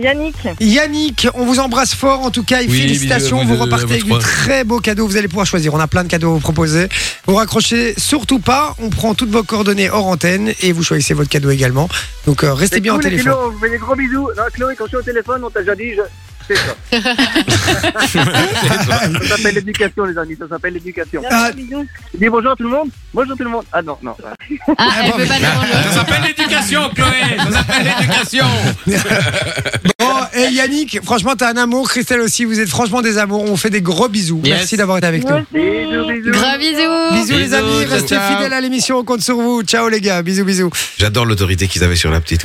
[SPEAKER 8] Yannick.
[SPEAKER 3] Yannick, on vous embrasse fort en tout cas et
[SPEAKER 6] Oui, bisous à
[SPEAKER 3] félicitations,
[SPEAKER 6] vous
[SPEAKER 3] vous
[SPEAKER 6] deux, à
[SPEAKER 3] repartez
[SPEAKER 6] vous
[SPEAKER 3] avec du
[SPEAKER 6] trois.
[SPEAKER 3] très beau cadeau, vous allez pouvoir choisir, on a plein de cadeaux à vous proposer. Vous raccrochez surtout pas, on prend toutes vos coordonnées hors antenne et vous choisissez votre cadeau également. Donc euh, restez bien au
[SPEAKER 9] cool, les
[SPEAKER 3] téléphone.
[SPEAKER 9] filous, on vous fait des gros bisous. Non, Chloé, quand je suis au téléphone, on t'a déjà dit, je... c'est ça. ça s'appelle l'éducation, les amis, ça s'appelle l'éducation.
[SPEAKER 3] Ah.
[SPEAKER 8] Bisous.
[SPEAKER 9] Dis bonjour à tout le monde. Bonjour tout le monde. Ah non, non.
[SPEAKER 4] Ah,
[SPEAKER 3] Ah,
[SPEAKER 4] elle
[SPEAKER 3] bon,
[SPEAKER 4] peut pas
[SPEAKER 3] mais-
[SPEAKER 4] dire bonjour.
[SPEAKER 6] Ça s'appelle l'éducation, Chloé Ça s'appelle l'éducation
[SPEAKER 3] Bon, Oh, et Yannick, franchement t'as un amour, Christelle aussi, vous êtes franchement des amours, on vous fait des gros bisous.
[SPEAKER 5] Yes.
[SPEAKER 3] Merci d'avoir été avec nous.
[SPEAKER 9] Bisous, bisous.
[SPEAKER 4] Gros bisous.
[SPEAKER 3] Bisous, les
[SPEAKER 5] Bisous,
[SPEAKER 3] amis,
[SPEAKER 5] ciao,
[SPEAKER 3] restez
[SPEAKER 5] ciao.
[SPEAKER 3] fidèles à l'émission, on compte sur vous. Ciao les gars, bisous bisous.
[SPEAKER 6] J'adore l'autorité qu'ils avaient sur la petite.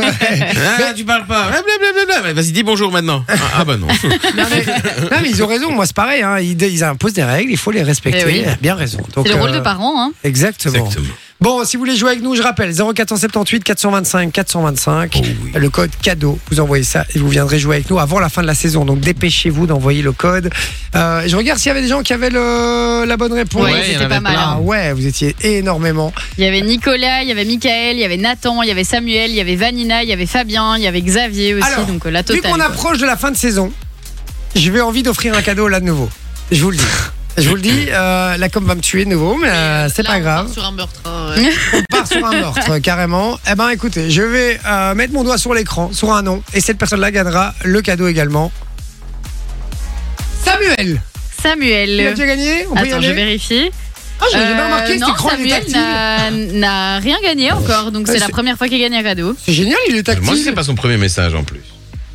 [SPEAKER 6] Ah, tu parles pas. Ah, blablabla. Mais Vas-y, dis bonjour maintenant. Ah, ah, bah non.
[SPEAKER 3] Non mais, non, mais ils ont raison, moi c'est pareil, hein. ils, ils imposent des règles, il faut les respecter,
[SPEAKER 4] Eh oui.
[SPEAKER 3] Il a bien raison. Donc,
[SPEAKER 4] C'est le rôle
[SPEAKER 3] euh,
[SPEAKER 4] de parent, hein.
[SPEAKER 3] Exactement.
[SPEAKER 6] Exactement.
[SPEAKER 3] Bon, si vous voulez jouer avec nous, je rappelle 0478 425 425,
[SPEAKER 5] Oh
[SPEAKER 3] le code cadeau, vous envoyez ça et vous viendrez jouer avec nous avant la fin de la saison, donc dépêchez-vous d'envoyer le code. Euh, je regarde s'il y avait des gens qui avaient le- la bonne réponse.
[SPEAKER 4] Ouais,
[SPEAKER 5] Ouais, il y en
[SPEAKER 4] c'était
[SPEAKER 5] avait
[SPEAKER 4] pas mal.
[SPEAKER 5] plein.
[SPEAKER 3] Ah
[SPEAKER 4] hein.
[SPEAKER 3] ouais, vous étiez énormément.
[SPEAKER 4] Il y avait Nicolas, il y avait Michael, il y avait Nathan, il y avait Samuel, il y avait Vanina, il y avait Fabien, il y avait Xavier aussi,
[SPEAKER 3] Alors,
[SPEAKER 4] donc euh, la
[SPEAKER 3] Vu
[SPEAKER 4] totale.
[SPEAKER 3] qu'on
[SPEAKER 4] quoi.
[SPEAKER 3] approche de la fin de saison, je vais envie d'offrir un cadeau là de nouveau. Je vous le dis. Je vous le dis, euh, la com va me tuer de nouveau, mais euh, c'est
[SPEAKER 7] Là,
[SPEAKER 3] pas
[SPEAKER 7] on
[SPEAKER 3] grave.
[SPEAKER 7] part Sur un meurtre. hein, ouais.
[SPEAKER 3] part sur un meurtre, carrément. Eh ben, écoutez, je vais euh, mettre mon doigt sur l'écran, sur un nom, et cette personne-là gagnera le cadeau également. Samuel Il a
[SPEAKER 4] Samuel.
[SPEAKER 3] déjà gagné On peut y
[SPEAKER 4] Attends,
[SPEAKER 3] aller
[SPEAKER 4] je vérifie.
[SPEAKER 3] Ah, j'ai bien
[SPEAKER 4] Euh,
[SPEAKER 3] remarqué, cet
[SPEAKER 4] non,
[SPEAKER 3] écran, il
[SPEAKER 4] Samuel
[SPEAKER 3] est
[SPEAKER 4] n'a-
[SPEAKER 3] tactile.
[SPEAKER 4] n'a rien gagné encore, donc
[SPEAKER 3] Ouais,
[SPEAKER 4] c'est la
[SPEAKER 3] c'est-
[SPEAKER 4] première fois qu'il gagne un cadeau.
[SPEAKER 3] C'est génial, il est
[SPEAKER 5] Euh,
[SPEAKER 6] Moi,
[SPEAKER 3] tactile.
[SPEAKER 6] c'est pas son premier message en plus.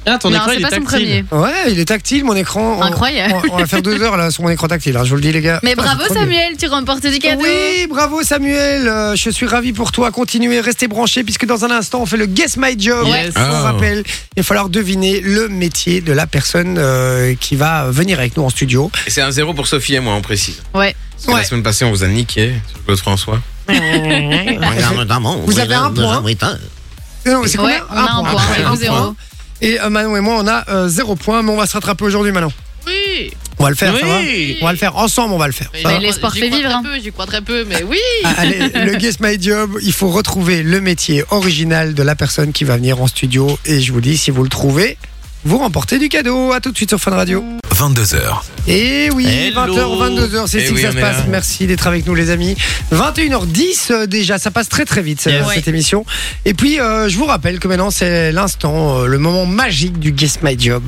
[SPEAKER 5] Ah, ton
[SPEAKER 4] non,
[SPEAKER 5] écran,
[SPEAKER 4] c'est
[SPEAKER 5] il est
[SPEAKER 4] pas son
[SPEAKER 5] tactile. Oh.
[SPEAKER 4] premier.
[SPEAKER 3] Ouais, il est tactile, mon écran. On-
[SPEAKER 4] Incroyable.
[SPEAKER 3] On, on va faire deux heures là sur mon écran tactile, hein, je vous le dis, les gars.
[SPEAKER 4] Mais
[SPEAKER 3] Ah,
[SPEAKER 4] bravo
[SPEAKER 3] c'est trop bien.
[SPEAKER 4] Samuel, tu remportes du cadeau.
[SPEAKER 3] Oui, bravo Samuel, euh, je suis ravi pour toi. Continuez, restez branchés puisque dans un instant on fait le Guess My Job.
[SPEAKER 5] Yes.
[SPEAKER 3] On
[SPEAKER 6] Ah.
[SPEAKER 3] rappelle, il va falloir deviner le métier de la personne euh, qui va venir avec nous en studio.
[SPEAKER 6] Et c'est un zéro pour Sophie et moi, on précise.
[SPEAKER 4] Ouais.
[SPEAKER 6] Parce que
[SPEAKER 3] Ouais.
[SPEAKER 6] La semaine passée, on vous a niqué, Claude François.
[SPEAKER 3] Vous avez un point. Euh, Non, c'est
[SPEAKER 4] Ouais,
[SPEAKER 3] combien
[SPEAKER 4] on a un point, zéro, zéro.
[SPEAKER 3] Et euh, Manon et moi, on a euh, zéro point, mais on va se rattraper aujourd'hui, Manon.
[SPEAKER 7] Oui.
[SPEAKER 3] On va le faire, ça va
[SPEAKER 5] Oui.
[SPEAKER 3] On va le faire ensemble, on va le faire.
[SPEAKER 7] Mais
[SPEAKER 3] ça va
[SPEAKER 7] j'y
[SPEAKER 4] l'espoir
[SPEAKER 7] crois-
[SPEAKER 4] fait
[SPEAKER 7] j'y crois
[SPEAKER 4] vivre,
[SPEAKER 7] très
[SPEAKER 4] hein.
[SPEAKER 7] peu, J'y crois très peu, mais oui.
[SPEAKER 3] Ah, Allez, le Guess My Job, il faut retrouver le métier original de la personne qui va venir en studio. Et je vous dis, si vous le trouvez, vous remportez du cadeau. À tout de suite sur Fun Radio.
[SPEAKER 2] 22h,
[SPEAKER 3] Et oui,
[SPEAKER 5] Hello.
[SPEAKER 3] 20h, 22h, c'est
[SPEAKER 6] Eh
[SPEAKER 3] ici que
[SPEAKER 6] oui,
[SPEAKER 3] ça
[SPEAKER 6] on
[SPEAKER 3] se
[SPEAKER 6] est
[SPEAKER 3] passe.
[SPEAKER 6] là.
[SPEAKER 3] Merci d'être avec nous, les amis. 21h10 euh, déjà, ça passe très très vite euh,
[SPEAKER 5] Yes.
[SPEAKER 3] cette émission. Et puis, euh, je vous rappelle que maintenant c'est l'instant, euh, le moment magique du Guess My Job.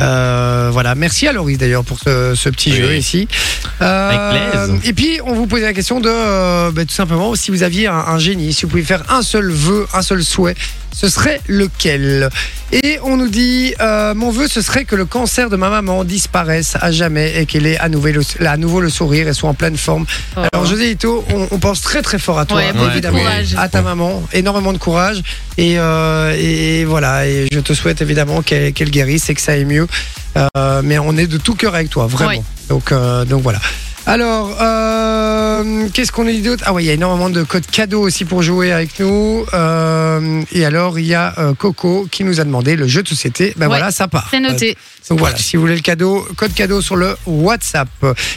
[SPEAKER 3] Euh, voilà, merci à Loris d'ailleurs pour ce, ce petit
[SPEAKER 5] Oui.
[SPEAKER 3] jeu ici. Euh,
[SPEAKER 5] Avec plaisir.
[SPEAKER 3] Et puis, on vous posait la question de euh, bah, tout simplement si vous aviez un, un génie, si vous pouviez faire un seul vœu, un seul souhait, ce serait lequel Et on nous dit euh, mon vœu, ce serait que le cancer de ma maman disparaisse à jamais et qu'elle ait à nouveau, le, à nouveau le sourire et soit en pleine forme. Alors, José Ito, on, on pense très très fort à toi,
[SPEAKER 4] hein. Ouais,
[SPEAKER 5] bon
[SPEAKER 3] évidemment,
[SPEAKER 4] courage.
[SPEAKER 3] à ta maman, énormément de courage. Et, euh, et voilà, et je te souhaite évidemment qu'elle qu'elle guérisse et que ça aille mieux. Euh, mais on est de tout cœur avec toi, vraiment.
[SPEAKER 4] Oui.
[SPEAKER 3] Donc, euh, donc voilà. Alors, euh, qu'est-ce qu'on a dit d'autre Ah oui, il y a énormément de codes cadeaux aussi pour jouer avec nous. Euh, et alors, il y a euh, Coco qui nous a demandé le jeu de société. Ben
[SPEAKER 4] Ouais.
[SPEAKER 3] voilà, ça part.
[SPEAKER 4] C'est noté.
[SPEAKER 3] Donc voilà, si vous voulez le cadeau, code cadeau sur le WhatsApp.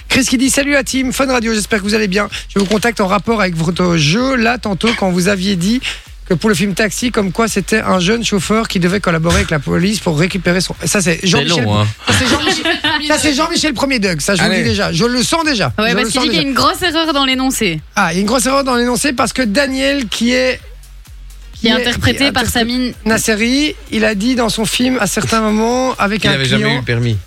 [SPEAKER 3] Chris qui dit Salut la team, Fun Radio, j'espère que vous allez bien. Je vous contacte en rapport avec votre jeu là tantôt quand vous aviez dit que pour le film Taxi, comme quoi c'était un jeune chauffeur qui devait collaborer avec la police pour récupérer son. Ça c'est
[SPEAKER 5] C'est
[SPEAKER 3] Jean-Michel.
[SPEAKER 5] long, hein.
[SPEAKER 3] Ça, c'est Jean-Michel- ça, c'est Jean-Michel Premier Doug, ça je vous le dis
[SPEAKER 6] hein. Allez.
[SPEAKER 3] déjà, je le sens déjà.
[SPEAKER 4] Ouais,
[SPEAKER 3] Je
[SPEAKER 4] parce
[SPEAKER 3] le
[SPEAKER 4] qu'il
[SPEAKER 3] sens
[SPEAKER 4] dit qu'il y a
[SPEAKER 3] déjà.
[SPEAKER 4] une grosse erreur dans l'énoncé,
[SPEAKER 3] Ah, il y a une grosse erreur dans l'énoncé parce que Daniel qui est
[SPEAKER 4] qui est interprété par
[SPEAKER 3] Samir
[SPEAKER 4] Samine.
[SPEAKER 3] Nasseri, il a dit dans son film à certains moments avec
[SPEAKER 6] Il
[SPEAKER 3] un
[SPEAKER 6] n'avait jamais eu
[SPEAKER 3] client.
[SPEAKER 6] le permis.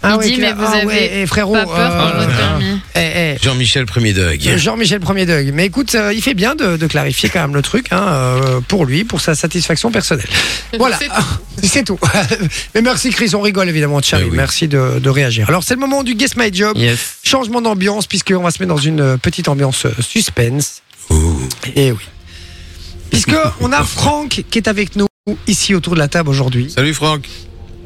[SPEAKER 3] Ah
[SPEAKER 4] Il
[SPEAKER 3] ouais,
[SPEAKER 4] dit,
[SPEAKER 3] qu'il a-
[SPEAKER 4] mais vous
[SPEAKER 3] ah
[SPEAKER 4] avez
[SPEAKER 3] ouais, et frérot,
[SPEAKER 4] Pas peur
[SPEAKER 3] euh,
[SPEAKER 4] pour votre
[SPEAKER 5] voilà.
[SPEAKER 4] permis.
[SPEAKER 3] eh, eh,
[SPEAKER 6] Jean-Michel Premier Doug.
[SPEAKER 3] Jean-Michel Premier Doug. Mais écoute, euh, il fait bien de, de clarifier quand même le truc hein, euh, pour lui, pour sa satisfaction personnelle. Voilà,
[SPEAKER 7] C'est-
[SPEAKER 3] c'est tout. Mais merci Chris, on rigole évidemment, Charlie.
[SPEAKER 6] Eh oui.
[SPEAKER 3] Merci de, de réagir. Alors c'est le moment du Guess My Job.
[SPEAKER 5] Yes.
[SPEAKER 3] Changement d'ambiance, puisqu'on va se mettre dans une petite ambiance euh, suspense.
[SPEAKER 5] Oh.
[SPEAKER 3] Et oui. Puisque on a Franck qui est avec nous ici autour de la table aujourd'hui.
[SPEAKER 6] Salut Franck.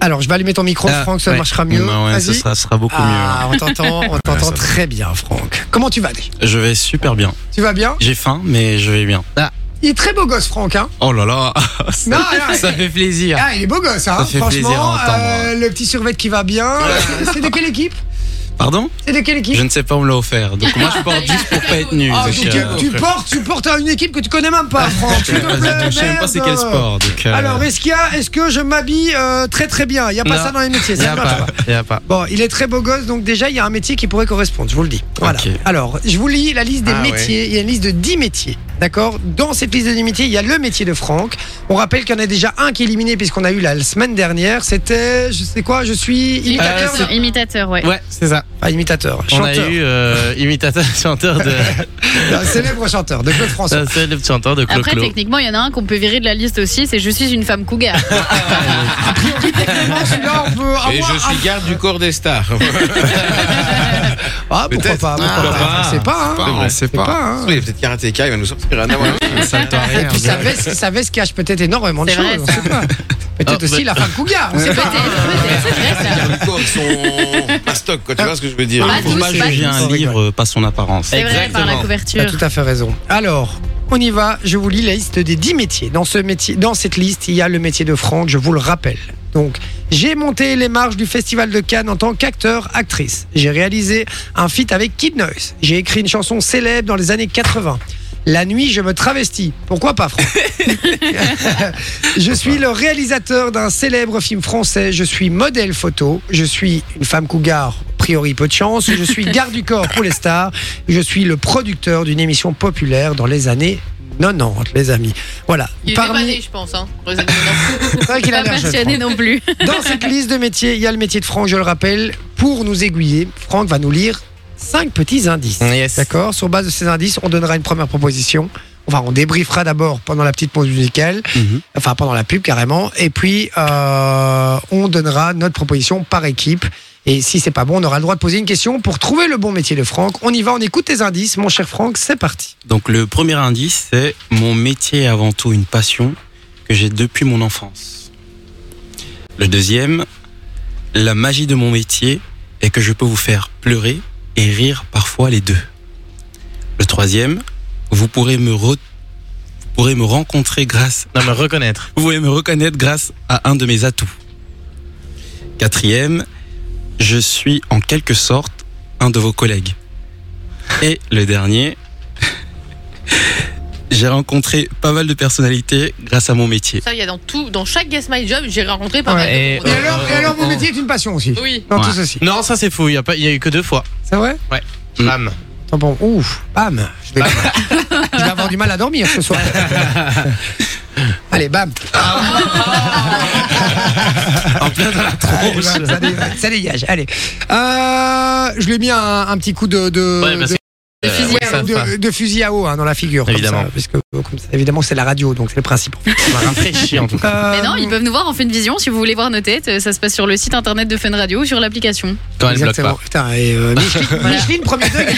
[SPEAKER 3] Alors je vais allumer ton micro,
[SPEAKER 5] Ah,
[SPEAKER 3] Franck, ça
[SPEAKER 5] ouais.
[SPEAKER 3] marchera mieux.
[SPEAKER 5] Non, ouais,
[SPEAKER 3] Vas-y.
[SPEAKER 5] ce sera, ce sera beaucoup
[SPEAKER 3] Ah, on t'entend, on t'entend
[SPEAKER 6] ça-
[SPEAKER 3] très bien, Franck. Comment tu vas déjà
[SPEAKER 5] mieux. Je vais super bien.
[SPEAKER 3] Tu vas bien
[SPEAKER 5] J'ai faim, mais je vais bien. Ah.
[SPEAKER 3] Il est très beau gosse, Franck. Hein
[SPEAKER 5] Oh là là. ça,
[SPEAKER 3] Non, non,
[SPEAKER 5] ça fait plaisir.
[SPEAKER 3] Ah, il est beau gosse, hein,
[SPEAKER 5] Ça fait plaisir à
[SPEAKER 3] franchement.
[SPEAKER 5] entendre.
[SPEAKER 3] euh, le petit survêt qui va bien. Euh, C'est de quelle équipe
[SPEAKER 5] Pardon
[SPEAKER 3] C'est de quelle équipe
[SPEAKER 5] Je ne sais pas, on me l'a offert. Donc moi, je porte juste pour pas être nu.
[SPEAKER 3] Ah,
[SPEAKER 5] donc,
[SPEAKER 3] donc,
[SPEAKER 5] euh,
[SPEAKER 3] tu, portes, tu portes à une équipe que tu connais même pas, Franck. S'il te
[SPEAKER 5] vas-y,
[SPEAKER 3] plaît,
[SPEAKER 5] donc, je sais même pas
[SPEAKER 3] merde.
[SPEAKER 5] c'est quel sport. Donc, euh,
[SPEAKER 3] Alors, est-ce qu'il y a, est-ce que je m'habille euh, très très bien Il n'y a pas
[SPEAKER 5] Non.
[SPEAKER 3] ça dans les métiers.
[SPEAKER 5] y
[SPEAKER 3] ça
[SPEAKER 5] a
[SPEAKER 3] me
[SPEAKER 5] pas,
[SPEAKER 3] va.
[SPEAKER 5] y a pas.
[SPEAKER 3] Bon, il est très beau gosse, donc déjà, il y a un métier qui pourrait correspondre, je vous le dis. Voilà.
[SPEAKER 5] Ok.
[SPEAKER 3] Alors, je vous lis la liste des
[SPEAKER 6] Ah,
[SPEAKER 3] métiers. Il y a une liste de 10 métiers. D'accord Dans cette liste de 10 métiers, il y a le métier de Franck. On rappelle qu'il y en a déjà un qui est éliminé, puisqu'on a eu la semaine dernière. C'était, je sais quoi, je suis imitateur.
[SPEAKER 4] Imitateur, imitateur, ouais.
[SPEAKER 5] Ouais, Euh, c'est ça.
[SPEAKER 3] Pas imitateur,
[SPEAKER 5] On
[SPEAKER 3] chanteur.
[SPEAKER 5] a eu euh, imitateur chanteur de
[SPEAKER 3] Un célèbre chanteur de Claude François.
[SPEAKER 5] un célèbre chanteur de
[SPEAKER 4] Après,
[SPEAKER 5] Clo-Clo.
[SPEAKER 4] techniquement, il y en a un qu'on peut virer de la liste aussi, c'est Je suis une femme cougar.
[SPEAKER 3] A priori, techniquement, celui-là, on peut
[SPEAKER 6] Et
[SPEAKER 3] avoir
[SPEAKER 6] je suis garde du corps des stars.
[SPEAKER 3] un- Ah, pourquoi
[SPEAKER 6] Peut-être.
[SPEAKER 3] pas pourquoi
[SPEAKER 5] Ah,
[SPEAKER 3] pas, C'est pas, hein.
[SPEAKER 6] pas.
[SPEAKER 5] Ah,
[SPEAKER 6] Ouais,
[SPEAKER 5] c'est
[SPEAKER 3] C'est
[SPEAKER 5] pas.
[SPEAKER 3] pas, hein.
[SPEAKER 6] Il est peut-être karatéka, il va nous sortir un avant.
[SPEAKER 5] Ça doit
[SPEAKER 3] Et
[SPEAKER 5] rien.
[SPEAKER 3] puis sa veste, sa veste cache peut-être énormément de
[SPEAKER 4] C'est
[SPEAKER 3] choses.
[SPEAKER 4] vrai,
[SPEAKER 3] on sait pas. Peut-être
[SPEAKER 5] Ah,
[SPEAKER 3] aussi
[SPEAKER 5] mais-
[SPEAKER 3] la femme Cougar. On sait pas.
[SPEAKER 4] Ah,
[SPEAKER 6] Garde du corps, ils sont pas stock, quoi. Tu vois ce que je veux dire
[SPEAKER 4] Ah,
[SPEAKER 5] Faut
[SPEAKER 4] tous,
[SPEAKER 5] pas
[SPEAKER 4] pas
[SPEAKER 5] juger
[SPEAKER 4] tous.
[SPEAKER 5] un
[SPEAKER 3] Sans
[SPEAKER 5] livre, pas son apparence.
[SPEAKER 4] C'est vrai, par la
[SPEAKER 3] T'as
[SPEAKER 4] couverture.
[SPEAKER 3] tout à fait raison. Alors, on y va. Je vous lis la liste des 10 métiers. Dans, ce métier, dans cette liste, il y a le métier de Franck, je vous le rappelle. Donc, j'ai monté les marches du Festival de Cannes en tant qu'acteur, actrice. J'ai réalisé un feat avec Kid Noise. J'ai écrit une chanson célèbre dans les années 80. La nuit, je me travestis. Pourquoi pas, Franck Je suis le réalisateur d'un célèbre film français. Je suis modèle photo. Je suis une femme cougar priori peu de chance. Je suis garde du corps pour les stars. Je suis le producteur d'une émission populaire dans les années 90, les amis. Voilà.
[SPEAKER 7] Il est dépanné, je pense. Hein, pour les années 90.
[SPEAKER 3] C'est vrai qu'il a
[SPEAKER 4] Pas
[SPEAKER 3] l'air jeune,
[SPEAKER 4] passionné non plus.
[SPEAKER 3] dans cette liste de métiers, il y a le métier de Franck, je le rappelle. Pour nous aiguiller, Franck va nous lire cinq petits indices.
[SPEAKER 5] Yes.
[SPEAKER 3] D'accord Sur base de ces indices, on donnera une première proposition. Enfin, on débriefera d'abord pendant la petite pause musicale,
[SPEAKER 5] Mhm.
[SPEAKER 3] enfin pendant la pub carrément, et puis euh, on donnera notre proposition par équipe. Et si c'est pas bon, on aura le droit de poser une question pour trouver le bon métier de Franck. On y va, on écoute tes indices, mon cher Franck, c'est parti.
[SPEAKER 10] Donc le premier indice, c'est mon métier est avant tout une passion que j'ai depuis mon enfance. Le deuxième, la magie de mon métier est que je peux vous faire pleurer et rire parfois les deux. Le troisième, vous pourrez me, re- vous pourrez me rencontrer grâce
[SPEAKER 5] Non, mais reconnaître.
[SPEAKER 10] vous pouvez me reconnaître grâce à un de mes atouts. Quatrième, je suis en quelque sorte un de vos collègues. Et le dernier, j'ai rencontré pas mal de personnalités grâce à mon métier.
[SPEAKER 7] Ça, il y a dans tout, dans chaque Guess My Job, j'ai rencontré pas mal
[SPEAKER 5] Ouais, et-
[SPEAKER 7] de
[SPEAKER 3] Et
[SPEAKER 7] monde.
[SPEAKER 3] alors, et alors, mon métier est une passion aussi.
[SPEAKER 7] Oui.
[SPEAKER 3] Dans
[SPEAKER 10] Ouais.
[SPEAKER 3] tout ceci.
[SPEAKER 5] Non, ça c'est faux. Il y a pas, il y a eu que deux fois.
[SPEAKER 3] C'est vrai
[SPEAKER 10] Mm.
[SPEAKER 5] Bam.
[SPEAKER 3] Attends, bon, ouf, bam. Je vais, je vais avoir du mal à dormir ce soir. Allez, bam.
[SPEAKER 5] Ah. En plein dans la
[SPEAKER 3] Allez,
[SPEAKER 5] tronche.
[SPEAKER 3] bam, ça, dé- ça dégage. Allez. Euh, je lui ai mis un, un petit coup de, de,
[SPEAKER 5] Ouais, parce
[SPEAKER 3] de- hein,
[SPEAKER 5] que, euh,
[SPEAKER 4] fusil
[SPEAKER 5] ouais,
[SPEAKER 4] à
[SPEAKER 5] ça,
[SPEAKER 3] de-
[SPEAKER 5] enfin,
[SPEAKER 3] de fusil à eau hein, dans la figure. comme
[SPEAKER 5] Évidemment.
[SPEAKER 3] ça, parce que, euh, comme ça, évidemment, c'est la radio, donc c'est le principe.
[SPEAKER 5] ça m'a rafraîchi en tout cas.
[SPEAKER 3] Euh,
[SPEAKER 4] Mais non, ils peuvent nous voir en Fun Vision si vous voulez voir nos têtes. euh, Ça se passe sur le site internet de Fun Radio ou sur l'application.
[SPEAKER 5] Quand elle bloque
[SPEAKER 3] Exactement.
[SPEAKER 5] pas.
[SPEAKER 3] Putain, et euh, Micheline,
[SPEAKER 4] Voilà.
[SPEAKER 3] Micheline, premier degré.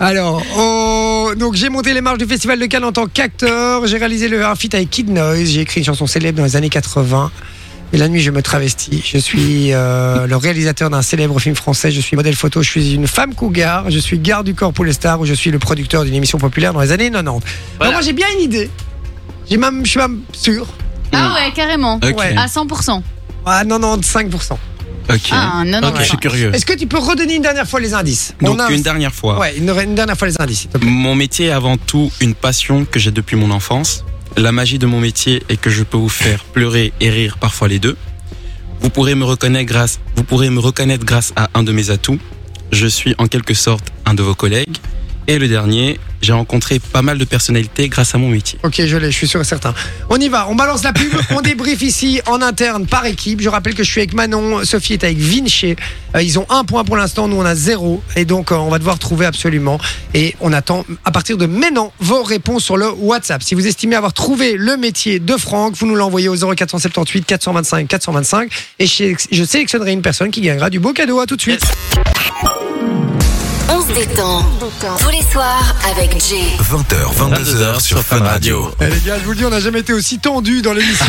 [SPEAKER 3] Alors, oh, donc j'ai monté les marches du Festival de Cannes en tant qu'acteur. J'ai réalisé le un feat avec Kid Noise. J'ai écrit une chanson célèbre dans les années 80. Et la nuit, je me travestis. Je suis euh, le réalisateur d'un célèbre film français. Je suis modèle photo. Je suis une femme cougar. Je suis garde du corps pour les stars. Ou je suis le producteur d'une émission populaire dans les années 90. Alors,
[SPEAKER 5] Voilà.
[SPEAKER 3] moi, j'ai bien une idée. J'ai même, je suis même sûr. Ah,
[SPEAKER 4] Ah ouais, carrément.
[SPEAKER 10] Ok,
[SPEAKER 3] Ouais.
[SPEAKER 4] À 100%.
[SPEAKER 3] À 95%.
[SPEAKER 10] ok.
[SPEAKER 4] Ah, non, non.
[SPEAKER 10] Ok, je suis curieux.
[SPEAKER 3] Est-ce que tu peux redonner une dernière fois les indices
[SPEAKER 10] Donc
[SPEAKER 3] On a un-
[SPEAKER 10] une dernière fois.
[SPEAKER 3] Ouais, une, une dernière fois les indices, s'il te plaît.
[SPEAKER 10] Mon métier est avant tout une passion que j'ai depuis mon enfance. La magie de mon métier est que je peux vous faire pleurer et rire parfois les deux. Vous pourrez me reconnaître grâce, vous pourrez me reconnaître grâce à un de mes atouts. Je suis en quelque sorte un de vos collègues. Et le dernier, j'ai rencontré pas mal de personnalités grâce à mon métier.
[SPEAKER 3] Ok, je l'ai, je suis sûr et certain. On y va, on balance la pub, on débrief ici en interne par équipe. Je rappelle que je suis avec Manon, Sophie est avec Vinci. Euh, ils ont un point pour l'instant, nous on a zéro. Et donc euh, on va devoir trouver absolument. Et on attend à partir de maintenant vos réponses sur le WhatsApp. Si vous estimez avoir trouvé le métier de Franck, vous nous l'envoyez au 0478 425 425. Et je, je sélectionnerai une personne qui gagnera du beau cadeau. À tout de suite.
[SPEAKER 1] On se détend. Tous les soirs avec Jay.
[SPEAKER 2] 20h,
[SPEAKER 6] Ah.
[SPEAKER 2] 22h sur Fun Radio.
[SPEAKER 3] Eh, les gars, je vous le dis, on n'a jamais été aussi tendu dans l'émission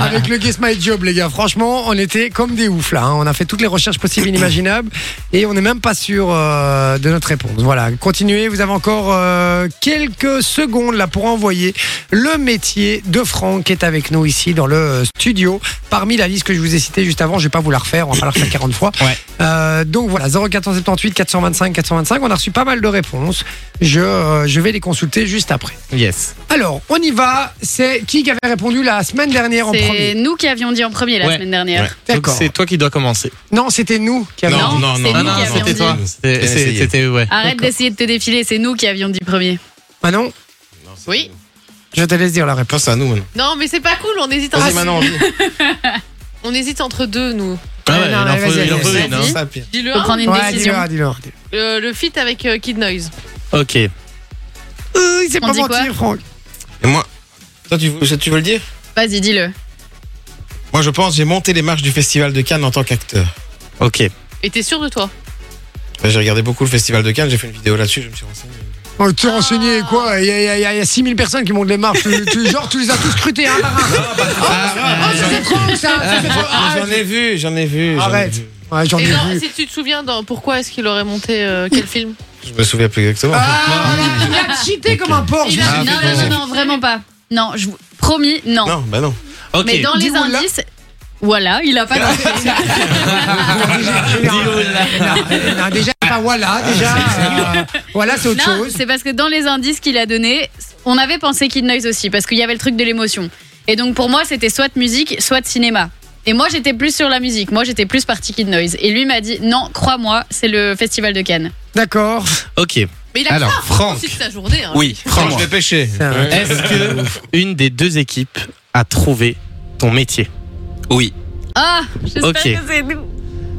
[SPEAKER 3] avec le Guess My Job, les gars. Franchement, on était comme des oufs là. hein. On a fait toutes les recherches possibles, inimaginables, et on n'est même pas sûr euh, de notre réponse. Voilà, continuez. Vous avez encore euh, quelques secondes là pour envoyer le métier de Franck qui est avec nous ici dans le euh, studio. Parmi la liste que je vous ai citée juste avant, je vais pas vous la refaire. On va pas la refaire 40 fois.
[SPEAKER 5] Ouais.
[SPEAKER 3] Euh, donc voilà, 0478 425 425. On a reçu pas mal de réponses. Je, euh, je vais les consulter juste après.
[SPEAKER 5] Yes.
[SPEAKER 3] Alors, on y va. C'est qui qui avait répondu la semaine dernière en
[SPEAKER 4] C'est
[SPEAKER 3] premier
[SPEAKER 4] nous qui avions dit en premier la
[SPEAKER 5] Ouais.
[SPEAKER 4] semaine dernière.
[SPEAKER 6] Ouais.
[SPEAKER 5] Donc
[SPEAKER 3] D'accord.
[SPEAKER 5] c'est toi qui dois commencer.
[SPEAKER 3] Non, c'était nous qui avions
[SPEAKER 6] Non,
[SPEAKER 3] dit.
[SPEAKER 6] non,
[SPEAKER 4] c'est
[SPEAKER 6] non,
[SPEAKER 5] Ah
[SPEAKER 4] nous
[SPEAKER 5] non,
[SPEAKER 4] qui avions
[SPEAKER 5] c'était
[SPEAKER 4] dit.
[SPEAKER 5] toi. C'était- c'est- C'était ouais.
[SPEAKER 4] Arrête d'essayer de te défiler, c'est nous qui avions dit premier.
[SPEAKER 3] Manon,
[SPEAKER 7] Oui.
[SPEAKER 3] je te laisse dire la réponse.
[SPEAKER 6] Pense à nous maintenant.
[SPEAKER 7] Non, mais c'est pas cool, on hésite
[SPEAKER 6] Vas-y
[SPEAKER 7] entre,
[SPEAKER 6] maintenant,
[SPEAKER 7] on hésite entre deux, nous.
[SPEAKER 5] Ah
[SPEAKER 3] Ouais,
[SPEAKER 5] ouais, il
[SPEAKER 3] non,
[SPEAKER 5] en
[SPEAKER 3] mais
[SPEAKER 5] faut
[SPEAKER 3] vas-y,
[SPEAKER 5] il en
[SPEAKER 3] vas-y,
[SPEAKER 5] faut
[SPEAKER 4] vas-y.
[SPEAKER 5] une, hein.
[SPEAKER 4] Si.
[SPEAKER 6] ça pire.
[SPEAKER 7] Dis-le
[SPEAKER 4] Faut
[SPEAKER 7] un,
[SPEAKER 4] prendre une
[SPEAKER 3] Ouais,
[SPEAKER 4] décision.
[SPEAKER 3] dis-le, dis-le. dis-le.
[SPEAKER 7] le, le feat avec euh, Kid Noise.
[SPEAKER 5] Ok.
[SPEAKER 3] Euh, il sait
[SPEAKER 4] On
[SPEAKER 3] pas
[SPEAKER 4] dit
[SPEAKER 3] mentir, Franck.
[SPEAKER 6] Et moi, toi, tu, veux- tu veux le dire
[SPEAKER 4] Vas-y, dis-le.
[SPEAKER 6] Moi, je pense, j'ai monté les marches du Festival de Cannes en tant qu'acteur.
[SPEAKER 5] Ok.
[SPEAKER 7] Et t'es sûr de toi
[SPEAKER 6] J'ai regardé beaucoup le Festival de Cannes, j'ai fait une vidéo là-dessus, je me suis renseigné.
[SPEAKER 3] Oh,
[SPEAKER 4] Ah.
[SPEAKER 3] tu es renseigné, quoi Il y a, il y a- il y a- il y a 6000 personnes qui montent les marches. Tu- tu- genre, tu les as tous hein, scrutés un par un.
[SPEAKER 4] Oh,
[SPEAKER 3] Ah, ça c'est Franck, ça Ça, c'est Franck.
[SPEAKER 6] J'en ai vu, j'en ai vu. j'en ai
[SPEAKER 3] Arrête.
[SPEAKER 6] vu.
[SPEAKER 3] Ouais, j'en ai
[SPEAKER 7] Et non,
[SPEAKER 3] vu.
[SPEAKER 7] si tu te souviens dans, pourquoi est-ce qu'il aurait monté euh, quel film
[SPEAKER 6] Je me souviens plus exactement.
[SPEAKER 3] Ah, il a cheaté comme un porc.
[SPEAKER 4] Il
[SPEAKER 3] je
[SPEAKER 4] a-
[SPEAKER 3] vous
[SPEAKER 6] Ah,
[SPEAKER 4] non,
[SPEAKER 6] mais
[SPEAKER 4] non, non,
[SPEAKER 6] bon.
[SPEAKER 4] non, vraiment pas. Non, je vous promis, non.
[SPEAKER 6] Non, bah non.
[SPEAKER 5] Ok.
[SPEAKER 4] Mais dans les
[SPEAKER 3] Dis-moi là.
[SPEAKER 4] indices, voilà, il a pas compris.
[SPEAKER 3] dis. Non, non, Déjà, pas voilà, déjà. euh, Voilà, c'est autre
[SPEAKER 4] Non,
[SPEAKER 3] chose.
[SPEAKER 4] c'est parce que dans les indices qu'il a donné, on avait pensé Kid Noise aussi, parce qu'il y avait le truc de l'émotion. Et donc pour moi, c'était soit musique, soit cinéma. Et moi, j'étais plus sur la musique. Moi, j'étais plus partie Kid Noise. Et lui m'a dit non, crois-moi, c'est le festival de Cannes.
[SPEAKER 3] D'accord.
[SPEAKER 5] Ok.
[SPEAKER 7] Mais il a
[SPEAKER 5] Alors,
[SPEAKER 7] que ça
[SPEAKER 5] Franck.
[SPEAKER 7] aussi de sa journée. hein.
[SPEAKER 5] Oui,
[SPEAKER 6] je
[SPEAKER 5] franchement.
[SPEAKER 6] vais pêcher.
[SPEAKER 5] Est-ce que une des deux équipes a trouvé ton métier
[SPEAKER 10] Oui.
[SPEAKER 4] Ah, j'espère
[SPEAKER 5] Ok.
[SPEAKER 4] que c'est nous.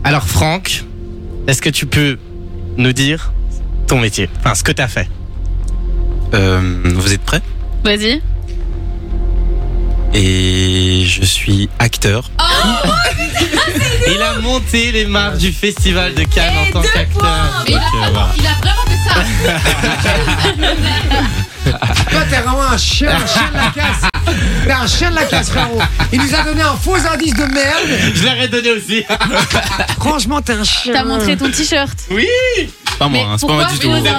[SPEAKER 5] Alors Franck, est-ce que tu peux nous dire ton métier Enfin, ce que t'as fait.
[SPEAKER 10] Euh, vous êtes prêts
[SPEAKER 4] Vas-y.
[SPEAKER 10] Et je suis acteur.
[SPEAKER 5] Il a monté les marques du festival de Cannes en tant qu'acteur.
[SPEAKER 7] Mais il, a vraiment, il a vraiment fait ça.
[SPEAKER 3] Toi, t'es vraiment un chien, un chien de la casse. T'es un chien de la casse, frérot. Il nous a donné un faux indice de merde.
[SPEAKER 5] Je l'aurais donné aussi.
[SPEAKER 3] Franchement, t'es un chien.
[SPEAKER 4] T'as montré ton t-shirt.
[SPEAKER 10] Pas moi,
[SPEAKER 4] Mais
[SPEAKER 10] hein, c'est pas
[SPEAKER 4] pourquoi
[SPEAKER 10] moi du
[SPEAKER 4] vous
[SPEAKER 10] tout.
[SPEAKER 4] nous avez-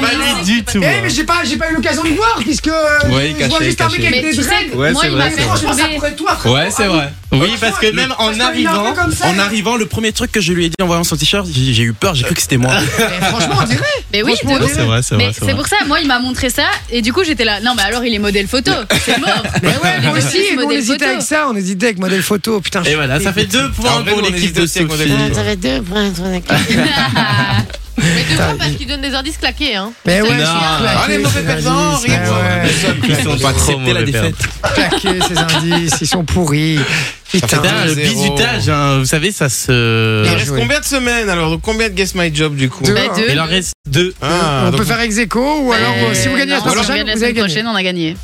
[SPEAKER 5] du tout.
[SPEAKER 3] Eh, mais j'ai pas, j'ai pas eu l'occasion de voir, puisque. euh,
[SPEAKER 10] Ouais,
[SPEAKER 3] je vois
[SPEAKER 10] caché,
[SPEAKER 3] juste un
[SPEAKER 10] caché.
[SPEAKER 3] mec
[SPEAKER 4] Mais
[SPEAKER 3] avec
[SPEAKER 4] tu
[SPEAKER 3] des
[SPEAKER 4] sais,
[SPEAKER 3] dreads.
[SPEAKER 4] que
[SPEAKER 5] Ouais,
[SPEAKER 4] moi,
[SPEAKER 5] c'est
[SPEAKER 4] il
[SPEAKER 5] vrai,
[SPEAKER 4] m'a
[SPEAKER 3] Mais
[SPEAKER 5] c'est vrai.
[SPEAKER 3] franchement, je pensais
[SPEAKER 4] trouvé.
[SPEAKER 3] après toi, frérot.
[SPEAKER 10] Ouais, c'est vrai.
[SPEAKER 5] Oui, parce que
[SPEAKER 3] Franchement,
[SPEAKER 5] même en
[SPEAKER 3] parce qu'il a un
[SPEAKER 5] arrivant,
[SPEAKER 3] peu comme ça,
[SPEAKER 10] En
[SPEAKER 3] il-
[SPEAKER 10] arrivant, le premier truc que je lui ai dit en voyant son t-shirt, j'ai j'ai eu peur, j'ai cru que c'était moi.
[SPEAKER 3] Mais Franchement, on dirait.
[SPEAKER 4] Mais oui,
[SPEAKER 3] Franchement,
[SPEAKER 4] de
[SPEAKER 3] on
[SPEAKER 4] ouf.
[SPEAKER 3] dirait.
[SPEAKER 5] vrai, c'est
[SPEAKER 4] Mais c'est pour ça, moi il m'a montré ça et du coup j'étais là. Non mais alors il est modèle photo, c'est mort.
[SPEAKER 3] Mais ouais,
[SPEAKER 4] Les
[SPEAKER 3] moi
[SPEAKER 4] deux,
[SPEAKER 3] aussi,
[SPEAKER 4] c'est
[SPEAKER 3] on
[SPEAKER 4] modèle
[SPEAKER 3] hésitait
[SPEAKER 4] photo.
[SPEAKER 3] avec ça, on hésitait avec modèle photo, putain.
[SPEAKER 5] Et voilà, ça fait deux points
[SPEAKER 6] En vrai,
[SPEAKER 5] pour
[SPEAKER 6] nous, on
[SPEAKER 5] l'équipe
[SPEAKER 6] hésite
[SPEAKER 5] de
[SPEAKER 6] aussi avec
[SPEAKER 5] Sophie.
[SPEAKER 6] Modèle Photo.
[SPEAKER 7] Mais de quoi Parce qu'il donne des indices claqués. Hein.
[SPEAKER 3] Mais ouais,
[SPEAKER 5] Non.
[SPEAKER 3] je suis claqué,
[SPEAKER 6] Ah, les
[SPEAKER 3] ces
[SPEAKER 6] mauvais perdants,
[SPEAKER 3] indices,
[SPEAKER 6] regarde.
[SPEAKER 3] mais ouais.
[SPEAKER 5] Ils sont pas trop mauvais perdants.
[SPEAKER 3] Claqué ces indices, ils sont pourris.
[SPEAKER 6] fait
[SPEAKER 3] Putain.
[SPEAKER 5] Putain, le
[SPEAKER 6] Zéro.
[SPEAKER 5] bisutage, hein, vous savez, ça
[SPEAKER 6] Il
[SPEAKER 5] se.
[SPEAKER 3] Bien
[SPEAKER 6] reste
[SPEAKER 3] joué.
[SPEAKER 6] combien de semaines alors Donc combien de Guess My Job du coup
[SPEAKER 3] Deux. hein.
[SPEAKER 4] Bah, deux.
[SPEAKER 5] Il en reste deux.
[SPEAKER 6] Ah,
[SPEAKER 3] on
[SPEAKER 6] donc-
[SPEAKER 3] peut faire ex aequo, ou alors
[SPEAKER 4] Euh,
[SPEAKER 3] euh, si vous gagnez la
[SPEAKER 4] non,
[SPEAKER 3] semaine
[SPEAKER 4] si on
[SPEAKER 3] prochaine,
[SPEAKER 4] gagne la
[SPEAKER 3] vous avez
[SPEAKER 4] semaine
[SPEAKER 3] gagné.
[SPEAKER 4] prochaine, on a gagné.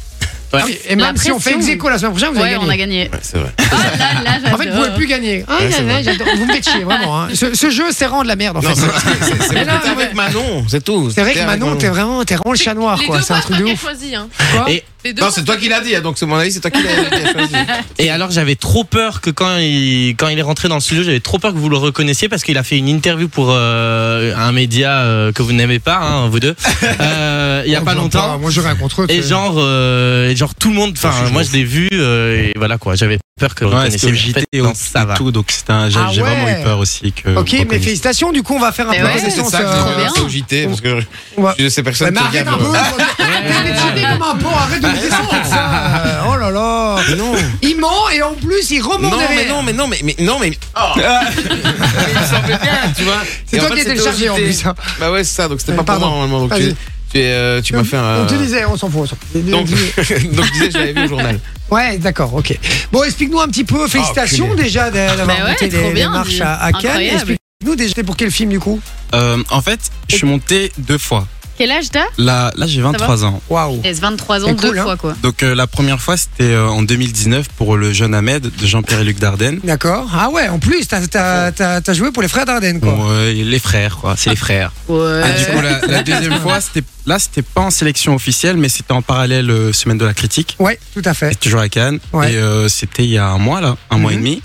[SPEAKER 3] Ah oui, Et même
[SPEAKER 4] La
[SPEAKER 3] si on fait
[SPEAKER 4] pression.
[SPEAKER 3] ex aequo la semaine prochaine, vous
[SPEAKER 4] Ouais,
[SPEAKER 3] avez
[SPEAKER 4] on a
[SPEAKER 3] gagné.
[SPEAKER 4] gagné.
[SPEAKER 6] C'est vrai.
[SPEAKER 4] Oh là là, j'adore.
[SPEAKER 3] En fait, vous pouvez plus gagner. Ah,
[SPEAKER 6] Ouais, c'est
[SPEAKER 3] là, là,
[SPEAKER 6] vrai.
[SPEAKER 3] j'adore. vous me faites chier, vraiment. hein. Ce, ce jeu, c'est rendre la merde, en fait.
[SPEAKER 6] C'est
[SPEAKER 3] Mais non,
[SPEAKER 6] t'es avec Manon, c'est tout.
[SPEAKER 3] C'est vrai
[SPEAKER 6] T'es
[SPEAKER 3] que
[SPEAKER 6] avec
[SPEAKER 3] Manon, t'es vraiment, t'es vraiment le chat noir,
[SPEAKER 7] Les
[SPEAKER 3] Ah, quoi.
[SPEAKER 7] deux
[SPEAKER 3] C'est un
[SPEAKER 7] fois,
[SPEAKER 3] truc
[SPEAKER 7] Franck
[SPEAKER 3] de
[SPEAKER 7] a
[SPEAKER 3] ouf.
[SPEAKER 7] choisi. Hein.
[SPEAKER 3] Quoi
[SPEAKER 5] Et-
[SPEAKER 7] Les deux
[SPEAKER 6] Non,
[SPEAKER 7] fois,
[SPEAKER 6] c'est toi qui l'as dit, hein, donc c'est mon avis, c'est toi qui l'as qui l'as choisi. Ah,
[SPEAKER 5] Et alors j'avais trop peur que quand il, quand il est rentré dans le studio, j'avais trop peur que vous le reconnaissiez parce qu'il a fait une interview pour euh, un média euh, que vous n'aimez pas, hein, vous deux, euh, il y a
[SPEAKER 3] Oh,
[SPEAKER 5] pas
[SPEAKER 3] je vois
[SPEAKER 5] longtemps.
[SPEAKER 3] Moi, j'aurais un contre eux.
[SPEAKER 5] Et
[SPEAKER 3] que-
[SPEAKER 5] genre, euh, et genre tout le monde, enfin moi je l'ai vu euh, et voilà quoi, j'avais peur que vous le
[SPEAKER 10] Ouais, c'était
[SPEAKER 5] reconnaissiez. mais en
[SPEAKER 10] au
[SPEAKER 5] fait,
[SPEAKER 10] JT et
[SPEAKER 5] non,
[SPEAKER 10] au-
[SPEAKER 5] ça va.
[SPEAKER 10] et tout, donc c'était un- j'ai
[SPEAKER 3] Ah
[SPEAKER 10] j'ai vraiment
[SPEAKER 3] ouais.
[SPEAKER 10] eu peur aussi
[SPEAKER 3] Ok,
[SPEAKER 10] que. vous
[SPEAKER 3] mais
[SPEAKER 10] reconnaissiez.
[SPEAKER 3] félicitations. Du coup, on va faire un
[SPEAKER 4] Mais
[SPEAKER 3] peu
[SPEAKER 4] ouais,
[SPEAKER 3] de
[SPEAKER 6] C'est
[SPEAKER 3] sens,
[SPEAKER 6] ça que
[SPEAKER 3] euh,
[SPEAKER 6] je
[SPEAKER 4] trop
[SPEAKER 6] voulais
[SPEAKER 4] bien.
[SPEAKER 6] lancer au JT, parce que je-
[SPEAKER 3] Ouais.
[SPEAKER 6] je suis de ces personnes
[SPEAKER 3] Ouais, mais
[SPEAKER 6] qui
[SPEAKER 3] arrête un
[SPEAKER 6] regardent. euh,
[SPEAKER 3] peu. T'es déchaîné comme un porc. Arrête de me descendre comme ça. Euh, Oh là là.
[SPEAKER 6] euh, Non,
[SPEAKER 3] Il ment et en plus, il remonte
[SPEAKER 6] non, mais
[SPEAKER 3] derrière.
[SPEAKER 6] non, mais non, mais, mais non, mais. Ah. Mais il me semblait bien, tu vois.
[SPEAKER 3] Oh. C'est
[SPEAKER 6] Et en
[SPEAKER 3] toi
[SPEAKER 6] fait,
[SPEAKER 3] qui as
[SPEAKER 6] c'était au
[SPEAKER 3] téléchargé en
[SPEAKER 6] JT.
[SPEAKER 3] plus. hein.
[SPEAKER 6] Bah ouais, c'est ça, donc c'était
[SPEAKER 3] Ouais,
[SPEAKER 6] pas pour
[SPEAKER 3] pardon.
[SPEAKER 6] moi normalement. Donc
[SPEAKER 3] Vas-y.
[SPEAKER 6] tu, tu, es, euh, tu m'as fait un.
[SPEAKER 3] On te disait, on s'en fout. on s'en fout.
[SPEAKER 6] Donc, donc je disais, je l'avais vu au journal.
[SPEAKER 3] Ouais, d'accord, ok. Bon, explique-nous un petit peu.
[SPEAKER 10] Ah,
[SPEAKER 3] Félicitations
[SPEAKER 6] enculé.
[SPEAKER 3] déjà d'a- d'avoir
[SPEAKER 4] Bah ouais,
[SPEAKER 3] monté
[SPEAKER 4] trop
[SPEAKER 3] les, les
[SPEAKER 4] bien,
[SPEAKER 3] marches
[SPEAKER 4] dis.
[SPEAKER 3] à, à Cannes.
[SPEAKER 4] Incroyable.
[SPEAKER 3] Explique-nous déjà c'était pour quel film du coup
[SPEAKER 10] Euh, en fait, je suis monté deux fois.
[SPEAKER 4] Quel âge t'as
[SPEAKER 10] Là, là j'ai 23 ans.
[SPEAKER 3] Waouh.
[SPEAKER 4] Est-ce 23 ans
[SPEAKER 3] C'est
[SPEAKER 4] deux
[SPEAKER 3] cool, hein.
[SPEAKER 4] fois quoi
[SPEAKER 10] Donc euh, la première fois, c'était euh, en 2019 pour le jeune Ahmed de Jean-Pierre et Luc Dardenne.
[SPEAKER 3] D'accord. Ah ouais, en plus, t'as, t'as- t'as- t'as joué pour les frères Dardenne, quoi.
[SPEAKER 10] Bon, euh, les frères, quoi. C'est les frères.
[SPEAKER 5] Ah,
[SPEAKER 10] Et du
[SPEAKER 4] Ouais.
[SPEAKER 10] coup, la, la deuxième fois, c'était là, c'était pas en sélection officielle, mais c'était en parallèle euh, semaine de la critique.
[SPEAKER 3] Ouais, tout à fait.
[SPEAKER 10] Et toujours à Cannes.
[SPEAKER 3] Ouais.
[SPEAKER 10] Et euh, c'était il y a un mois là, un mois et
[SPEAKER 3] Mhm.
[SPEAKER 10] demi.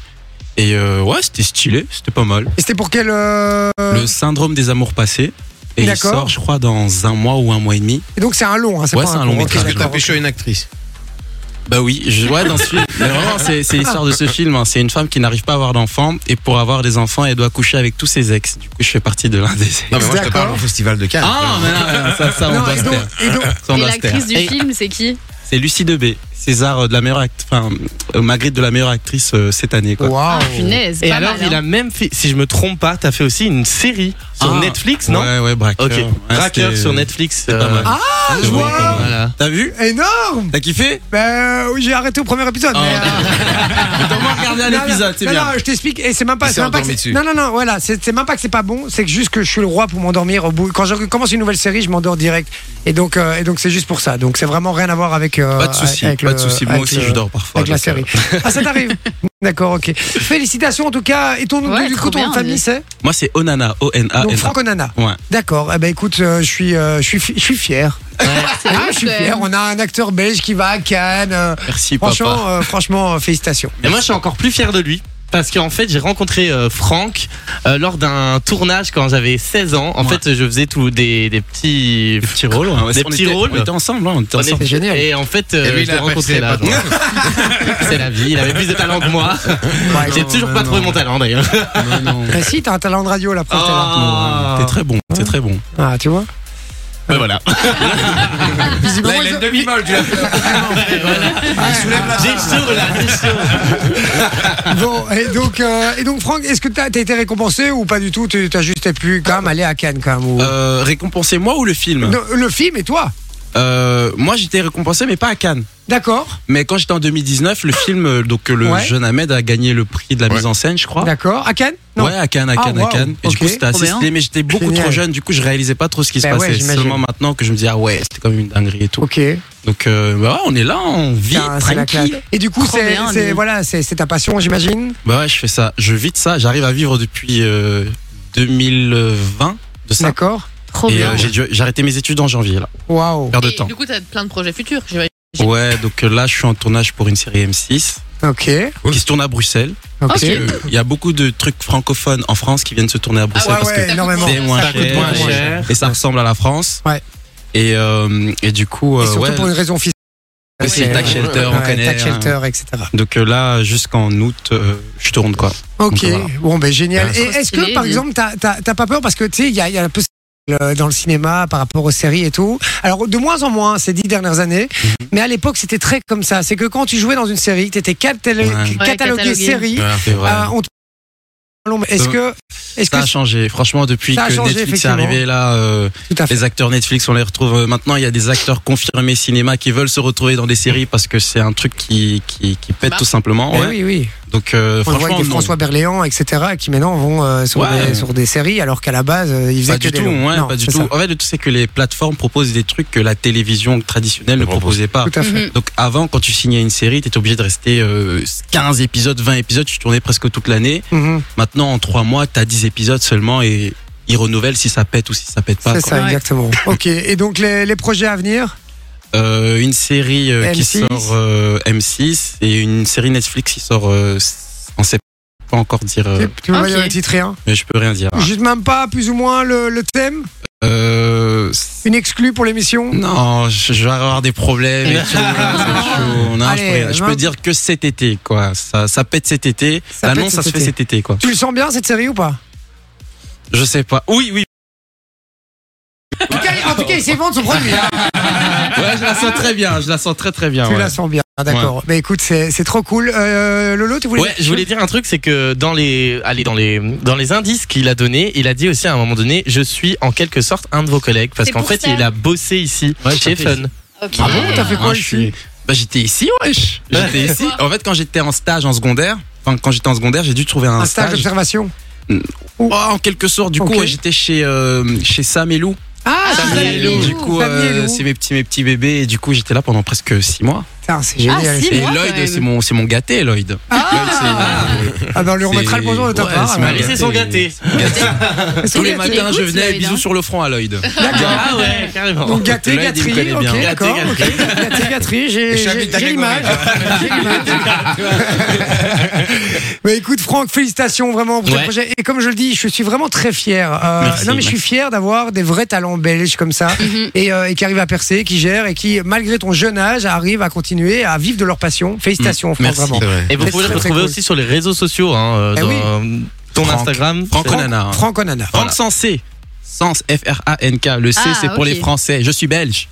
[SPEAKER 10] Et euh, ouais, c'était stylé, c'était pas mal.
[SPEAKER 3] Et c'était pour quel. euh,
[SPEAKER 10] Le syndrome des amours passés. Et il
[SPEAKER 3] D'accord.
[SPEAKER 10] sort, je crois, dans un mois ou un mois et demi.
[SPEAKER 3] Et donc c'est un long, hein, c'est
[SPEAKER 10] Ouais,
[SPEAKER 3] pas
[SPEAKER 10] c'est un
[SPEAKER 3] court.
[SPEAKER 10] long
[SPEAKER 3] Ok,
[SPEAKER 10] métrage.
[SPEAKER 6] Est-ce que
[SPEAKER 3] d'accord,
[SPEAKER 6] t'as
[SPEAKER 3] ok.
[SPEAKER 6] pécho une actrice
[SPEAKER 10] Bah oui, je vois dans ce film. Mais vraiment, c'est c'est l'histoire de ce film. hein. C'est une femme qui n'arrive pas à avoir d'enfants et pour avoir des enfants, elle doit coucher avec tous ses ex. Du coup, je fais partie de l'un des ex.
[SPEAKER 6] Non, mais moi je te
[SPEAKER 3] D'accord.
[SPEAKER 6] parle au festival de Cannes.
[SPEAKER 10] Ah, mais non, non, ça, ça, on
[SPEAKER 3] Non,
[SPEAKER 10] doit
[SPEAKER 3] et
[SPEAKER 10] se
[SPEAKER 3] donc-
[SPEAKER 10] taire.
[SPEAKER 3] et donc-
[SPEAKER 10] Ça, on
[SPEAKER 4] Et
[SPEAKER 10] doit se taire.
[SPEAKER 4] l'actrice du
[SPEAKER 10] Et
[SPEAKER 4] film, c'est qui
[SPEAKER 10] C'est Lucie Debé, César euh, de la meilleure actrice, enfin, euh, Magritte de la meilleure actrice euh, cette année, quoi.
[SPEAKER 4] Ah
[SPEAKER 3] Waouh.
[SPEAKER 4] punaise.
[SPEAKER 5] Oh. Et
[SPEAKER 4] pas
[SPEAKER 5] alors
[SPEAKER 4] mal,
[SPEAKER 5] il
[SPEAKER 4] hein.
[SPEAKER 5] a même fait, si je me trompe pas, t'as fait aussi une série sur
[SPEAKER 10] Ah.
[SPEAKER 5] Netflix, non
[SPEAKER 10] Ouais, ouais, braqueur.
[SPEAKER 5] Ok.
[SPEAKER 10] Ouais,
[SPEAKER 5] Braqueur
[SPEAKER 10] c'était-
[SPEAKER 5] sur Netflix. euh,
[SPEAKER 10] pas mal.
[SPEAKER 3] Ah,
[SPEAKER 10] C'est
[SPEAKER 3] je
[SPEAKER 10] bon,
[SPEAKER 3] vois.
[SPEAKER 10] pas mal.
[SPEAKER 5] Voilà.
[SPEAKER 10] T'as vu
[SPEAKER 3] Énorme
[SPEAKER 10] T'as kiffé
[SPEAKER 3] Ben oui, j'ai arrêté au premier épisode.
[SPEAKER 10] Ah,
[SPEAKER 3] mais,
[SPEAKER 10] d'accord.
[SPEAKER 3] euh,
[SPEAKER 10] T'as moins regardé
[SPEAKER 3] non, non, non, non, je t'explique. Et c'est même pas.
[SPEAKER 6] Il
[SPEAKER 3] c'est
[SPEAKER 6] s'est
[SPEAKER 3] même pas que
[SPEAKER 6] endormi
[SPEAKER 3] c'est-
[SPEAKER 6] dessus.
[SPEAKER 3] non, non, non. Voilà, c'est c'est même pas que c'est pas bon. C'est que juste que je suis le roi pour m'endormir au bout. Quand je commence une nouvelle série, je m'endors direct. Et donc, euh, et donc c'est juste pour ça. Donc, c'est vraiment rien à voir avec. euh,
[SPEAKER 10] Pas de souci,
[SPEAKER 3] avec
[SPEAKER 10] pas
[SPEAKER 3] le-
[SPEAKER 10] de souci. Moi
[SPEAKER 3] avec
[SPEAKER 10] aussi,
[SPEAKER 3] le-
[SPEAKER 10] je dors parfois.
[SPEAKER 3] Avec la
[SPEAKER 10] donc, euh,
[SPEAKER 3] série. Ah, ça t'arrive D'accord, ok. Félicitations en tout cas. Et ton nom,
[SPEAKER 4] Ouais,
[SPEAKER 3] du
[SPEAKER 4] trop
[SPEAKER 3] coup, ton
[SPEAKER 4] bien,
[SPEAKER 3] nom de famille,
[SPEAKER 4] mais-
[SPEAKER 3] c'est
[SPEAKER 10] Moi, c'est Onana, O-N-A-N-A.
[SPEAKER 3] Donc, Franco Nana.
[SPEAKER 10] Ah, Ouais.
[SPEAKER 3] D'accord. Eh ben, écoute, euh, je suis, euh, je suis, fi- je suis fier. Ah, je suis
[SPEAKER 4] quand
[SPEAKER 3] fier.
[SPEAKER 4] même.
[SPEAKER 3] On a un acteur belge qui va à Cannes. euh,
[SPEAKER 10] Merci, papa.
[SPEAKER 3] Franchement, euh, franchement, euh, félicitations.
[SPEAKER 5] Et moi, je suis encore plus fier de lui. Parce qu'en fait, j'ai rencontré euh, Franck euh, lors d'un tournage quand j'avais 16 ans. En
[SPEAKER 10] Ouais.
[SPEAKER 5] fait, je faisais tous des, des petits,
[SPEAKER 10] Des petits rôles, Ah ouais.
[SPEAKER 5] Des
[SPEAKER 10] On
[SPEAKER 5] petits
[SPEAKER 10] était-
[SPEAKER 5] rôles.
[SPEAKER 10] On était ensemble, hein, on était
[SPEAKER 5] On
[SPEAKER 10] ensemble.
[SPEAKER 5] est-
[SPEAKER 3] C'est génial.
[SPEAKER 5] Et en fait, euh,
[SPEAKER 6] Et lui, il
[SPEAKER 5] je
[SPEAKER 6] a
[SPEAKER 5] l'ai rencontré
[SPEAKER 6] apprécié,
[SPEAKER 5] là.
[SPEAKER 6] pas toi.
[SPEAKER 5] genre. C'est la vie. Il avait plus de talent que moi.
[SPEAKER 3] Ouais, Bah,
[SPEAKER 5] J'ai
[SPEAKER 10] non,
[SPEAKER 5] toujours
[SPEAKER 10] mais
[SPEAKER 5] pas trouvé
[SPEAKER 10] non.
[SPEAKER 5] mon talent d'ailleurs.
[SPEAKER 10] Non, non.
[SPEAKER 3] Mais si, t'as un talent de radio, la preuve, t'es là.
[SPEAKER 5] Ah.
[SPEAKER 10] T'es très bon, t'es très bon.
[SPEAKER 3] Ah, tu vois
[SPEAKER 5] Ben voilà.
[SPEAKER 2] Là, il a une demi-molle, tu l'as fait.
[SPEAKER 3] Bon, et donc, euh, et donc Franck, est-ce que t'as as été récompensé ou pas du tout Tu as juste pu quand même aller à Cannes quand même ou-
[SPEAKER 10] Euh, récompensé moi ou le film
[SPEAKER 3] Non, Le film et toi
[SPEAKER 10] Euh, Moi j'étais récompensé mais pas à Cannes.
[SPEAKER 3] D'accord,
[SPEAKER 10] Mais quand j'étais en 2019, le film, euh, donc euh, le
[SPEAKER 3] Ouais.
[SPEAKER 10] jeune Ahmed a gagné le prix de la mise en scène, je crois.
[SPEAKER 3] d'accord. À Cannes Non.
[SPEAKER 10] Ouais, à Cannes, à
[SPEAKER 3] Ah,
[SPEAKER 10] Cannes,
[SPEAKER 3] wow,
[SPEAKER 10] à Cannes. Et
[SPEAKER 3] ok,
[SPEAKER 10] du coup, c'était
[SPEAKER 4] trop
[SPEAKER 10] assez
[SPEAKER 4] bien.
[SPEAKER 10] stylé, mais j'étais beaucoup
[SPEAKER 3] Génial.
[SPEAKER 10] trop jeune, du coup, je réalisais pas trop ce qui se
[SPEAKER 3] Ben ouais,
[SPEAKER 10] passait. C'est
[SPEAKER 3] j'imagine.
[SPEAKER 10] seulement maintenant que je me dis, ah ouais, c'était comme une dinguerie et tout.
[SPEAKER 3] Ok.
[SPEAKER 10] Donc, euh, bah ouais, on est là, on vit
[SPEAKER 3] Putain, c'est la classe.
[SPEAKER 10] tranquille.
[SPEAKER 3] Et du coup,
[SPEAKER 4] Trop
[SPEAKER 3] c'est
[SPEAKER 4] bien,
[SPEAKER 3] c'est-
[SPEAKER 4] lui.
[SPEAKER 3] voilà, c'est c'est ta passion, j'imagine.
[SPEAKER 10] Bah ouais, je fais ça, je vis de ça, j'arrive à vivre depuis euh, 2020 de ça.
[SPEAKER 3] D'accord.
[SPEAKER 4] Trop
[SPEAKER 10] Et
[SPEAKER 4] bien.
[SPEAKER 10] euh, j'ai dû- j'ai arrêté mes études en janvier, là,
[SPEAKER 3] Waouh.
[SPEAKER 10] perte de
[SPEAKER 7] Et
[SPEAKER 10] temps.
[SPEAKER 7] du coup, t'as plein de projets futurs. j'imagine.
[SPEAKER 10] Ouais, donc euh, là, je suis en tournage pour une série M6
[SPEAKER 3] Ok.
[SPEAKER 10] qui se tourne à Bruxelles.
[SPEAKER 3] Ok.
[SPEAKER 4] Ok.
[SPEAKER 10] Euh, Il y a beaucoup de trucs francophones en France qui viennent se tourner à Bruxelles
[SPEAKER 3] Ah
[SPEAKER 10] parce que
[SPEAKER 3] ouais, énormément.
[SPEAKER 10] c'est moins
[SPEAKER 5] Ça coûte
[SPEAKER 10] cher,
[SPEAKER 5] moins
[SPEAKER 10] et-
[SPEAKER 5] cher.
[SPEAKER 10] et ça ressemble à la France.
[SPEAKER 3] Ouais.
[SPEAKER 10] Et, euh, et du coup,
[SPEAKER 3] Et
[SPEAKER 10] euh,
[SPEAKER 3] surtout
[SPEAKER 10] ouais,
[SPEAKER 3] pour une raison fiscale.
[SPEAKER 10] c'est tax shelter, on
[SPEAKER 3] Ouais,
[SPEAKER 10] connaît,
[SPEAKER 3] tax
[SPEAKER 10] hein.
[SPEAKER 3] shelter, etc.
[SPEAKER 10] Donc euh, là, jusqu'en août, euh, je tourne quoi.
[SPEAKER 3] Ok,
[SPEAKER 10] Donc, voilà.
[SPEAKER 3] bon, ben génial.
[SPEAKER 10] Ouais.
[SPEAKER 3] Et
[SPEAKER 4] Trop
[SPEAKER 3] est-ce
[SPEAKER 4] stylé,
[SPEAKER 3] que, par
[SPEAKER 4] lui.
[SPEAKER 3] exemple, t'as- t'as t'as pas peur Parce que, tu sais, il y a, il y a un peu ça, euh, dans le cinéma par rapport aux séries et tout. Alors, de moins en moins ces dix dernières années,
[SPEAKER 10] Mhm.
[SPEAKER 3] mais à l'époque, c'était très comme ça. C'est que quand tu jouais dans une série, tu étais catalogué,
[SPEAKER 10] Ouais.
[SPEAKER 4] Ouais, catalogué.
[SPEAKER 3] série.
[SPEAKER 10] C'est vrai.
[SPEAKER 3] euh, on te- Est-ce que. Est-ce
[SPEAKER 10] Euh, ça
[SPEAKER 3] que.
[SPEAKER 10] a changé. Franchement, depuis
[SPEAKER 3] Ça a
[SPEAKER 10] que
[SPEAKER 3] changé,
[SPEAKER 10] Netflix est
[SPEAKER 3] effectivement.
[SPEAKER 10] arrivé là, euh,
[SPEAKER 3] Tout à fait.
[SPEAKER 10] les acteurs Netflix, on les retrouve euh, maintenant. Il y a des acteurs confirmés cinéma qui veulent se retrouver dans des séries parce que c'est un truc qui qui, qui pète
[SPEAKER 7] Bah.
[SPEAKER 10] tout simplement.
[SPEAKER 3] Eh
[SPEAKER 10] ouais.
[SPEAKER 3] oui, oui.
[SPEAKER 10] Donc
[SPEAKER 3] On
[SPEAKER 10] euh,
[SPEAKER 3] le voit avec
[SPEAKER 10] franchement,
[SPEAKER 3] des
[SPEAKER 10] non.
[SPEAKER 3] François Berléand, etc., qui maintenant vont euh, sur,
[SPEAKER 10] Ouais.
[SPEAKER 3] des, sur des séries, alors qu'à la base, euh, ils faisaient
[SPEAKER 10] pas
[SPEAKER 3] que
[SPEAKER 10] du
[SPEAKER 3] des
[SPEAKER 10] tout.
[SPEAKER 3] longs.
[SPEAKER 10] ouais,
[SPEAKER 3] Non,
[SPEAKER 10] pas du
[SPEAKER 3] c'est
[SPEAKER 10] tout.
[SPEAKER 3] ça.
[SPEAKER 10] En fait, le tout c'est que les plateformes proposent des trucs que la télévision traditionnelle ne
[SPEAKER 6] Propose.
[SPEAKER 10] proposait pas.
[SPEAKER 3] Tout à fait.
[SPEAKER 4] Mhm.
[SPEAKER 10] Donc avant, quand tu signais une série, t'étais obligé de rester euh, 15 épisodes, 20 épisodes, tu tournais presque toute l'année.
[SPEAKER 3] Mhm.
[SPEAKER 10] Maintenant, en 3 mois, t'as 10 épisodes seulement et ils renouvellent si ça pète ou si ça pète pas.
[SPEAKER 3] C'est
[SPEAKER 10] quoi.
[SPEAKER 3] ça,
[SPEAKER 4] Ouais.
[SPEAKER 3] exactement. Ok, et donc les, les projets à venir
[SPEAKER 10] Euh, une série euh, qui
[SPEAKER 3] M6.
[SPEAKER 10] sort euh, M6 et une série Netflix qui sort euh, en septembre. Je peux Pas encore dire, euh,
[SPEAKER 3] Tu- Tu me
[SPEAKER 4] ok.
[SPEAKER 3] vois le titre rien
[SPEAKER 10] mais je peux rien dire.
[SPEAKER 3] Juste même pas, plus ou moins, le, le thème
[SPEAKER 10] Euh,
[SPEAKER 3] Une exclue pour l'émission
[SPEAKER 10] non, je, je vais avoir des problèmes. et tout, là, c'est chaud. Non,
[SPEAKER 3] Allez,
[SPEAKER 10] je peux, rien- je peux
[SPEAKER 3] vingt-
[SPEAKER 10] dire que cet été, quoi. Ça, ça pète cet été.
[SPEAKER 3] Ça pète
[SPEAKER 10] L'annonce, Bah ça
[SPEAKER 3] cet
[SPEAKER 10] se fait
[SPEAKER 3] été.
[SPEAKER 10] cet été, quoi.
[SPEAKER 3] Tu le sens bien cette série ou pas
[SPEAKER 10] Je sais pas. Oui, oui.
[SPEAKER 3] En tout cas, en tout cas, il s'est vendu son produit. hein.
[SPEAKER 10] Ouais, je la sens très bien. Je la sens très très bien.
[SPEAKER 3] Tu
[SPEAKER 10] ouais.
[SPEAKER 3] la sens bien, Ah, d'accord. Mais écoute, c'est c'est trop cool. Euh, Lolo, tu voulais
[SPEAKER 5] Ouais, je voulais dire un truc, c'est que dans les, allez, dans les, dans les indices qu'il a donné, il a dit aussi à un moment donné, je suis en quelque sorte un de vos collègues, parce
[SPEAKER 4] C'est
[SPEAKER 5] qu'en
[SPEAKER 4] pour
[SPEAKER 5] fait,
[SPEAKER 4] ça.
[SPEAKER 5] il a bossé ici
[SPEAKER 10] Ouais,
[SPEAKER 5] chez
[SPEAKER 10] tout à fait.
[SPEAKER 5] Fun.
[SPEAKER 4] Ok.
[SPEAKER 3] Ah bon, t'as fait quoi
[SPEAKER 10] Hein, je
[SPEAKER 3] ici
[SPEAKER 10] suis- Bah, j'étais ici, wesh. J'étais ici. En fait, quand j'étais en stage en secondaire, enfin, quand j'étais en secondaire, j'ai dû trouver un,
[SPEAKER 3] un stage d'observation
[SPEAKER 10] Oh, en quelque sorte, du
[SPEAKER 3] Ok.
[SPEAKER 10] coup, ouais, j'étais chez, euh, chez Sam et Lou.
[SPEAKER 3] Ah,
[SPEAKER 4] Sam
[SPEAKER 3] c'est-
[SPEAKER 4] et Lou.
[SPEAKER 10] Du coup,
[SPEAKER 3] Sam et
[SPEAKER 10] euh,
[SPEAKER 3] Lou.
[SPEAKER 10] c'est mes petits, mes petits bébés. Et du coup, j'étais là pendant presque 6 mois.
[SPEAKER 3] Putain, c'est génial.
[SPEAKER 4] Ah, si. Six
[SPEAKER 10] et
[SPEAKER 4] mois, quand même.
[SPEAKER 10] Lloyd, c'est mon, c'est mon gâté, Lloyd.
[SPEAKER 3] Ah,
[SPEAKER 10] Lloyd, c'est-
[SPEAKER 3] Ah, ben, on lui remettra le bonjour de ta
[SPEAKER 10] Ouais,
[SPEAKER 3] part.
[SPEAKER 10] c'est
[SPEAKER 3] alors.
[SPEAKER 10] ma
[SPEAKER 5] Allez, Ah, c'est son gâté.
[SPEAKER 3] Est-ce que
[SPEAKER 10] Tous les
[SPEAKER 3] tu-
[SPEAKER 10] matins, je
[SPEAKER 4] écoutes,
[SPEAKER 10] venais,
[SPEAKER 4] Lloyd, hein.
[SPEAKER 10] bisous sur le front à Lloyd.
[SPEAKER 3] D'accord.
[SPEAKER 5] Ah ouais, carrément.
[SPEAKER 3] Donc gâté,
[SPEAKER 10] Lloyd, il me
[SPEAKER 3] gâterie,
[SPEAKER 10] connaît
[SPEAKER 3] ok,
[SPEAKER 10] bien. Gâté,
[SPEAKER 3] d'accord. ok. Gâté, gâterie, j'ai
[SPEAKER 6] Et je suis
[SPEAKER 3] j'ai-
[SPEAKER 6] habite à
[SPEAKER 3] j'ai
[SPEAKER 6] Grégory,
[SPEAKER 3] l'image. J'ai l'image. Mais écoute, Franck, félicitations vraiment pour ce
[SPEAKER 5] Ouais.
[SPEAKER 3] projet. Et comme je le dis, je suis vraiment très fier. Euh,
[SPEAKER 10] Merci,
[SPEAKER 3] non, mais je suis fier d'avoir des vrais talents belges comme ça et, euh, et qui arrivent à percer, qui gèrent et qui, malgré ton jeune âge, arrivent à continuer à vivre de leur passion. Félicitations, Franck,
[SPEAKER 10] merci.
[SPEAKER 3] vraiment.
[SPEAKER 6] C'est vrai.
[SPEAKER 5] Et vous
[SPEAKER 3] C'est
[SPEAKER 5] pouvez
[SPEAKER 3] très,
[SPEAKER 5] le
[SPEAKER 3] très
[SPEAKER 5] retrouver
[SPEAKER 3] cool.
[SPEAKER 5] aussi sur les réseaux sociaux, hein, euh,
[SPEAKER 3] Eh
[SPEAKER 5] dans,
[SPEAKER 3] oui.
[SPEAKER 5] euh, ton
[SPEAKER 10] Franck.
[SPEAKER 5] Instagram.
[SPEAKER 10] Franck
[SPEAKER 5] c'est-
[SPEAKER 10] Onana. hein.
[SPEAKER 3] Franck Onana.
[SPEAKER 10] Franck Sansé. Sans F-R-A-N-K. Le C,
[SPEAKER 4] Ah,
[SPEAKER 10] c'est pour
[SPEAKER 4] ok.
[SPEAKER 10] les Français. Je suis belge.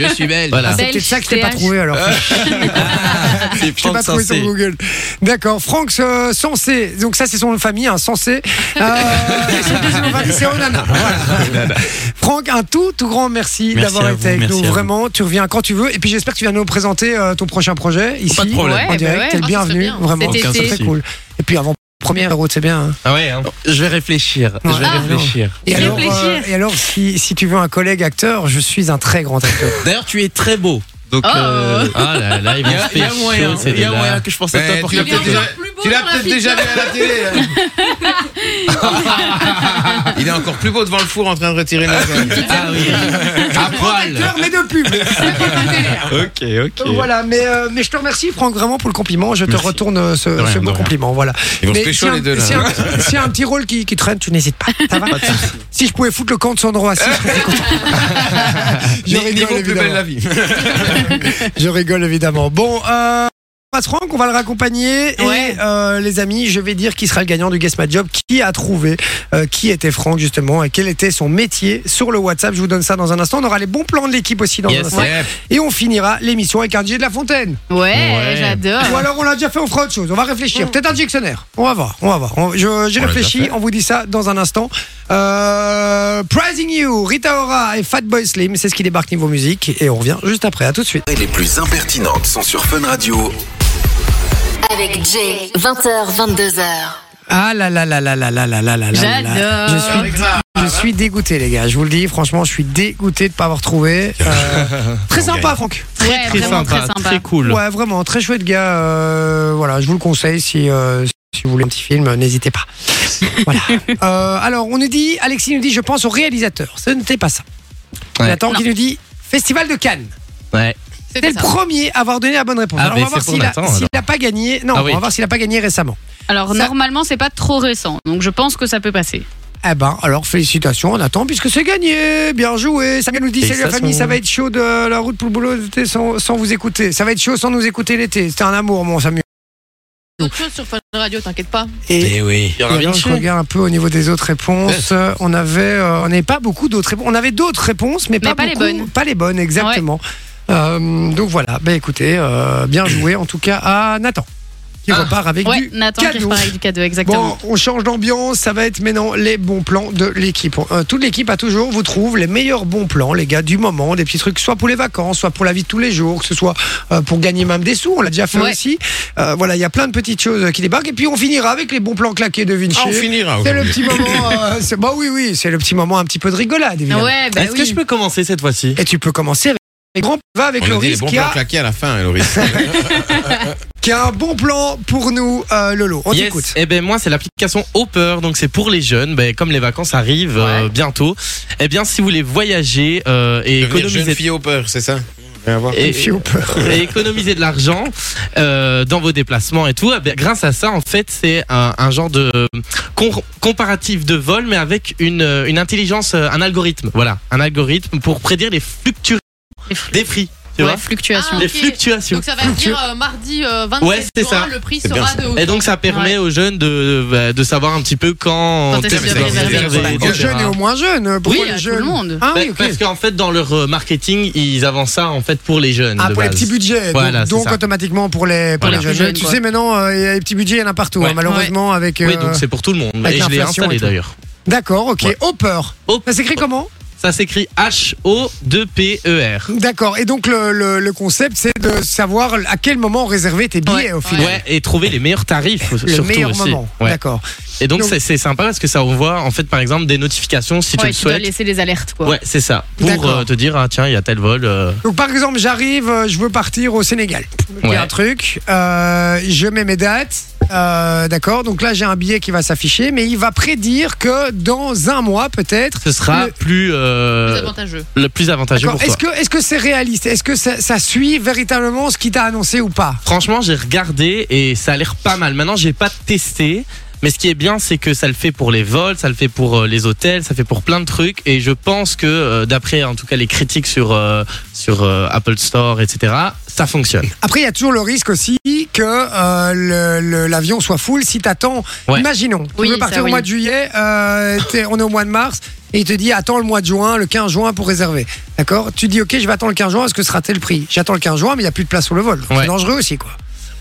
[SPEAKER 10] Je suis belge.
[SPEAKER 5] Voilà.
[SPEAKER 3] Ah, c'est
[SPEAKER 4] Belge,
[SPEAKER 3] peut-être ça que je t'ai pas
[SPEAKER 4] CH.
[SPEAKER 3] trouvé alors.
[SPEAKER 5] Ah,
[SPEAKER 10] C'est
[SPEAKER 3] Je t'ai pas
[SPEAKER 10] Franck
[SPEAKER 3] trouvé sur
[SPEAKER 10] Sansé.
[SPEAKER 3] Google. D'accord, Franck euh, Sensé. Donc ça, c'est son nom de famille, hein, Sensé. Euh, et son deuxième nom de famille, c'est Onana. Voilà. Franck, un tout, tout grand merci,
[SPEAKER 10] Merci
[SPEAKER 3] d'avoir
[SPEAKER 10] à
[SPEAKER 3] été
[SPEAKER 10] vous,
[SPEAKER 3] avec
[SPEAKER 10] merci
[SPEAKER 3] nous.
[SPEAKER 10] à vous.
[SPEAKER 3] Vraiment, tu reviens quand tu veux. Et puis j'espère que tu viens nous présenter euh, ton prochain projet ici.
[SPEAKER 10] Oh, Pas de problème.
[SPEAKER 4] Ouais,
[SPEAKER 3] En
[SPEAKER 4] bah
[SPEAKER 3] direct,
[SPEAKER 4] ouais.
[SPEAKER 3] t'es le
[SPEAKER 7] Ah, ça
[SPEAKER 3] bienvenu.
[SPEAKER 7] serait bien.
[SPEAKER 3] Vraiment,
[SPEAKER 4] Cet
[SPEAKER 3] c'est
[SPEAKER 4] été.
[SPEAKER 3] très cool. Et puis avant première route, c'est bien. hein.
[SPEAKER 5] Ah ouais, hein.
[SPEAKER 4] Oh.
[SPEAKER 10] Je vais réfléchir. Je vais
[SPEAKER 3] Ah.
[SPEAKER 10] réfléchir.
[SPEAKER 3] Et alors,
[SPEAKER 4] Réfléchir.
[SPEAKER 3] euh, et alors si, si tu veux un collègue acteur, je suis un très grand acteur.
[SPEAKER 10] D'ailleurs, tu es très beau. Donc,
[SPEAKER 4] Oh.
[SPEAKER 10] euh,
[SPEAKER 5] Ah là là, il
[SPEAKER 10] il y
[SPEAKER 5] va
[SPEAKER 10] a,
[SPEAKER 5] se
[SPEAKER 10] il y a
[SPEAKER 5] faire
[SPEAKER 10] moyen.
[SPEAKER 5] chaud, ces
[SPEAKER 10] Il y a
[SPEAKER 5] deux-là.
[SPEAKER 10] moyen que je pense à toi
[SPEAKER 6] Mais
[SPEAKER 10] pour
[SPEAKER 6] Ben, tu l'as
[SPEAKER 10] que
[SPEAKER 7] Il est
[SPEAKER 6] peut-être
[SPEAKER 7] encore
[SPEAKER 6] déjà-
[SPEAKER 7] plus beau
[SPEAKER 6] Tu l'as
[SPEAKER 7] dans la
[SPEAKER 6] peut-être déjà vu à la télé. hein. Il est encore plus beau devant le four en train de retirer la
[SPEAKER 10] Ah oui. À poil.
[SPEAKER 3] Acteur, mais de pub.
[SPEAKER 10] Ok, ok.
[SPEAKER 3] Voilà, mais, euh, mais je te remercie Franck vraiment pour le compliment. Je te
[SPEAKER 10] Merci.
[SPEAKER 3] retourne euh, ce,
[SPEAKER 10] rien,
[SPEAKER 3] ce
[SPEAKER 10] de
[SPEAKER 3] beau
[SPEAKER 10] rien.
[SPEAKER 3] compliment. Voilà.
[SPEAKER 6] Ils vont se
[SPEAKER 3] Mais
[SPEAKER 6] pécho,
[SPEAKER 3] s'il y a
[SPEAKER 6] les
[SPEAKER 3] un-
[SPEAKER 6] deux, là.
[SPEAKER 3] s'il y a un- S'il y a un petit rôle qui, qui traîne, tu n'hésites pas. Ça va si je pouvais foutre le camp de Sandro Assis, je serais content. je rigole
[SPEAKER 6] Niveau plus belle
[SPEAKER 3] évidemment.
[SPEAKER 6] la vie.
[SPEAKER 3] Je rigole évidemment. Bon. euh, passe Franck, on va le raccompagner.
[SPEAKER 4] Ouais.
[SPEAKER 3] Et euh, les amis, je vais dire qui sera le gagnant du Guess My Job, qui a trouvé euh, qui était Franck justement et quel était son métier sur le WhatsApp. Je vous donne ça dans un instant. On aura les bons plans de l'équipe aussi dans un
[SPEAKER 5] Yes. eh,
[SPEAKER 3] instant. Et on finira l'émission avec un DJ de la Fontaine.
[SPEAKER 4] Ouais,
[SPEAKER 5] Ouais.
[SPEAKER 4] j'adore.
[SPEAKER 3] Ou alors on l'a déjà fait, on fera autre chose. On va réfléchir. Peut-être un dictionnaire. On va voir, on va voir. On- je- J'y
[SPEAKER 6] On l'a déjà
[SPEAKER 3] réfléchis,
[SPEAKER 6] fait.
[SPEAKER 3] on vous dit ça dans un instant. Euh, Prizing You, Rita Ora et Fatboy Slim, c'est ce qui débarque niveau musique. Et on revient juste après, à tout de suite.
[SPEAKER 11] Les plus impertinentes sont sur Fun Radio.
[SPEAKER 1] Avec Jay, 20h, 22h.
[SPEAKER 3] Ah là là là là là là là là là là.
[SPEAKER 4] J'adore.
[SPEAKER 3] Je suis, je suis dégoûté, les gars. Je vous le dis, franchement, je suis dégoûté de pas avoir trouvé. Euh, très sympa, Franck.
[SPEAKER 4] Ouais,
[SPEAKER 5] Très
[SPEAKER 4] vraiment
[SPEAKER 5] sympa,
[SPEAKER 4] très sympa.
[SPEAKER 5] très cool.
[SPEAKER 3] Ouais, vraiment, très chouette gars. Euh, voilà, je vous le conseille si, euh, si vous voulez un petit film, euh, n'hésitez pas. voilà. Euh, alors, on nous dit, Alexis nous dit, je pense au réalisateur. Ce n'était pas ça.
[SPEAKER 5] Ouais.
[SPEAKER 3] Nathan qui
[SPEAKER 4] Non.
[SPEAKER 3] nous dit, Festival de Cannes.
[SPEAKER 5] Ouais.
[SPEAKER 3] C'était le premier à avoir donné la bonne réponse.
[SPEAKER 5] Ah,
[SPEAKER 3] alors, on
[SPEAKER 5] ben,
[SPEAKER 3] va voir
[SPEAKER 5] c'est pour
[SPEAKER 3] s'il a,
[SPEAKER 5] Nathan,
[SPEAKER 3] s'il a
[SPEAKER 5] alors.
[SPEAKER 3] pas gagné. Non,
[SPEAKER 5] Ah oui.
[SPEAKER 3] on va voir s'il a pas gagné récemment.
[SPEAKER 4] Alors
[SPEAKER 3] Ça-
[SPEAKER 4] normalement, c'est pas trop récent, donc je pense que ça peut passer.
[SPEAKER 3] Eh ben, alors félicitations, on attend puisque c'est gagné. Bien joué. Samuel nous dit salut la
[SPEAKER 5] Félicitations.
[SPEAKER 3] famille, ça va être chaud de la route pour le boulot l'été sans, sans vous écouter. Ça va être chaud sans nous écouter l'été. C'était un amour, mon Samuel.
[SPEAKER 7] D'autres choses sur Fun Radio, t'inquiète pas.
[SPEAKER 3] Et,
[SPEAKER 5] Eh oui. Il y en a bien
[SPEAKER 3] alors, je regarde un peu au niveau des autres réponses. Euh, On avait, euh, on n'avait pas beaucoup d'autres réponses. On avait d'autres réponses, mais, pas,
[SPEAKER 4] pas les
[SPEAKER 3] beaucoup,
[SPEAKER 4] bonnes.
[SPEAKER 3] Pas les bonnes, exactement. Euh, donc voilà. Ben écoutez, euh, bien joué en tout cas à Nathan qui repart avec
[SPEAKER 4] Ouais,
[SPEAKER 3] du
[SPEAKER 4] Nathan qui
[SPEAKER 3] cadeau.
[SPEAKER 4] repart avec du cadeau, exactement.
[SPEAKER 3] Bon, on change d'ambiance, ça va être maintenant les bons plans de l'équipe. Euh, toute l'équipe a toujours, vous trouve, les meilleurs bons plans, les gars, du moment, des petits trucs, soit pour les vacances, soit pour la vie de tous les jours, que ce soit euh, pour gagner même des sous, on l'a déjà fait
[SPEAKER 4] Ouais.
[SPEAKER 3] aussi. Euh, voilà, il y a plein de petites choses qui débarquent. Et puis on finira avec les bons plans claqués de Vinci.
[SPEAKER 6] Ah, on finira
[SPEAKER 3] c'est le
[SPEAKER 6] aujourd'hui.
[SPEAKER 3] petit moment, euh, c'est- bah oui, oui, c'est le petit moment un petit peu de rigolade, évidemment.
[SPEAKER 4] Ouais, bah
[SPEAKER 5] Est-ce
[SPEAKER 4] oui.
[SPEAKER 5] que je peux commencer cette fois-ci
[SPEAKER 3] Et tu peux commencer avec, avec grand, va avec
[SPEAKER 6] On a dit les
[SPEAKER 3] Loris
[SPEAKER 6] bons
[SPEAKER 3] qui,
[SPEAKER 6] plans
[SPEAKER 3] a,
[SPEAKER 6] claqués à la fin, hein, Loris.
[SPEAKER 3] qui a un bon plan pour nous, euh, Lolo. On t'écoute.
[SPEAKER 5] Et ben moi c'est l'application Hopper donc c'est pour les jeunes ben, comme les vacances arrivent euh, bientôt. Et bien si vous voulez voyager euh, et
[SPEAKER 6] Devenir
[SPEAKER 5] économiser
[SPEAKER 6] jeune fille au peur, c'est ça
[SPEAKER 5] et-
[SPEAKER 3] Fille au peur.
[SPEAKER 5] et économiser de l'argent euh, dans vos déplacements et tout. Eh bien, grâce à ça, en fait, c'est un, un genre de euh, com- comparatif de vol, mais avec une, euh, une intelligence, euh, un algorithme. Voilà, un algorithme pour prédire les fluctuations
[SPEAKER 4] Les fl-
[SPEAKER 5] des prix. Tu
[SPEAKER 4] Ouais,
[SPEAKER 5] vois
[SPEAKER 3] Ah,
[SPEAKER 4] fluctuations.
[SPEAKER 5] Les
[SPEAKER 7] ok.
[SPEAKER 5] fluctuations.
[SPEAKER 7] Donc ça va dire euh, mardi euh, 27
[SPEAKER 5] Ouais, c'est
[SPEAKER 7] juin,
[SPEAKER 5] ça.
[SPEAKER 7] le prix
[SPEAKER 6] C'est bien
[SPEAKER 7] sera
[SPEAKER 6] ça.
[SPEAKER 7] de haut.
[SPEAKER 5] Et donc ça permet aux jeunes de, bah, de, de savoir un petit peu quand,
[SPEAKER 4] Quand est-ce que vous
[SPEAKER 5] est-ce qu'ils
[SPEAKER 4] réservez,
[SPEAKER 5] réservent,
[SPEAKER 6] réservez,
[SPEAKER 5] etc.
[SPEAKER 3] Aux jeunes et aux moins jeunes. Pourquoi
[SPEAKER 4] Oui,
[SPEAKER 3] les
[SPEAKER 4] à tout
[SPEAKER 3] jeunes
[SPEAKER 4] le monde.
[SPEAKER 3] Ah oui,
[SPEAKER 5] Bah,
[SPEAKER 3] ok.
[SPEAKER 5] Parce qu'en fait dans leur euh, marketing ils avancent ça en fait pour les jeunes.
[SPEAKER 3] Ah,
[SPEAKER 5] de
[SPEAKER 3] pour les
[SPEAKER 5] base.
[SPEAKER 3] petits budgets.
[SPEAKER 5] Voilà, c'est
[SPEAKER 3] donc donc
[SPEAKER 5] ça.
[SPEAKER 3] automatiquement pour les, pour
[SPEAKER 5] Voilà.
[SPEAKER 3] les jeunes.
[SPEAKER 4] Jeunes,
[SPEAKER 3] tu
[SPEAKER 4] quoi.
[SPEAKER 3] sais, maintenant, euh, il y a les petits budgets, il y en a partout,
[SPEAKER 5] Ouais.
[SPEAKER 3] hein, malheureusement. avec. euh,
[SPEAKER 5] Oui donc c'est pour tout le monde.
[SPEAKER 3] avec
[SPEAKER 5] Et je l'ai
[SPEAKER 3] l'inflation et
[SPEAKER 5] installé
[SPEAKER 3] tout.
[SPEAKER 5] d'ailleurs.
[SPEAKER 3] D'accord, ok.
[SPEAKER 5] Ouais.
[SPEAKER 3] Hopper.
[SPEAKER 5] Hop.
[SPEAKER 3] Ça s'écrit comment
[SPEAKER 5] Ça s'écrit H-O-2-P-E-R.
[SPEAKER 3] D'accord. Et donc, le, le- le concept, c'est de savoir à quel moment réserver tes billets au final.
[SPEAKER 5] Ouais, et trouver les meilleurs tarifs
[SPEAKER 3] Le
[SPEAKER 5] surtout
[SPEAKER 3] meilleur
[SPEAKER 5] aussi.
[SPEAKER 3] moment.
[SPEAKER 5] Ouais.
[SPEAKER 3] D'accord.
[SPEAKER 5] Et donc
[SPEAKER 3] Donc-
[SPEAKER 5] c'est c'est sympa parce que ça envoie en fait par exemple des notifications si tu
[SPEAKER 4] Ouais,
[SPEAKER 5] le
[SPEAKER 4] tu dois
[SPEAKER 5] souhaites.
[SPEAKER 4] laisser les alertes, quoi.
[SPEAKER 5] Ouais, c'est ça. Pour
[SPEAKER 3] D'accord.
[SPEAKER 5] euh, te dire ah tiens, il y a tel vol. euh,
[SPEAKER 3] Donc, par exemple, j'arrive, euh, je veux partir au Sénégal. Il y
[SPEAKER 5] Ouais.
[SPEAKER 3] a un truc. euh, je mets mes dates. euh, D'accord. Donc là, j'ai un billet qui va s'afficher, mais il va prédire que dans un mois, peut-être.
[SPEAKER 5] ce sera
[SPEAKER 3] le-
[SPEAKER 5] plus
[SPEAKER 7] C'est
[SPEAKER 5] euh,
[SPEAKER 7] avantageux.
[SPEAKER 5] le plus avantageux
[SPEAKER 3] D'accord.
[SPEAKER 5] pour toi.
[SPEAKER 3] Est-ce que est-ce que c'est réaliste Est-ce que ça, ça suit véritablement ce qui t'a annoncé ou pas
[SPEAKER 5] Franchement, j'ai regardé et ça a l'air pas mal. Maintenant, j'ai pas testé. Mais ce qui est bien, c'est que ça le fait pour les vols, ça le fait pour euh, les hôtels, ça fait pour plein de trucs. Et je pense que, euh, d'après en tout cas les critiques sur, euh, sur euh, Apple Store, etc., ça fonctionne.
[SPEAKER 3] Après, il y a toujours le risque aussi que euh, le- le- l'avion soit full si t'attends.
[SPEAKER 5] Ouais.
[SPEAKER 3] Imaginons, tu
[SPEAKER 4] Oui,
[SPEAKER 3] veux
[SPEAKER 4] ça,
[SPEAKER 3] partir au
[SPEAKER 4] oui.
[SPEAKER 3] mois de juillet, euh, t'es- on est au mois de mars et il te dit attends le mois de juin, le 15 juin pour réserver. D'accord Tu dis ok, je vais attendre le 15 juin, est-ce que ce sera tel prix J'attends le 15 juin, mais il n'y a plus de place sur le vol.
[SPEAKER 5] Ouais.
[SPEAKER 3] C'est dangereux aussi quoi.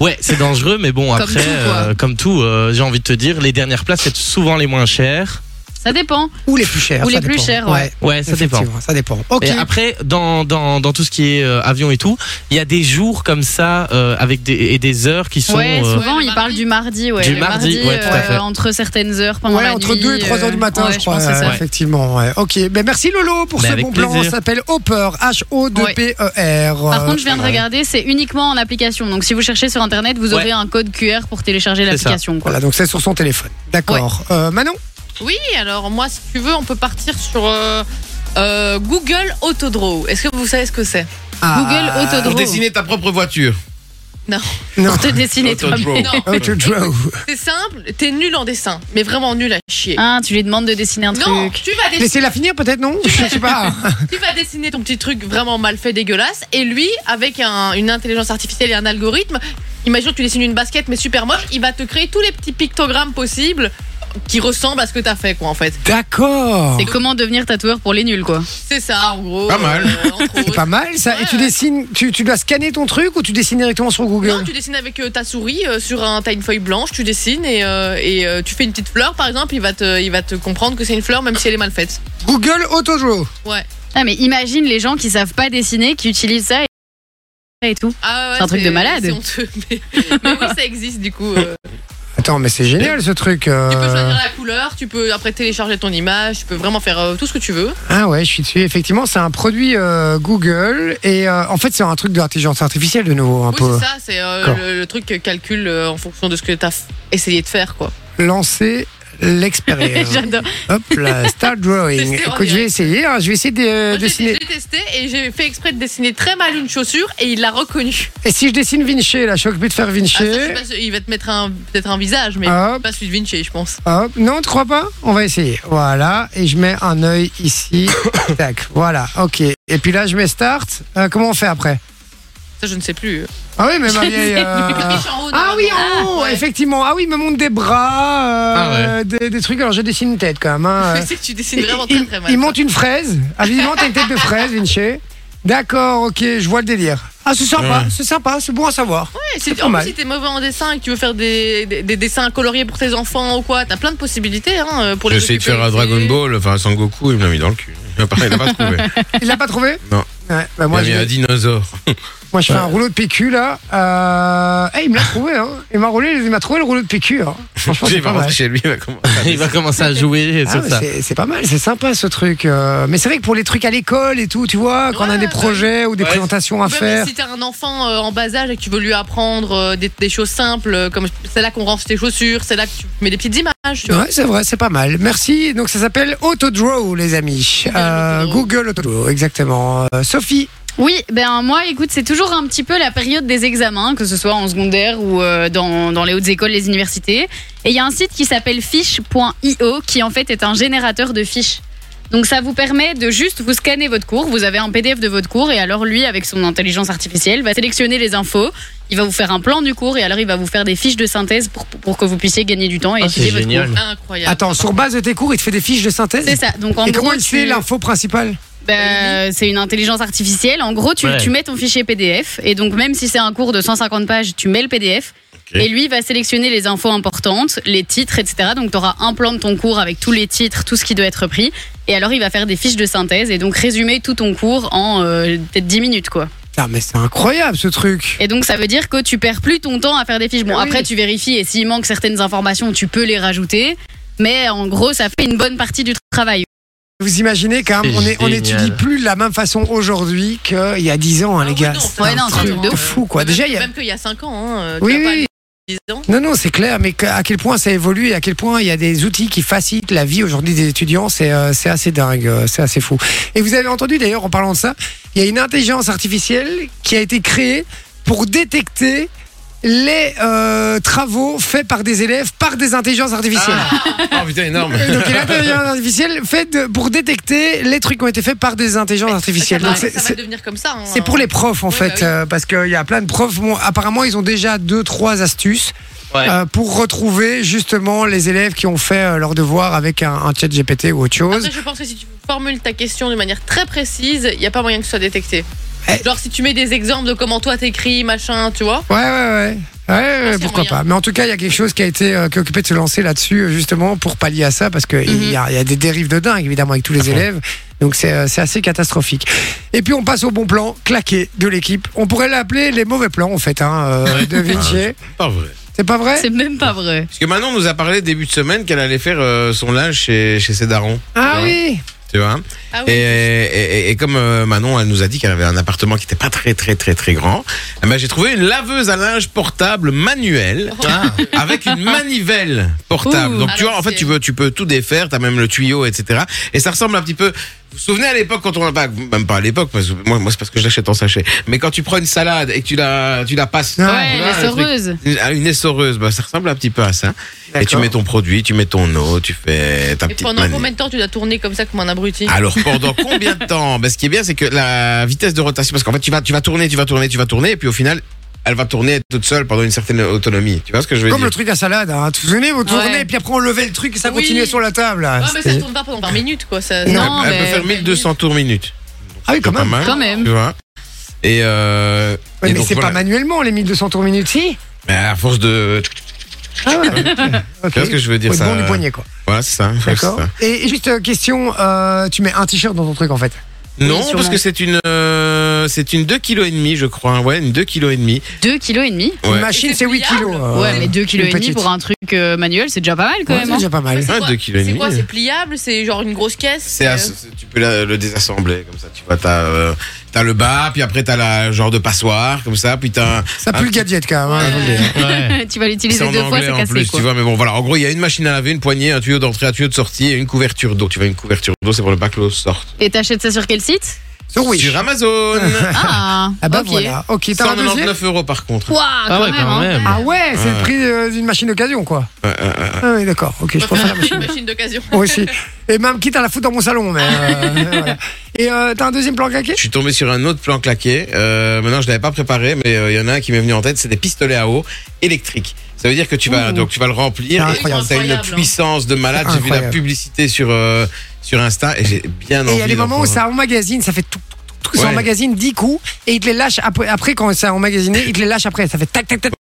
[SPEAKER 5] Ouais, c'est dangereux, mais bon,
[SPEAKER 4] Comme
[SPEAKER 5] après,
[SPEAKER 4] tout, quoi.
[SPEAKER 5] euh, comme tout, euh, j'ai envie de te dire, les dernières places, c'est souvent les moins chères.
[SPEAKER 4] Ça dépend.
[SPEAKER 3] Ou les plus chers.
[SPEAKER 4] Ou les
[SPEAKER 3] ça
[SPEAKER 4] plus
[SPEAKER 3] dépend.
[SPEAKER 4] chers, ouais.
[SPEAKER 5] Ouais, ça dépend.
[SPEAKER 3] Effectivement, Ça dépend. Ok.
[SPEAKER 5] Et après, dans, dans, dans tout ce qui est euh, avion et tout, il y a des jours comme ça, euh, avec des, et des heures qui sont.
[SPEAKER 4] ouais,
[SPEAKER 5] euh,
[SPEAKER 4] souvent
[SPEAKER 7] Ouais, le
[SPEAKER 4] ils parlent
[SPEAKER 7] mardi.
[SPEAKER 4] du mardi, ouais.
[SPEAKER 5] Du
[SPEAKER 4] Le
[SPEAKER 5] mardi, ouais, tout à fait.
[SPEAKER 4] entre certaines heures pendant
[SPEAKER 3] Ouais,
[SPEAKER 4] la
[SPEAKER 3] entre
[SPEAKER 4] nuit,
[SPEAKER 3] 2 et 3 heures du
[SPEAKER 4] euh,
[SPEAKER 3] matin,
[SPEAKER 4] ouais,
[SPEAKER 3] je crois.
[SPEAKER 4] pense que c'est
[SPEAKER 3] euh,
[SPEAKER 4] ça.
[SPEAKER 3] effectivement, ouais. Ok, ben merci Lolo pour
[SPEAKER 5] Mais
[SPEAKER 3] ce
[SPEAKER 5] avec
[SPEAKER 3] bon plan. Ça
[SPEAKER 5] plaisir.
[SPEAKER 3] s'appelle Hopper, H-O-D-P-E-R.
[SPEAKER 4] Par contre, je viens de regarder, c'est uniquement en application. Donc, si vous cherchez sur internet, vous aurez
[SPEAKER 5] Ouais.
[SPEAKER 4] un code QR pour télécharger
[SPEAKER 5] C'est ça.
[SPEAKER 4] l'application. quoi.
[SPEAKER 3] Voilà, donc c'est sur son téléphone. D'accord. Euh, Manon
[SPEAKER 7] Oui, alors moi, si tu veux, on peut partir sur euh, euh,
[SPEAKER 3] Ah,
[SPEAKER 7] Google Autodraw. Est-ce que vous savez ce que c'est
[SPEAKER 3] Oh.
[SPEAKER 4] Google Autodraw.
[SPEAKER 6] Pour dessiner ta propre voiture.
[SPEAKER 7] Non.
[SPEAKER 3] Non.
[SPEAKER 4] Pour te dessiner
[SPEAKER 5] Oh.
[SPEAKER 4] toi-même.
[SPEAKER 3] Auto-draw.
[SPEAKER 7] C'est simple, t'es nul en dessin, mais vraiment nul à chier.
[SPEAKER 4] Ah, tu lui demandes de dessiner un
[SPEAKER 7] Non,
[SPEAKER 4] truc.
[SPEAKER 7] tu vas, dessiner,
[SPEAKER 3] Laissez-la finir peut-être, non Je sais pas.
[SPEAKER 7] tu vas dessiner ton petit truc vraiment mal fait, dégueulasse, et lui, avec un- une intelligence artificielle et un algorithme, imagine que tu dessines une basket mais super moche, il va te créer tous les petits pictogrammes possibles qui ressemblent à ce que t'as fait, quoi, en fait.
[SPEAKER 3] D'accord.
[SPEAKER 4] C'est comment devenir tatoueur pour les nuls, quoi.
[SPEAKER 7] C'est ça, en gros.
[SPEAKER 6] Pas mal.
[SPEAKER 7] euh, entre
[SPEAKER 3] C'est
[SPEAKER 7] autres.
[SPEAKER 3] pas mal ça. Et tu dessines, tu, tu dois scanner ton truc ou tu dessines directement sur Google
[SPEAKER 7] Non, tu dessines avec euh, ta souris euh, sur un, t'as une feuille blanche, tu dessines et, euh, et, euh, tu fais une petite fleur par exemple, il va te, il va te comprendre que c'est une fleur même si elle est mal faite.
[SPEAKER 3] Google Autodraw.
[SPEAKER 7] Ouais.
[SPEAKER 4] Ah, mais imagine les gens qui savent pas dessiner, qui utilisent ça et, et tout.
[SPEAKER 7] Ah ouais,
[SPEAKER 4] C'est un truc de malade.
[SPEAKER 7] c'est honteux, mais, mais oui, ça existe du coup. euh.
[SPEAKER 3] Attends, mais c'est génial ce truc. euh.
[SPEAKER 7] Tu peux choisir la couleur, tu peux après télécharger ton image, tu peux vraiment faire euh, tout ce que tu veux.
[SPEAKER 3] Ah ouais, je suis dessus. Effectivement, c'est un produit euh, Google et euh, en fait c'est un truc d'intelligence artificielle de nouveau un
[SPEAKER 7] oui,
[SPEAKER 3] peu
[SPEAKER 7] c'est ça, c'est euh,
[SPEAKER 3] D'accord.
[SPEAKER 7] le, le truc que calcule euh, en fonction de ce que t'as f- essayé de faire quoi.
[SPEAKER 3] lancer l'expérience.
[SPEAKER 4] J'adore.
[SPEAKER 3] Hop là, start drawing.
[SPEAKER 7] Tester en
[SPEAKER 3] Écoute, je vais
[SPEAKER 7] direct.
[SPEAKER 3] essayer. hein, je vais essayer de euh,
[SPEAKER 7] Moi, J'ai
[SPEAKER 3] dessiner.
[SPEAKER 7] j'ai testé et j'ai fait exprès de dessiner très mal une chaussure et il l'a reconnu.
[SPEAKER 3] Et si je dessine Vinci, là, je suis occupé de faire Vinci.
[SPEAKER 7] Ah, ça, je sais pas si- il va te mettre un- peut-être un visage, mais
[SPEAKER 3] Hop.
[SPEAKER 7] pas celui de Vinci, je pense.
[SPEAKER 3] Hop, non, tu crois pas On va essayer. Voilà, et je mets un œil ici. Tac, voilà, ok. Et puis là, je mets start. Euh, comment on fait après
[SPEAKER 7] Ça, je ne sais plus.
[SPEAKER 3] Ah oui, mais ma vieille. euh, Ah oui, en haut, effectivement. Ah oui, il me montre des bras, euh, des, des trucs. Alors, je dessine une tête quand même. hein.
[SPEAKER 7] Je sais que tu dessines vraiment
[SPEAKER 3] Il-
[SPEAKER 7] très très mal.
[SPEAKER 3] Il monte une fraise. Ah, visiblement, t'as une tête de fraise, Vinci. D'accord, ok, je vois le délire. Ah, c'est sympa, c'est sympa, c'est bon à savoir.
[SPEAKER 7] Ouais, si,
[SPEAKER 3] pas
[SPEAKER 7] en
[SPEAKER 3] mal.
[SPEAKER 7] plus, si t'es mauvais en dessin et que tu veux faire des, des, des dessins coloriés pour tes enfants ou quoi, t'as plein de possibilités hein, pour les
[SPEAKER 6] J'essaie de
[SPEAKER 7] occuper
[SPEAKER 6] faire un
[SPEAKER 7] aussi.
[SPEAKER 6] Dragon Ball, enfin Sangoku, il me l'a mis dans le cul. Il m'a pas, il l'a pas trouvé.
[SPEAKER 3] Il l'a pas trouvé
[SPEAKER 6] Non.
[SPEAKER 3] Ouais, bah
[SPEAKER 6] Il
[SPEAKER 3] moi,
[SPEAKER 6] m'a
[SPEAKER 3] je,
[SPEAKER 6] mis un dinosaure.
[SPEAKER 3] moi, je fais un rouleau de PQ là. Euh... eh, il me l'a trouvé, hein. Il m'a roulé, il m'a trouvé le rouleau de PQ. hein. Franchement,
[SPEAKER 6] Il
[SPEAKER 3] c'est
[SPEAKER 6] va
[SPEAKER 3] pas mal.
[SPEAKER 6] rentrer chez lui, il va commencer. à
[SPEAKER 5] Il va commencer à jouer
[SPEAKER 3] Ah,
[SPEAKER 5] sur
[SPEAKER 3] mais
[SPEAKER 5] ça.
[SPEAKER 3] c'est- c'est pas mal, c'est sympa ce truc. euh, Mais c'est vrai que pour les trucs à l'école et tout, tu vois, quand on a
[SPEAKER 7] Ouais,
[SPEAKER 3] des
[SPEAKER 7] bah
[SPEAKER 3] projets ou des
[SPEAKER 5] Ouais.
[SPEAKER 3] présentations à
[SPEAKER 7] Même
[SPEAKER 3] faire.
[SPEAKER 7] si t'as un enfant euh, en bas âge et que tu veux lui apprendre euh, des, des choses simples, euh, comme c'est là qu'on range tes chaussures, c'est là que tu mets des petites images. Tu vois.
[SPEAKER 3] Ouais, c'est vrai, c'est pas mal. Merci. Donc ça s'appelle Autodraw, les amis. Euh,
[SPEAKER 7] Autodraw.
[SPEAKER 3] Google Autodraw, exactement. Euh, Sophie,
[SPEAKER 4] Oui, ben moi, écoute, c'est toujours un petit peu la période des examens, que ce soit en secondaire ou euh, dans, dans les hautes écoles, les universités. Et il y a un site qui s'appelle fiche.io, qui en fait est un générateur de fiches. Donc ça vous permet de juste vous scanner votre cours, vous avez un PDF de votre cours, et alors lui, avec son intelligence artificielle, va sélectionner les infos, il va vous faire un plan du cours, et alors il va vous faire des fiches de synthèse pour, pour que vous puissiez gagner du temps et
[SPEAKER 5] Ah,
[SPEAKER 4] étudier
[SPEAKER 5] c'est
[SPEAKER 4] votre
[SPEAKER 5] génial.
[SPEAKER 4] cours.
[SPEAKER 7] Incroyable.
[SPEAKER 3] attends, sur base de tes cours, il te fait des fiches de synthèse
[SPEAKER 4] C'est ça, donc en
[SPEAKER 3] Et
[SPEAKER 4] gros,
[SPEAKER 3] comment il
[SPEAKER 4] tu-
[SPEAKER 3] sait l'info principale
[SPEAKER 4] ben, c'est une intelligence artificielle. En gros, tu,
[SPEAKER 5] Ouais.
[SPEAKER 4] tu mets ton fichier PDF et donc même si c'est un cours de 150 pages, tu mets le PDF et lui va sélectionner les infos importantes, les titres, etc. Donc tu auras un plan de ton cours avec tous les titres, tout ce qui doit être pris. Et alors il va faire des fiches de synthèse et donc résumer tout ton cours en euh, peut-être 10 minutes quoi.
[SPEAKER 3] Putain, mais c'est incroyable ce truc.
[SPEAKER 4] Et donc ça veut dire que tu perds plus ton temps à faire des fiches. Bon
[SPEAKER 3] Ah oui.
[SPEAKER 4] après tu vérifies et s'il manque certaines informations, tu peux les rajouter. Mais en gros, ça fait une bonne partie du travail.
[SPEAKER 3] Vous imaginez quand même,
[SPEAKER 5] C'est
[SPEAKER 3] on, est, on
[SPEAKER 5] génial.
[SPEAKER 3] étudie plus de la même façon aujourd'hui qu'il y a 10 ans, hein,
[SPEAKER 7] Ah
[SPEAKER 3] les gars. C'est
[SPEAKER 4] Ouais,
[SPEAKER 3] un
[SPEAKER 4] Ah non, c'est
[SPEAKER 3] truc
[SPEAKER 4] un
[SPEAKER 3] de
[SPEAKER 4] truc de
[SPEAKER 3] fou, quoi.
[SPEAKER 7] Même-
[SPEAKER 3] Déjà, il y a...
[SPEAKER 7] Même qu'il y a 5 ans, hein, euh,
[SPEAKER 3] Oui,
[SPEAKER 7] t'as pas
[SPEAKER 3] oui.
[SPEAKER 7] les 10 ans.
[SPEAKER 3] Non, non, c'est clair, mais que- à quel point ça évolue et à quel point il y a des outils qui facilitent la vie aujourd'hui des étudiants, c'est euh, c'est assez dingue, euh, c'est assez fou. Et vous avez entendu d'ailleurs, en parlant de ça, il y a une intelligence artificielle qui a été créée pour détecter les euh, travaux faits par des élèves par des intelligences artificielles.
[SPEAKER 7] Ah.
[SPEAKER 6] Oh putain, énorme.
[SPEAKER 3] Et Donc, et l'intelligence artificielle faite de- pour détecter les trucs qui ont été faits par des intelligences artificielles.
[SPEAKER 7] Ça,
[SPEAKER 3] Donc,
[SPEAKER 7] va-
[SPEAKER 3] c'est-
[SPEAKER 7] ça
[SPEAKER 3] c'est-
[SPEAKER 7] va devenir comme ça. hein.
[SPEAKER 3] c'est pour les profs en
[SPEAKER 7] Ouais,
[SPEAKER 3] fait,
[SPEAKER 7] bah oui.
[SPEAKER 3] euh, parce qu'il y a plein de profs. Bon, apparemment, ils ont déjà deux, trois astuces
[SPEAKER 5] Ouais.
[SPEAKER 3] euh, pour retrouver justement les élèves qui ont fait euh, leurs devoirs avec un, un chat GPT ou autre chose.
[SPEAKER 7] Après, je pense que si tu formules ta question de manière très précise, il n'y a pas moyen que ce soit détecté.
[SPEAKER 3] Eh.
[SPEAKER 7] Genre si tu mets des exemples de comment toi t'écris, machin, tu vois.
[SPEAKER 3] Ouais, ouais, ouais. Ouais, ouais,
[SPEAKER 7] c'est
[SPEAKER 3] pourquoi
[SPEAKER 7] moyen.
[SPEAKER 3] pas. Mais en tout cas, il y a quelque chose qui a été euh, qui est occupé de se lancer là-dessus, euh, justement, pour pallier à ça, parce qu'il y, a, il y a des dérives de dingue, évidemment, avec tous les élèves. Donc, c'est euh, c'est assez catastrophique. Et puis, on passe au bon plan claqué de l'équipe. On pourrait l'appeler les mauvais plans, en fait, hein, euh, de Vinci.
[SPEAKER 6] Pas vrai.
[SPEAKER 3] C'est pas vrai
[SPEAKER 4] C'est même pas vrai.
[SPEAKER 6] Parce que Manon nous a parlé début de semaine qu'elle allait faire euh, son linge chez, chez ses darons.
[SPEAKER 3] Ah oui
[SPEAKER 6] Tu vois
[SPEAKER 7] Ah
[SPEAKER 3] Eh,
[SPEAKER 6] et,
[SPEAKER 7] oui.
[SPEAKER 6] et- et- et comme euh, Manon, elle nous a dit qu'elle avait un appartement qui n'était pas très très très très grand, eh ben, j'ai trouvé une laveuse à linge portable manuelle
[SPEAKER 7] Oh. Ah.
[SPEAKER 6] avec une manivelle portable.
[SPEAKER 4] Ouh.
[SPEAKER 6] Donc tu vois,
[SPEAKER 7] Alors,
[SPEAKER 6] en fait,
[SPEAKER 7] Ah, c'est-
[SPEAKER 6] tu peux, tu peux tout défaire, tu as même le tuyau, etc. Et ça ressemble un petit peu, Vous vous souvenez à l'époque quand on l'a pas, même pas à l'époque, parce que moi, moi c'est parce que je l'achète en sachet. Mais quand tu prends une salade et que tu la, tu la passes,
[SPEAKER 4] Ouais,
[SPEAKER 6] voilà, un truc.
[SPEAKER 4] l'essoreuse.
[SPEAKER 6] Une- à une essoreuse, bah, ça ressemble un petit peu à ça. Et tu mets ton produit, tu mets ton eau, tu fais ta
[SPEAKER 7] Et
[SPEAKER 6] petite
[SPEAKER 7] pendant
[SPEAKER 6] manie.
[SPEAKER 7] combien de temps tu dois tourner comme ça comme un abruti
[SPEAKER 3] Ah,
[SPEAKER 6] Alors pendant combien de temps bah, Ce qui est bien, c'est que la vitesse de rotation, parce qu'en fait, tu vas, tu vas tourner, tu vas tourner, tu vas tourner, et puis au final, elle va tourner toute seule pendant une certaine autonomie. Tu vois ce que je veux
[SPEAKER 3] Comme le
[SPEAKER 6] dire
[SPEAKER 3] truc à salade, hein. vous vous souvenez, vous tournez,
[SPEAKER 7] Ouais.
[SPEAKER 3] puis après on levait le truc
[SPEAKER 4] Ah
[SPEAKER 3] et ça
[SPEAKER 7] Oui.
[SPEAKER 3] continuait sur la table. là.
[SPEAKER 7] Ah, mais ça
[SPEAKER 3] C'était-
[SPEAKER 7] tourne pas pendant 20 minutes quoi. Ça,
[SPEAKER 6] Elle-
[SPEAKER 4] Non,
[SPEAKER 6] elle,
[SPEAKER 4] mais-
[SPEAKER 6] peut faire 1200 tours minute.
[SPEAKER 3] Ah oui, quand
[SPEAKER 6] Pas
[SPEAKER 3] même.
[SPEAKER 6] mal,
[SPEAKER 4] Quand même.
[SPEAKER 6] hein, Tu vois et, euh,
[SPEAKER 3] Ouais,
[SPEAKER 6] et
[SPEAKER 3] mais
[SPEAKER 6] donc,
[SPEAKER 3] c'est pas
[SPEAKER 6] voilà.
[SPEAKER 3] manuellement les 1200 tours minutes, si
[SPEAKER 6] Mais à force de.
[SPEAKER 3] Ah ouais. Ok.
[SPEAKER 6] Tu vois ce que je veux dire
[SPEAKER 3] Faut être
[SPEAKER 6] ça- hein.
[SPEAKER 3] bon du poignet, quoi.
[SPEAKER 6] Voilà, c'est ça. c'est
[SPEAKER 3] D'accord.
[SPEAKER 6] ça.
[SPEAKER 3] Et et juste euh, question, euh, tu mets un t-shirt dans ton truc en fait.
[SPEAKER 6] Non,
[SPEAKER 4] sûrement.
[SPEAKER 6] parce que c'est une, euh, c'est une 2 kg et demi, je crois. hein. Ouais, une 2 kg et demi.
[SPEAKER 4] 2 kg et demi.
[SPEAKER 3] Une
[SPEAKER 6] Ouais.
[SPEAKER 3] machine,
[SPEAKER 7] Et
[SPEAKER 3] c'est
[SPEAKER 7] c'est
[SPEAKER 3] 8 kilos. euh,
[SPEAKER 4] Ouais, mais 2 kg et
[SPEAKER 3] une
[SPEAKER 4] demi
[SPEAKER 3] petite.
[SPEAKER 4] pour un truc euh, manuel, c'est déjà pas mal quand
[SPEAKER 3] Ouais,
[SPEAKER 4] même.
[SPEAKER 3] c'est
[SPEAKER 4] hein.
[SPEAKER 3] déjà pas mal.
[SPEAKER 7] C'est
[SPEAKER 6] Ouais,
[SPEAKER 7] quoi-
[SPEAKER 6] deux kilos et
[SPEAKER 7] C'est
[SPEAKER 6] demi,
[SPEAKER 7] quoi
[SPEAKER 6] euh.
[SPEAKER 7] C'est pliable C'est genre une grosse caisse
[SPEAKER 6] C'est à-
[SPEAKER 7] euh,
[SPEAKER 6] tu peux la- le désassembler comme ça. Tu vois, t'as, euh, t'as le bas, puis après t'as la genre de passoire comme ça, puis t'as. un-
[SPEAKER 3] Ça
[SPEAKER 6] un
[SPEAKER 3] pue le gadget quand même. hein, je vous le dis.
[SPEAKER 4] tu vas
[SPEAKER 6] C'est
[SPEAKER 4] l'utiliser
[SPEAKER 6] en
[SPEAKER 4] deux fois,
[SPEAKER 6] anglais
[SPEAKER 4] c'est
[SPEAKER 6] en
[SPEAKER 4] cassé
[SPEAKER 6] plus,
[SPEAKER 4] quoi.
[SPEAKER 6] tu vois. Mais bon, voilà. En gros, il y a une machine à laver, une poignée, un tuyau d'entrée, un tuyau de sortie et une couverture d'eau. Tu vois, une couverture d'eau, c'est pour le bac l'eau sorte.
[SPEAKER 4] Et t'achètes ça sur quel site
[SPEAKER 3] Sur Wish.
[SPEAKER 6] Sur Amazon.
[SPEAKER 4] Ah,
[SPEAKER 3] Ah bah
[SPEAKER 4] ok.
[SPEAKER 3] voilà. Ok, t'as un deuxième
[SPEAKER 6] 199 euros par contre.
[SPEAKER 4] Waouh,
[SPEAKER 5] Ah
[SPEAKER 4] quand
[SPEAKER 5] ouais,
[SPEAKER 4] même.
[SPEAKER 5] quand
[SPEAKER 4] hein.
[SPEAKER 5] même.
[SPEAKER 3] Ah ouais, c'est le
[SPEAKER 6] Ouais.
[SPEAKER 3] prix euh, d'une machine d'occasion quoi.
[SPEAKER 6] Ouais, ouais, ouais.
[SPEAKER 3] Ah oui, d'accord. Ok, je
[SPEAKER 7] on va
[SPEAKER 3] pense à la
[SPEAKER 7] faire
[SPEAKER 3] machine.
[SPEAKER 7] une machine d'occasion.
[SPEAKER 3] Moi aussi. Et même quitte à la foutre dans mon salon. Mais euh, voilà. Et euh, t'as un deuxième plan claqué
[SPEAKER 6] Je suis tombé sur un autre plan claqué. Euh, maintenant, je l'avais pas préparé, mais euh, il y en a un qui m'est venu en tête. C'est des pistolets à eau électriques. Ça veut dire que tu vas
[SPEAKER 3] Ouh.
[SPEAKER 6] donc tu vas le remplir.
[SPEAKER 3] C'est
[SPEAKER 6] et
[SPEAKER 3] incroyable.
[SPEAKER 6] Ça a une
[SPEAKER 7] Incroyable, hein.
[SPEAKER 6] puissance de malade.
[SPEAKER 3] C'est
[SPEAKER 6] J'ai vu la
[SPEAKER 3] incroyable.
[SPEAKER 6] publicité sur euh, sur Insta et j'ai bien
[SPEAKER 3] Et
[SPEAKER 6] envie.
[SPEAKER 3] il y a des
[SPEAKER 6] d'en
[SPEAKER 3] moments où
[SPEAKER 6] prendre.
[SPEAKER 3] ça emmagasine, ça fait tout. tout, tout ça
[SPEAKER 6] Ouais.
[SPEAKER 3] emmagasine 10 coups et il te les lâche après, après quand ça a emmagasiné, il te les lâche après. Ça fait tac, tac, tac.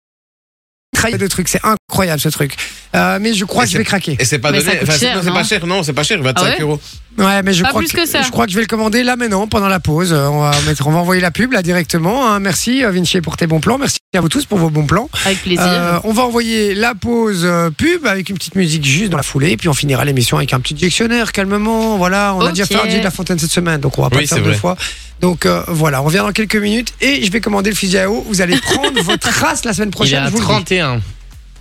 [SPEAKER 3] Trail de trucs, c'est incroyable ce truc. Euh, mais je crois
[SPEAKER 6] Et
[SPEAKER 3] que je vais craquer.
[SPEAKER 6] Et c'est pas
[SPEAKER 4] Mais
[SPEAKER 6] donné.
[SPEAKER 4] ça coûte
[SPEAKER 6] Enfin, c'est-
[SPEAKER 4] cher,
[SPEAKER 6] non, c'est pas
[SPEAKER 4] non
[SPEAKER 6] cher. Non, c'est pas cher. 25
[SPEAKER 4] Ah ouais
[SPEAKER 6] euros.
[SPEAKER 3] Ouais, mais je
[SPEAKER 4] Pas
[SPEAKER 3] crois
[SPEAKER 4] plus
[SPEAKER 3] que,
[SPEAKER 4] que ça.
[SPEAKER 3] je crois que je vais le commander là maintenant pendant la pause. Euh, On va mettre, on va envoyer la pub là directement. hein. Merci euh, Vinci pour tes bons plans. Merci à vous tous pour vos bons plans.
[SPEAKER 4] Avec plaisir.
[SPEAKER 3] Euh, on va envoyer la pause euh, pub avec une petite musique juste dans la foulée, et puis on finira l'émission avec un petit dictionnaire calmement. Voilà, on a
[SPEAKER 4] Ok.
[SPEAKER 3] déjà fait un DJ de la Fontaine cette semaine, donc on va pas
[SPEAKER 6] Oui,
[SPEAKER 3] le faire
[SPEAKER 6] c'est
[SPEAKER 3] deux
[SPEAKER 6] vrai.
[SPEAKER 3] fois. Donc euh, voilà, on revient dans quelques minutes et je vais commander le fusil à eau. Vous allez prendre votre race la semaine
[SPEAKER 5] Il est
[SPEAKER 3] prochaine.
[SPEAKER 5] à
[SPEAKER 3] je vous le dis.
[SPEAKER 5] 31.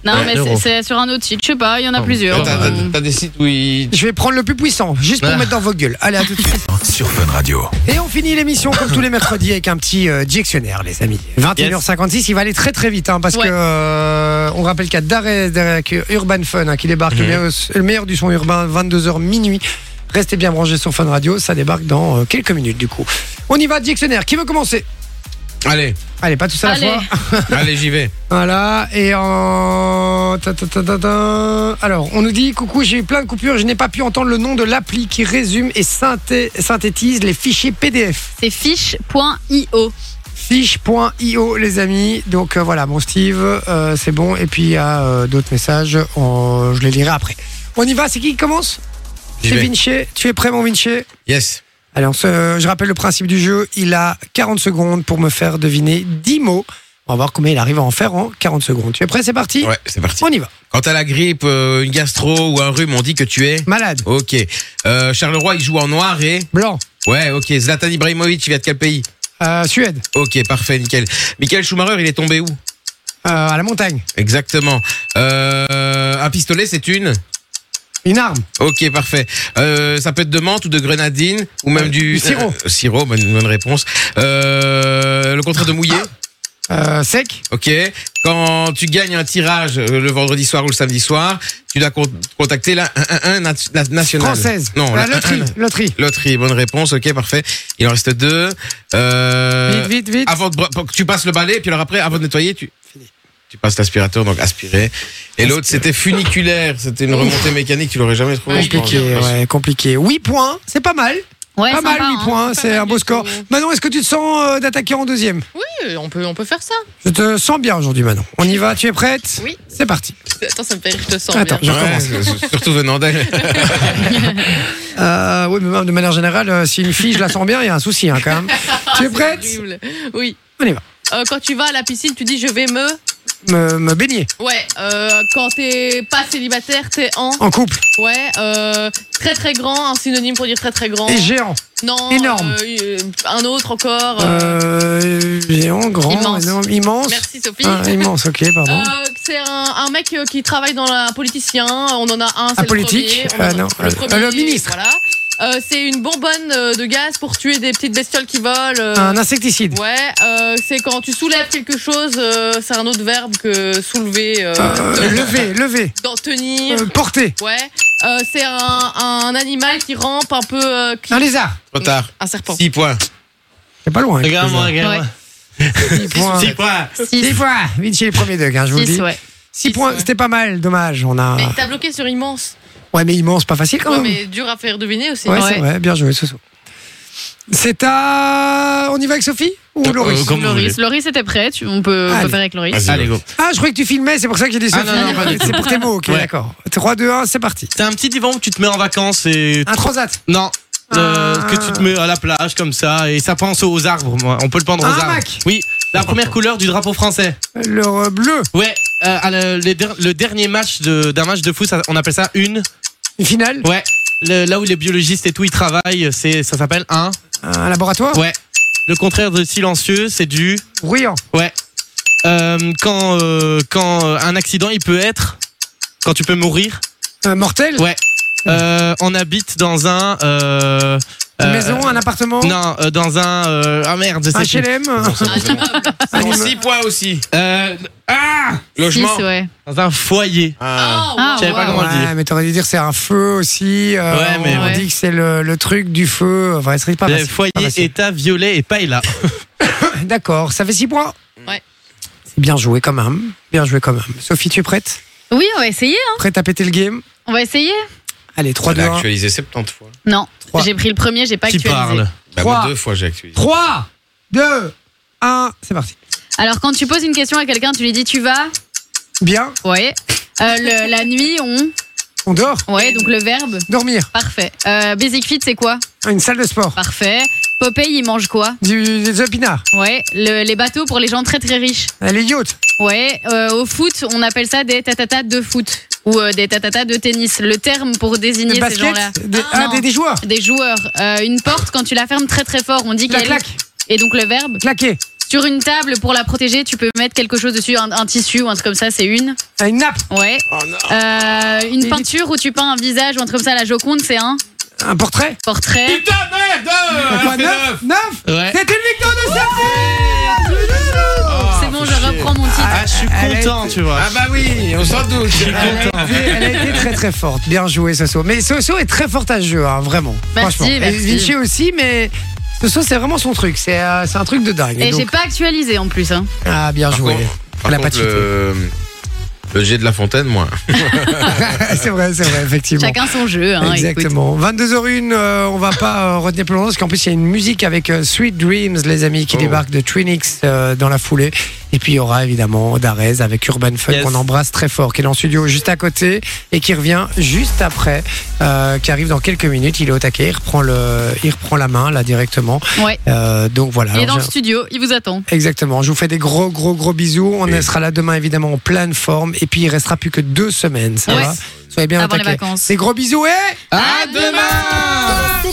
[SPEAKER 4] Non,
[SPEAKER 5] Ouais,
[SPEAKER 4] mais
[SPEAKER 5] euros.
[SPEAKER 4] c'est- c'est sur un autre site, je sais pas, il y en a plusieurs.
[SPEAKER 6] T'as-
[SPEAKER 3] Ah
[SPEAKER 6] T'as
[SPEAKER 4] Euh,
[SPEAKER 6] t'as des sites où ils.
[SPEAKER 3] Je vais prendre le plus puissant, juste pour
[SPEAKER 5] Ah.
[SPEAKER 3] mettre dans vos gueules. Allez, à tout de suite.
[SPEAKER 11] Bah. Sur Fun Radio.
[SPEAKER 3] Et on finit l'émission comme tous les mercredis avec un petit euh, dictionnaire, les amis. 21h56, il va aller très très vite hein, parce
[SPEAKER 7] Ouais.
[SPEAKER 3] que euh, on rappelle qu'il y a Darès avec Urban Fun hein, qui
[SPEAKER 11] Mhm.
[SPEAKER 3] débarque le, meilleur, le meilleur du son urbain 22h minuit. Restez bien branchés sur Fun Radio, ça débarque dans euh, quelques minutes du coup. On y va dictionnaire. Qui veut commencer
[SPEAKER 6] Allez,
[SPEAKER 3] Allez, pas tout ça à la
[SPEAKER 4] Allez.
[SPEAKER 3] fois.
[SPEAKER 6] allez, j'y vais.
[SPEAKER 3] Voilà, et en. ta, ta, ta, ta, ta. Alors, on nous dit Coucou, j'ai eu plein de coupures, je n'ai pas pu entendre le nom de l'appli qui résume et synthé- synthétise les fichiers PDF.
[SPEAKER 4] C'est fiche.io.
[SPEAKER 3] Fiche.io, les amis. Donc euh, voilà, mon Steve, euh, c'est bon. Et puis il y a euh, d'autres messages, on- je les lirai après. On y va, c'est qui qui commence
[SPEAKER 6] J'y
[SPEAKER 3] C'est
[SPEAKER 6] vais.
[SPEAKER 3] Vinci. Tu es prêt, mon Vinci
[SPEAKER 6] Yes.
[SPEAKER 3] alors, ce- je rappelle le principe du jeu. Il a 40 secondes pour me faire deviner 10 mots. On va voir combien il arrive à en faire en 40 secondes. Tu es prêt C'est parti
[SPEAKER 6] Ouais, c'est parti.
[SPEAKER 3] On y va.
[SPEAKER 6] Quand t'as la grippe, euh, une gastro ou un rhume, on dit que tu es.
[SPEAKER 3] Malade,
[SPEAKER 6] Ok. Euh, Charleroi, il joue en noir et.
[SPEAKER 3] blanc,
[SPEAKER 6] Ouais, ok. Zlatan Ibrahimovic, il vient de quel pays
[SPEAKER 3] euh, Suède,
[SPEAKER 6] Ok, parfait, nickel. Michael Schumacher, il est tombé où
[SPEAKER 3] euh, à la montagne,
[SPEAKER 6] Exactement. Euh, un pistolet, c'est une
[SPEAKER 3] une arme,
[SPEAKER 6] Ok, parfait. Euh, ça peut être de menthe ou de grenadine ou même du...
[SPEAKER 3] Du sirop.
[SPEAKER 6] Euh, sirop, bonne, bonne réponse. Euh, le contraire de mouillé
[SPEAKER 3] euh, sec,
[SPEAKER 6] Ok. Quand tu gagnes un tirage euh, le vendredi soir ou le samedi soir, tu dois con- contacter la 1 nationale.
[SPEAKER 3] française,
[SPEAKER 6] Non,
[SPEAKER 3] la
[SPEAKER 6] la
[SPEAKER 3] loterie,
[SPEAKER 6] 1-1.
[SPEAKER 3] loterie.
[SPEAKER 6] Loterie, bonne réponse. Ok, parfait. Il en reste deux. Euh,
[SPEAKER 3] Vite, vite, vite.
[SPEAKER 6] Avant de, bra- pour que tu passes le balai, puis alors après, avant de nettoyer, tu. Tu passes l'aspirateur, donc aspirer. Et l'autre, c'était funiculaire. C'était une remontée mécanique, tu l'aurais jamais trouvé. je pense.
[SPEAKER 3] Compliqué, ouais, compliqué. 8 points, c'est pas mal.
[SPEAKER 4] Ouais,
[SPEAKER 3] pas mal,
[SPEAKER 4] sympa,
[SPEAKER 3] 8
[SPEAKER 4] hein.
[SPEAKER 3] points, c'est
[SPEAKER 7] mal
[SPEAKER 3] un beau
[SPEAKER 7] du
[SPEAKER 3] score.
[SPEAKER 7] tout.
[SPEAKER 3] Manon, est-ce que tu te sens euh, d'attaquer en deuxième
[SPEAKER 7] Oui, euh, on peut, on peut faire ça.
[SPEAKER 3] Je te sens bien aujourd'hui, Manon. On y va, tu es prête
[SPEAKER 7] Oui.
[SPEAKER 3] C'est parti.
[SPEAKER 7] Attends, ça me fait rire, je te sens
[SPEAKER 3] Attends,
[SPEAKER 7] bien.
[SPEAKER 3] je recommence.
[SPEAKER 6] Ouais, c'est- surtout venant d'elle.
[SPEAKER 3] Euh, oui, mais même de manière générale, euh, si une fille, je la sens bien, il y a un souci hein, quand même. tu es prête
[SPEAKER 7] C'est horrible. Oui.
[SPEAKER 3] On y va.
[SPEAKER 7] Euh, quand tu vas à la piscine, tu dis je vais me.
[SPEAKER 3] Me, me baigner
[SPEAKER 7] Ouais. euh, quand t'es pas célibataire, t'es en.
[SPEAKER 3] en couple
[SPEAKER 7] Ouais. euh, très très grand, un synonyme pour dire très très grand.
[SPEAKER 3] et géant.
[SPEAKER 7] Non.
[SPEAKER 3] énorme.
[SPEAKER 7] euh, euh, un autre encore. euh,
[SPEAKER 3] Euh, géant, grand,
[SPEAKER 7] Immense.
[SPEAKER 3] énorme, immense.
[SPEAKER 7] Merci Sophie.
[SPEAKER 3] Ah, immense, ok, pardon.
[SPEAKER 7] Euh, c'est un, un mec euh, qui travaille dans la politicien. On en a un, c'est
[SPEAKER 3] Ah,
[SPEAKER 7] le
[SPEAKER 3] politique,
[SPEAKER 7] premier. On en a-
[SPEAKER 3] euh, non, euh,
[SPEAKER 7] le, premier,
[SPEAKER 3] euh, le ministre.
[SPEAKER 7] Voilà. Euh, c'est une bonbonne euh, de gaz pour tuer des petites bestioles qui volent. euh.
[SPEAKER 3] Un insecticide.
[SPEAKER 7] Ouais, euh, c'est quand tu soulèves quelque chose, euh, c'est un autre verbe que soulever. euh,
[SPEAKER 3] Euh, lever, lever.
[SPEAKER 7] D'en tenir.
[SPEAKER 3] Euh, porter.
[SPEAKER 7] Ouais. Euh, c'est un, un animal qui rampe un peu. euh, qui-
[SPEAKER 3] Un lézard.
[SPEAKER 6] Trop tard.
[SPEAKER 3] Ah.
[SPEAKER 7] Un serpent.
[SPEAKER 6] 6 points.
[SPEAKER 3] C'est pas loin. hein,
[SPEAKER 5] Regarde-moi, regarde-moi.
[SPEAKER 7] regarde-moi.
[SPEAKER 3] points.
[SPEAKER 5] 6 points.
[SPEAKER 3] Six fois. Vite chez les premiers deux, hein, je vous le dis.
[SPEAKER 4] hein. Six, ouais.
[SPEAKER 3] 6 points,
[SPEAKER 7] ouais.
[SPEAKER 3] c'était pas mal, dommage. On a...
[SPEAKER 7] Mais t'as bloqué sur immense.
[SPEAKER 3] Ouais, mais immense, pas facile quand
[SPEAKER 7] Ouais,
[SPEAKER 3] même.
[SPEAKER 7] mais dur à faire deviner aussi.
[SPEAKER 3] Oh. Ouais, c'est vrai, bien joué, Soso. C'est à. On y va avec Sophie Ou
[SPEAKER 5] Euh,
[SPEAKER 3] Loris
[SPEAKER 5] euh, comme vous voulez.
[SPEAKER 4] Loris, Loris était prêt, tu- on
[SPEAKER 7] Euh,
[SPEAKER 4] peut, on
[SPEAKER 7] Ah,
[SPEAKER 3] Allez.
[SPEAKER 4] peut faire avec Loris.
[SPEAKER 6] Vas-y.
[SPEAKER 5] Allez, go.
[SPEAKER 3] Ah, je croyais que tu filmais, c'est pour ça que j'ai dit
[SPEAKER 5] Ah,
[SPEAKER 3] Sophie.
[SPEAKER 5] non, non, pas du tout.
[SPEAKER 3] c'est pour tes mots, ok,
[SPEAKER 5] Ouais.
[SPEAKER 3] d'accord. 3, 2, 1, c'est parti.
[SPEAKER 5] C'est un petit divan où tu te mets en vacances et.
[SPEAKER 3] Un transat.
[SPEAKER 5] Non. Euh,
[SPEAKER 3] Ah.
[SPEAKER 5] que tu te mets à la plage comme ça et ça pense aux arbres. moi. On peut le pendre aux
[SPEAKER 3] Un
[SPEAKER 5] arbres.
[SPEAKER 3] hamac.
[SPEAKER 5] Oui, la première couleur du drapeau français.
[SPEAKER 3] Le euh, bleu,
[SPEAKER 5] Ouais, euh, à le, les der- le dernier match de- d'un match de foot, ça- on appelle ça une.
[SPEAKER 3] une finale,
[SPEAKER 5] Ouais, le- là où les biologistes et tout ils travaillent, c'est ça s'appelle un.
[SPEAKER 3] un laboratoire,
[SPEAKER 5] Ouais. Le contraire de silencieux, c'est du.
[SPEAKER 3] bruyant,
[SPEAKER 5] Ouais. Euh, quand euh, quand euh, un accident, il peut être. Quand tu peux mourir.
[SPEAKER 3] euh, mortel,
[SPEAKER 5] Ouais. Euh, on habite dans un. Euh,
[SPEAKER 3] une
[SPEAKER 5] euh,
[SPEAKER 3] maison, un appartement,
[SPEAKER 5] Non, euh, dans un. euh, ah merde, je
[SPEAKER 3] un H&M.
[SPEAKER 5] sais plus.
[SPEAKER 3] HLM, un
[SPEAKER 6] Pour
[SPEAKER 3] immeuble.
[SPEAKER 6] 6 points aussi.
[SPEAKER 5] Euh, ah
[SPEAKER 4] Six,
[SPEAKER 6] Logement.
[SPEAKER 4] ouais.
[SPEAKER 5] Dans un foyer.
[SPEAKER 6] Ah.
[SPEAKER 4] Ah,
[SPEAKER 5] Je savais pas
[SPEAKER 4] wow.
[SPEAKER 5] comment le dire.
[SPEAKER 3] Ouais, mais t'aurais dû dire c'est un feu aussi. euh,
[SPEAKER 5] Ouais, mais
[SPEAKER 3] on
[SPEAKER 4] ouais.
[SPEAKER 3] dit que c'est le, le truc du feu. Enfin, ce serait Ah, bah, pas
[SPEAKER 5] Le
[SPEAKER 3] facile,
[SPEAKER 5] foyer,
[SPEAKER 3] pas facile.
[SPEAKER 5] état, violet et paella.
[SPEAKER 3] D'accord, ça fait 6 points.
[SPEAKER 7] Ouais.
[SPEAKER 3] C'est bien joué quand même. Bien joué quand même. Sophie, tu es prête
[SPEAKER 4] Oui, on va essayer. hein.
[SPEAKER 3] Prête à péter le game
[SPEAKER 4] On va essayer.
[SPEAKER 3] Allez, 3, 2,
[SPEAKER 6] Elle a
[SPEAKER 3] 1.
[SPEAKER 6] actualisé 70 fois.
[SPEAKER 4] Non,
[SPEAKER 3] Trois.
[SPEAKER 4] j'ai pris le premier, j'ai pas
[SPEAKER 5] Qui
[SPEAKER 4] actualisé.
[SPEAKER 5] parle
[SPEAKER 6] Bah,
[SPEAKER 3] Trois.
[SPEAKER 6] moi, deux fois, j'ai actualisé.
[SPEAKER 3] 3, 2, 1, c'est parti.
[SPEAKER 4] Alors quand tu poses une question à quelqu'un, tu lui dis tu vas.
[SPEAKER 3] Bien,
[SPEAKER 4] Ouais. Euh, le- la nuit, on.
[SPEAKER 3] on dort.
[SPEAKER 4] Ouais, donc le verbe.
[SPEAKER 3] Dormir. Ah,
[SPEAKER 4] Parfait. Euh, Basic Fit, c'est quoi
[SPEAKER 3] Une salle de sport.
[SPEAKER 4] Parfait. Popeye, il mange quoi
[SPEAKER 3] Du, des opinards.
[SPEAKER 4] Ouais. Le- les bateaux pour les gens très très riches.
[SPEAKER 3] Euh, Les yachts.
[SPEAKER 4] Ouais. Euh, au foot, on appelle ça des tatatas de foot ou euh, des tatatas de tennis. Le terme pour désigner
[SPEAKER 3] Des
[SPEAKER 4] ces gens-là.
[SPEAKER 3] baskets. Des, ah,
[SPEAKER 4] non.
[SPEAKER 3] des, des joueurs.
[SPEAKER 4] Des joueurs. Euh, une porte, quand tu la fermes très très fort, on dit
[SPEAKER 3] La
[SPEAKER 4] qu'elle.
[SPEAKER 3] claque.
[SPEAKER 4] Et donc le verbe.
[SPEAKER 3] Claquer.
[SPEAKER 4] Sur une table, pour la protéger, tu peux mettre quelque chose dessus, un, un tissu ou un truc comme ça, c'est une.
[SPEAKER 3] Euh, Une nappe.
[SPEAKER 4] Ouais. Euh, une peinture où tu peins un visage ou un truc comme ça, la Joconde, c'est un
[SPEAKER 3] Un portrait.
[SPEAKER 4] portrait.
[SPEAKER 6] Putain, merde
[SPEAKER 3] Quoi, neuf Neuf
[SPEAKER 5] Ah, Ouais. Oh.
[SPEAKER 3] C'est une victoire de Sophie Oh,
[SPEAKER 4] c'est bon, je reprends mon titre.
[SPEAKER 5] Ah, je suis
[SPEAKER 3] Elle est-
[SPEAKER 5] content, tu vois.
[SPEAKER 6] Ah bah oui, on s'en doute.
[SPEAKER 3] Elle a, été, elle a été très très forte. Bien joué, Soso. Mais Soso est très forte à ce jeu, hein, vraiment.
[SPEAKER 4] Merci,
[SPEAKER 3] Franchement.
[SPEAKER 4] merci.
[SPEAKER 3] Et Vinci aussi, mais Soso, c'est vraiment son truc. C'est euh, c'est un truc de dingue.
[SPEAKER 4] Et
[SPEAKER 3] Donc,
[SPEAKER 4] j'ai pas actualisé en plus. Hein.
[SPEAKER 3] Ah, bien
[SPEAKER 6] Par
[SPEAKER 3] joué.
[SPEAKER 6] contre-
[SPEAKER 3] Elle a
[SPEAKER 6] Par
[SPEAKER 3] pas
[SPEAKER 6] contre,
[SPEAKER 3] cheaté.
[SPEAKER 6] le... le jet de la fontaine, moi.
[SPEAKER 3] c'est vrai, c'est vrai, effectivement.
[SPEAKER 4] Chacun son jeu. Hein, écoute.
[SPEAKER 3] Exactement. 22h01, euh, on va pas euh, retenir plus longtemps parce qu'en plus il y a une musique avec euh, Sweet Dreams, les amis, qui
[SPEAKER 6] Oh.
[SPEAKER 3] débarque de Trinix euh, dans la foulée. Et puis il y aura évidemment Darez avec Urban Fun
[SPEAKER 5] Yes.
[SPEAKER 3] qu'on embrasse très fort, qui est en studio juste à côté et qui revient juste après, euh, qui arrive dans quelques minutes. Il est au taquet, il reprend, le, il reprend la main là directement.
[SPEAKER 4] Ouais.
[SPEAKER 3] Euh, donc voilà.
[SPEAKER 4] Il est dans
[SPEAKER 3] Alors,
[SPEAKER 4] le
[SPEAKER 3] j'ai-
[SPEAKER 4] studio, il vous attend.
[SPEAKER 3] Exactement. Je vous fais des gros, gros, gros bisous. On
[SPEAKER 6] Oui.
[SPEAKER 3] sera là demain, évidemment, en pleine forme. Et puis, il restera plus que deux semaines. Ça
[SPEAKER 4] Ouais.
[SPEAKER 3] va Soyez bien au
[SPEAKER 4] Avant les
[SPEAKER 3] taquet.
[SPEAKER 4] vacances.
[SPEAKER 3] Des gros bisous et.
[SPEAKER 5] À demain
[SPEAKER 1] C'est